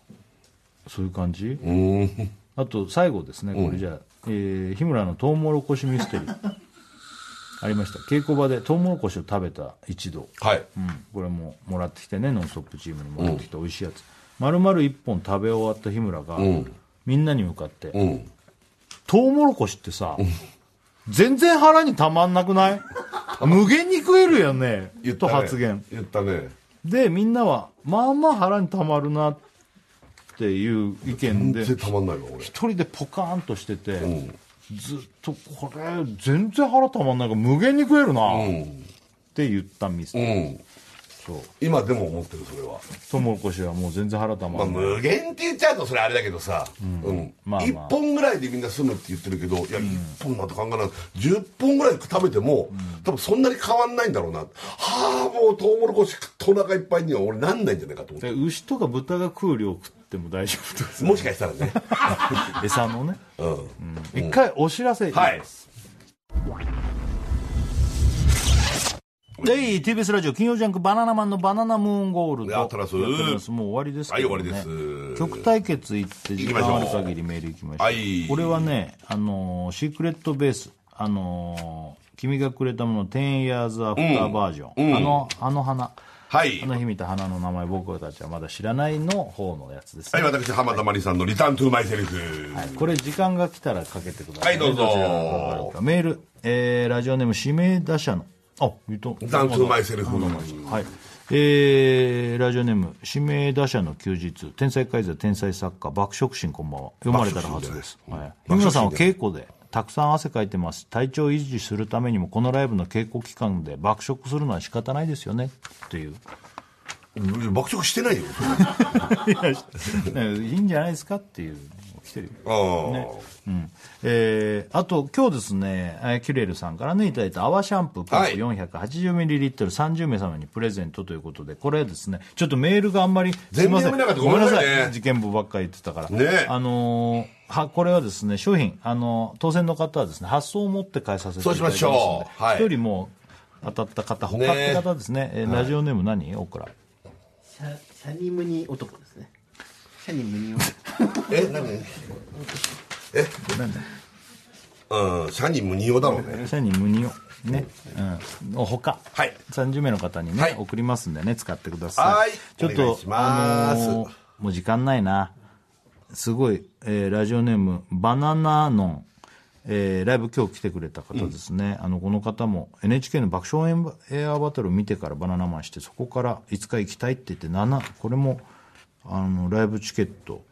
A: そういう感じ
B: うーん
A: あと最後ですねこれじゃあ、えー日村のトウモロコシミステリーありました稽古場でトウモロコシを食べた一度
B: はい
A: うん、これももらってきてね「ノンストップ!」チームにもらってきた美味しいやつ、丸々1本食べ終わった日村が、みんなに向かって、
B: うん
A: トウモロコシってさ、全然腹にたまんな くない無限に食えるよね
B: 言った
A: と
B: ね
A: 発言
B: 言ったね
A: でみんなはまあまあ腹にたまるなっていう意見で
B: 全然たまんないわ俺
A: 一人でポカーンとしてて、ずっとこれ全然腹たまんないから無限に食えるな、って言ったミス、
B: うん
A: そう
B: 今でも思ってるそれは、
A: トウモロコシはもう全然腹たまん
B: ま
A: な
B: あ、
A: い、
B: 無限って言っちゃうとそれあれだけどさ、うん
A: まあま
B: 1
A: あ
B: 本ぐらいでみんな済むって言ってるけどいや1本なんて考えない10本ぐらい食べても、多分そんなに変わんないんだろうなはあもうトウモロコシ食ってお腹いっぱいには俺なんないんじゃないかと思っ
A: で
B: て
A: 牛とか豚が食う量食っても大丈夫です
B: もしかしたらね
A: 餌のね、
B: うん
A: 一回お知らせ
B: はい
A: で TBS ラジオ金曜ジャンク「バナナマンのバナナムーンゴールド」
B: やってます
A: やってますもう終わりですけど、ね、
B: はい終わりです
A: 曲対決行って時間ある限りメール行きましょう
B: はい
A: これはねあのーシークレットベースあのー君がくれたもの10 years after バージョン、あのあの花
B: はい
A: あの日見た花の名前僕たちはまだ知らないの方のやつです
B: は
A: ね
B: い私浜田真理さんの「リターントゥーマイセルフ」
A: これ時間が来たらかけてください、
B: はいどうぞ
A: ちらがかかるかメール、えーラジオネーム指名打者のあ言った
B: ダンスマイセルフ
A: はいえーラジオネーム指名打者の休日天才改造天才作家爆食神こんばんは読まれたらはずです、はい、日村さんは稽古でたくさん汗かいてます体調を維持するためにもこのライブの稽古期間で爆食するのは仕方ないですよねって いう
B: 爆食してないよ
A: いやねいいんじゃないですかっていう来てるよ
B: あ
A: うんえーあと今日ですね、えーキュレルさんからねいただいた泡シャンプーパ
B: は
A: ッ
B: い
A: ク 480ml30 名様にプレゼントということでこれですねちょっとメールがあんまり
B: 全然
A: すいませ
B: 読めなかったごめんなさいね
A: 事件簿ばっかり言ってたから、
B: ねえ
A: あのーはこれはですね商品、あのー当選の方はですね発送を持って返させていただきます
B: そうしましょ
A: の
B: うはい
A: で一人もう当たった方他っ
B: ねえ
A: て方ですねえーラジオネーム何、オクラ
C: シャシャニムニ男ですねシャニムニ男
B: え何えうんシャニムニオだろうね
A: 社に無にをね、うん、ほか、
B: はい
A: 30名の方にね、
B: はい
A: 送りますんでね使ってください
B: はい
A: ちょっ
B: お願い
A: と
B: します
A: ーもう時間ないなすごい、えーラジオネームバナナノンえーライブ今日来てくれた方ですね、あのこの方も NHK の爆笑エアバトルを見てからバナナマンしてそこからいつか行きたいって言って7これもあのライブチケット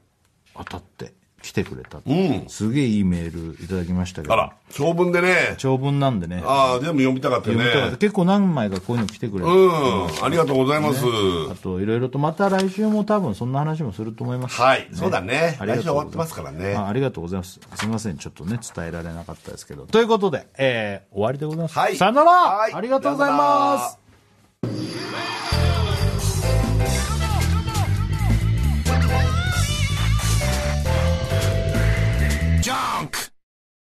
A: 当たって来てくれたって、すげえいいメールいただきましたけど
B: あら長文でね
A: 長文なんでね
B: ああ全部読みたかったよ
A: 読みたかった
B: ね
A: 結構何枚かこういうの来てくれて、
B: うんありがとうございます
A: あといろいろとまた来週も多分そんな話もすると思います
B: はいそうだね
A: あり
B: 来週
A: がとう
B: 終わってますからね
A: あありがとうございますすみませんちょっとね伝えられなかったですけどということで、えー終わりでございます、
B: はい
A: さよなら、
B: はい
A: ありがとうございます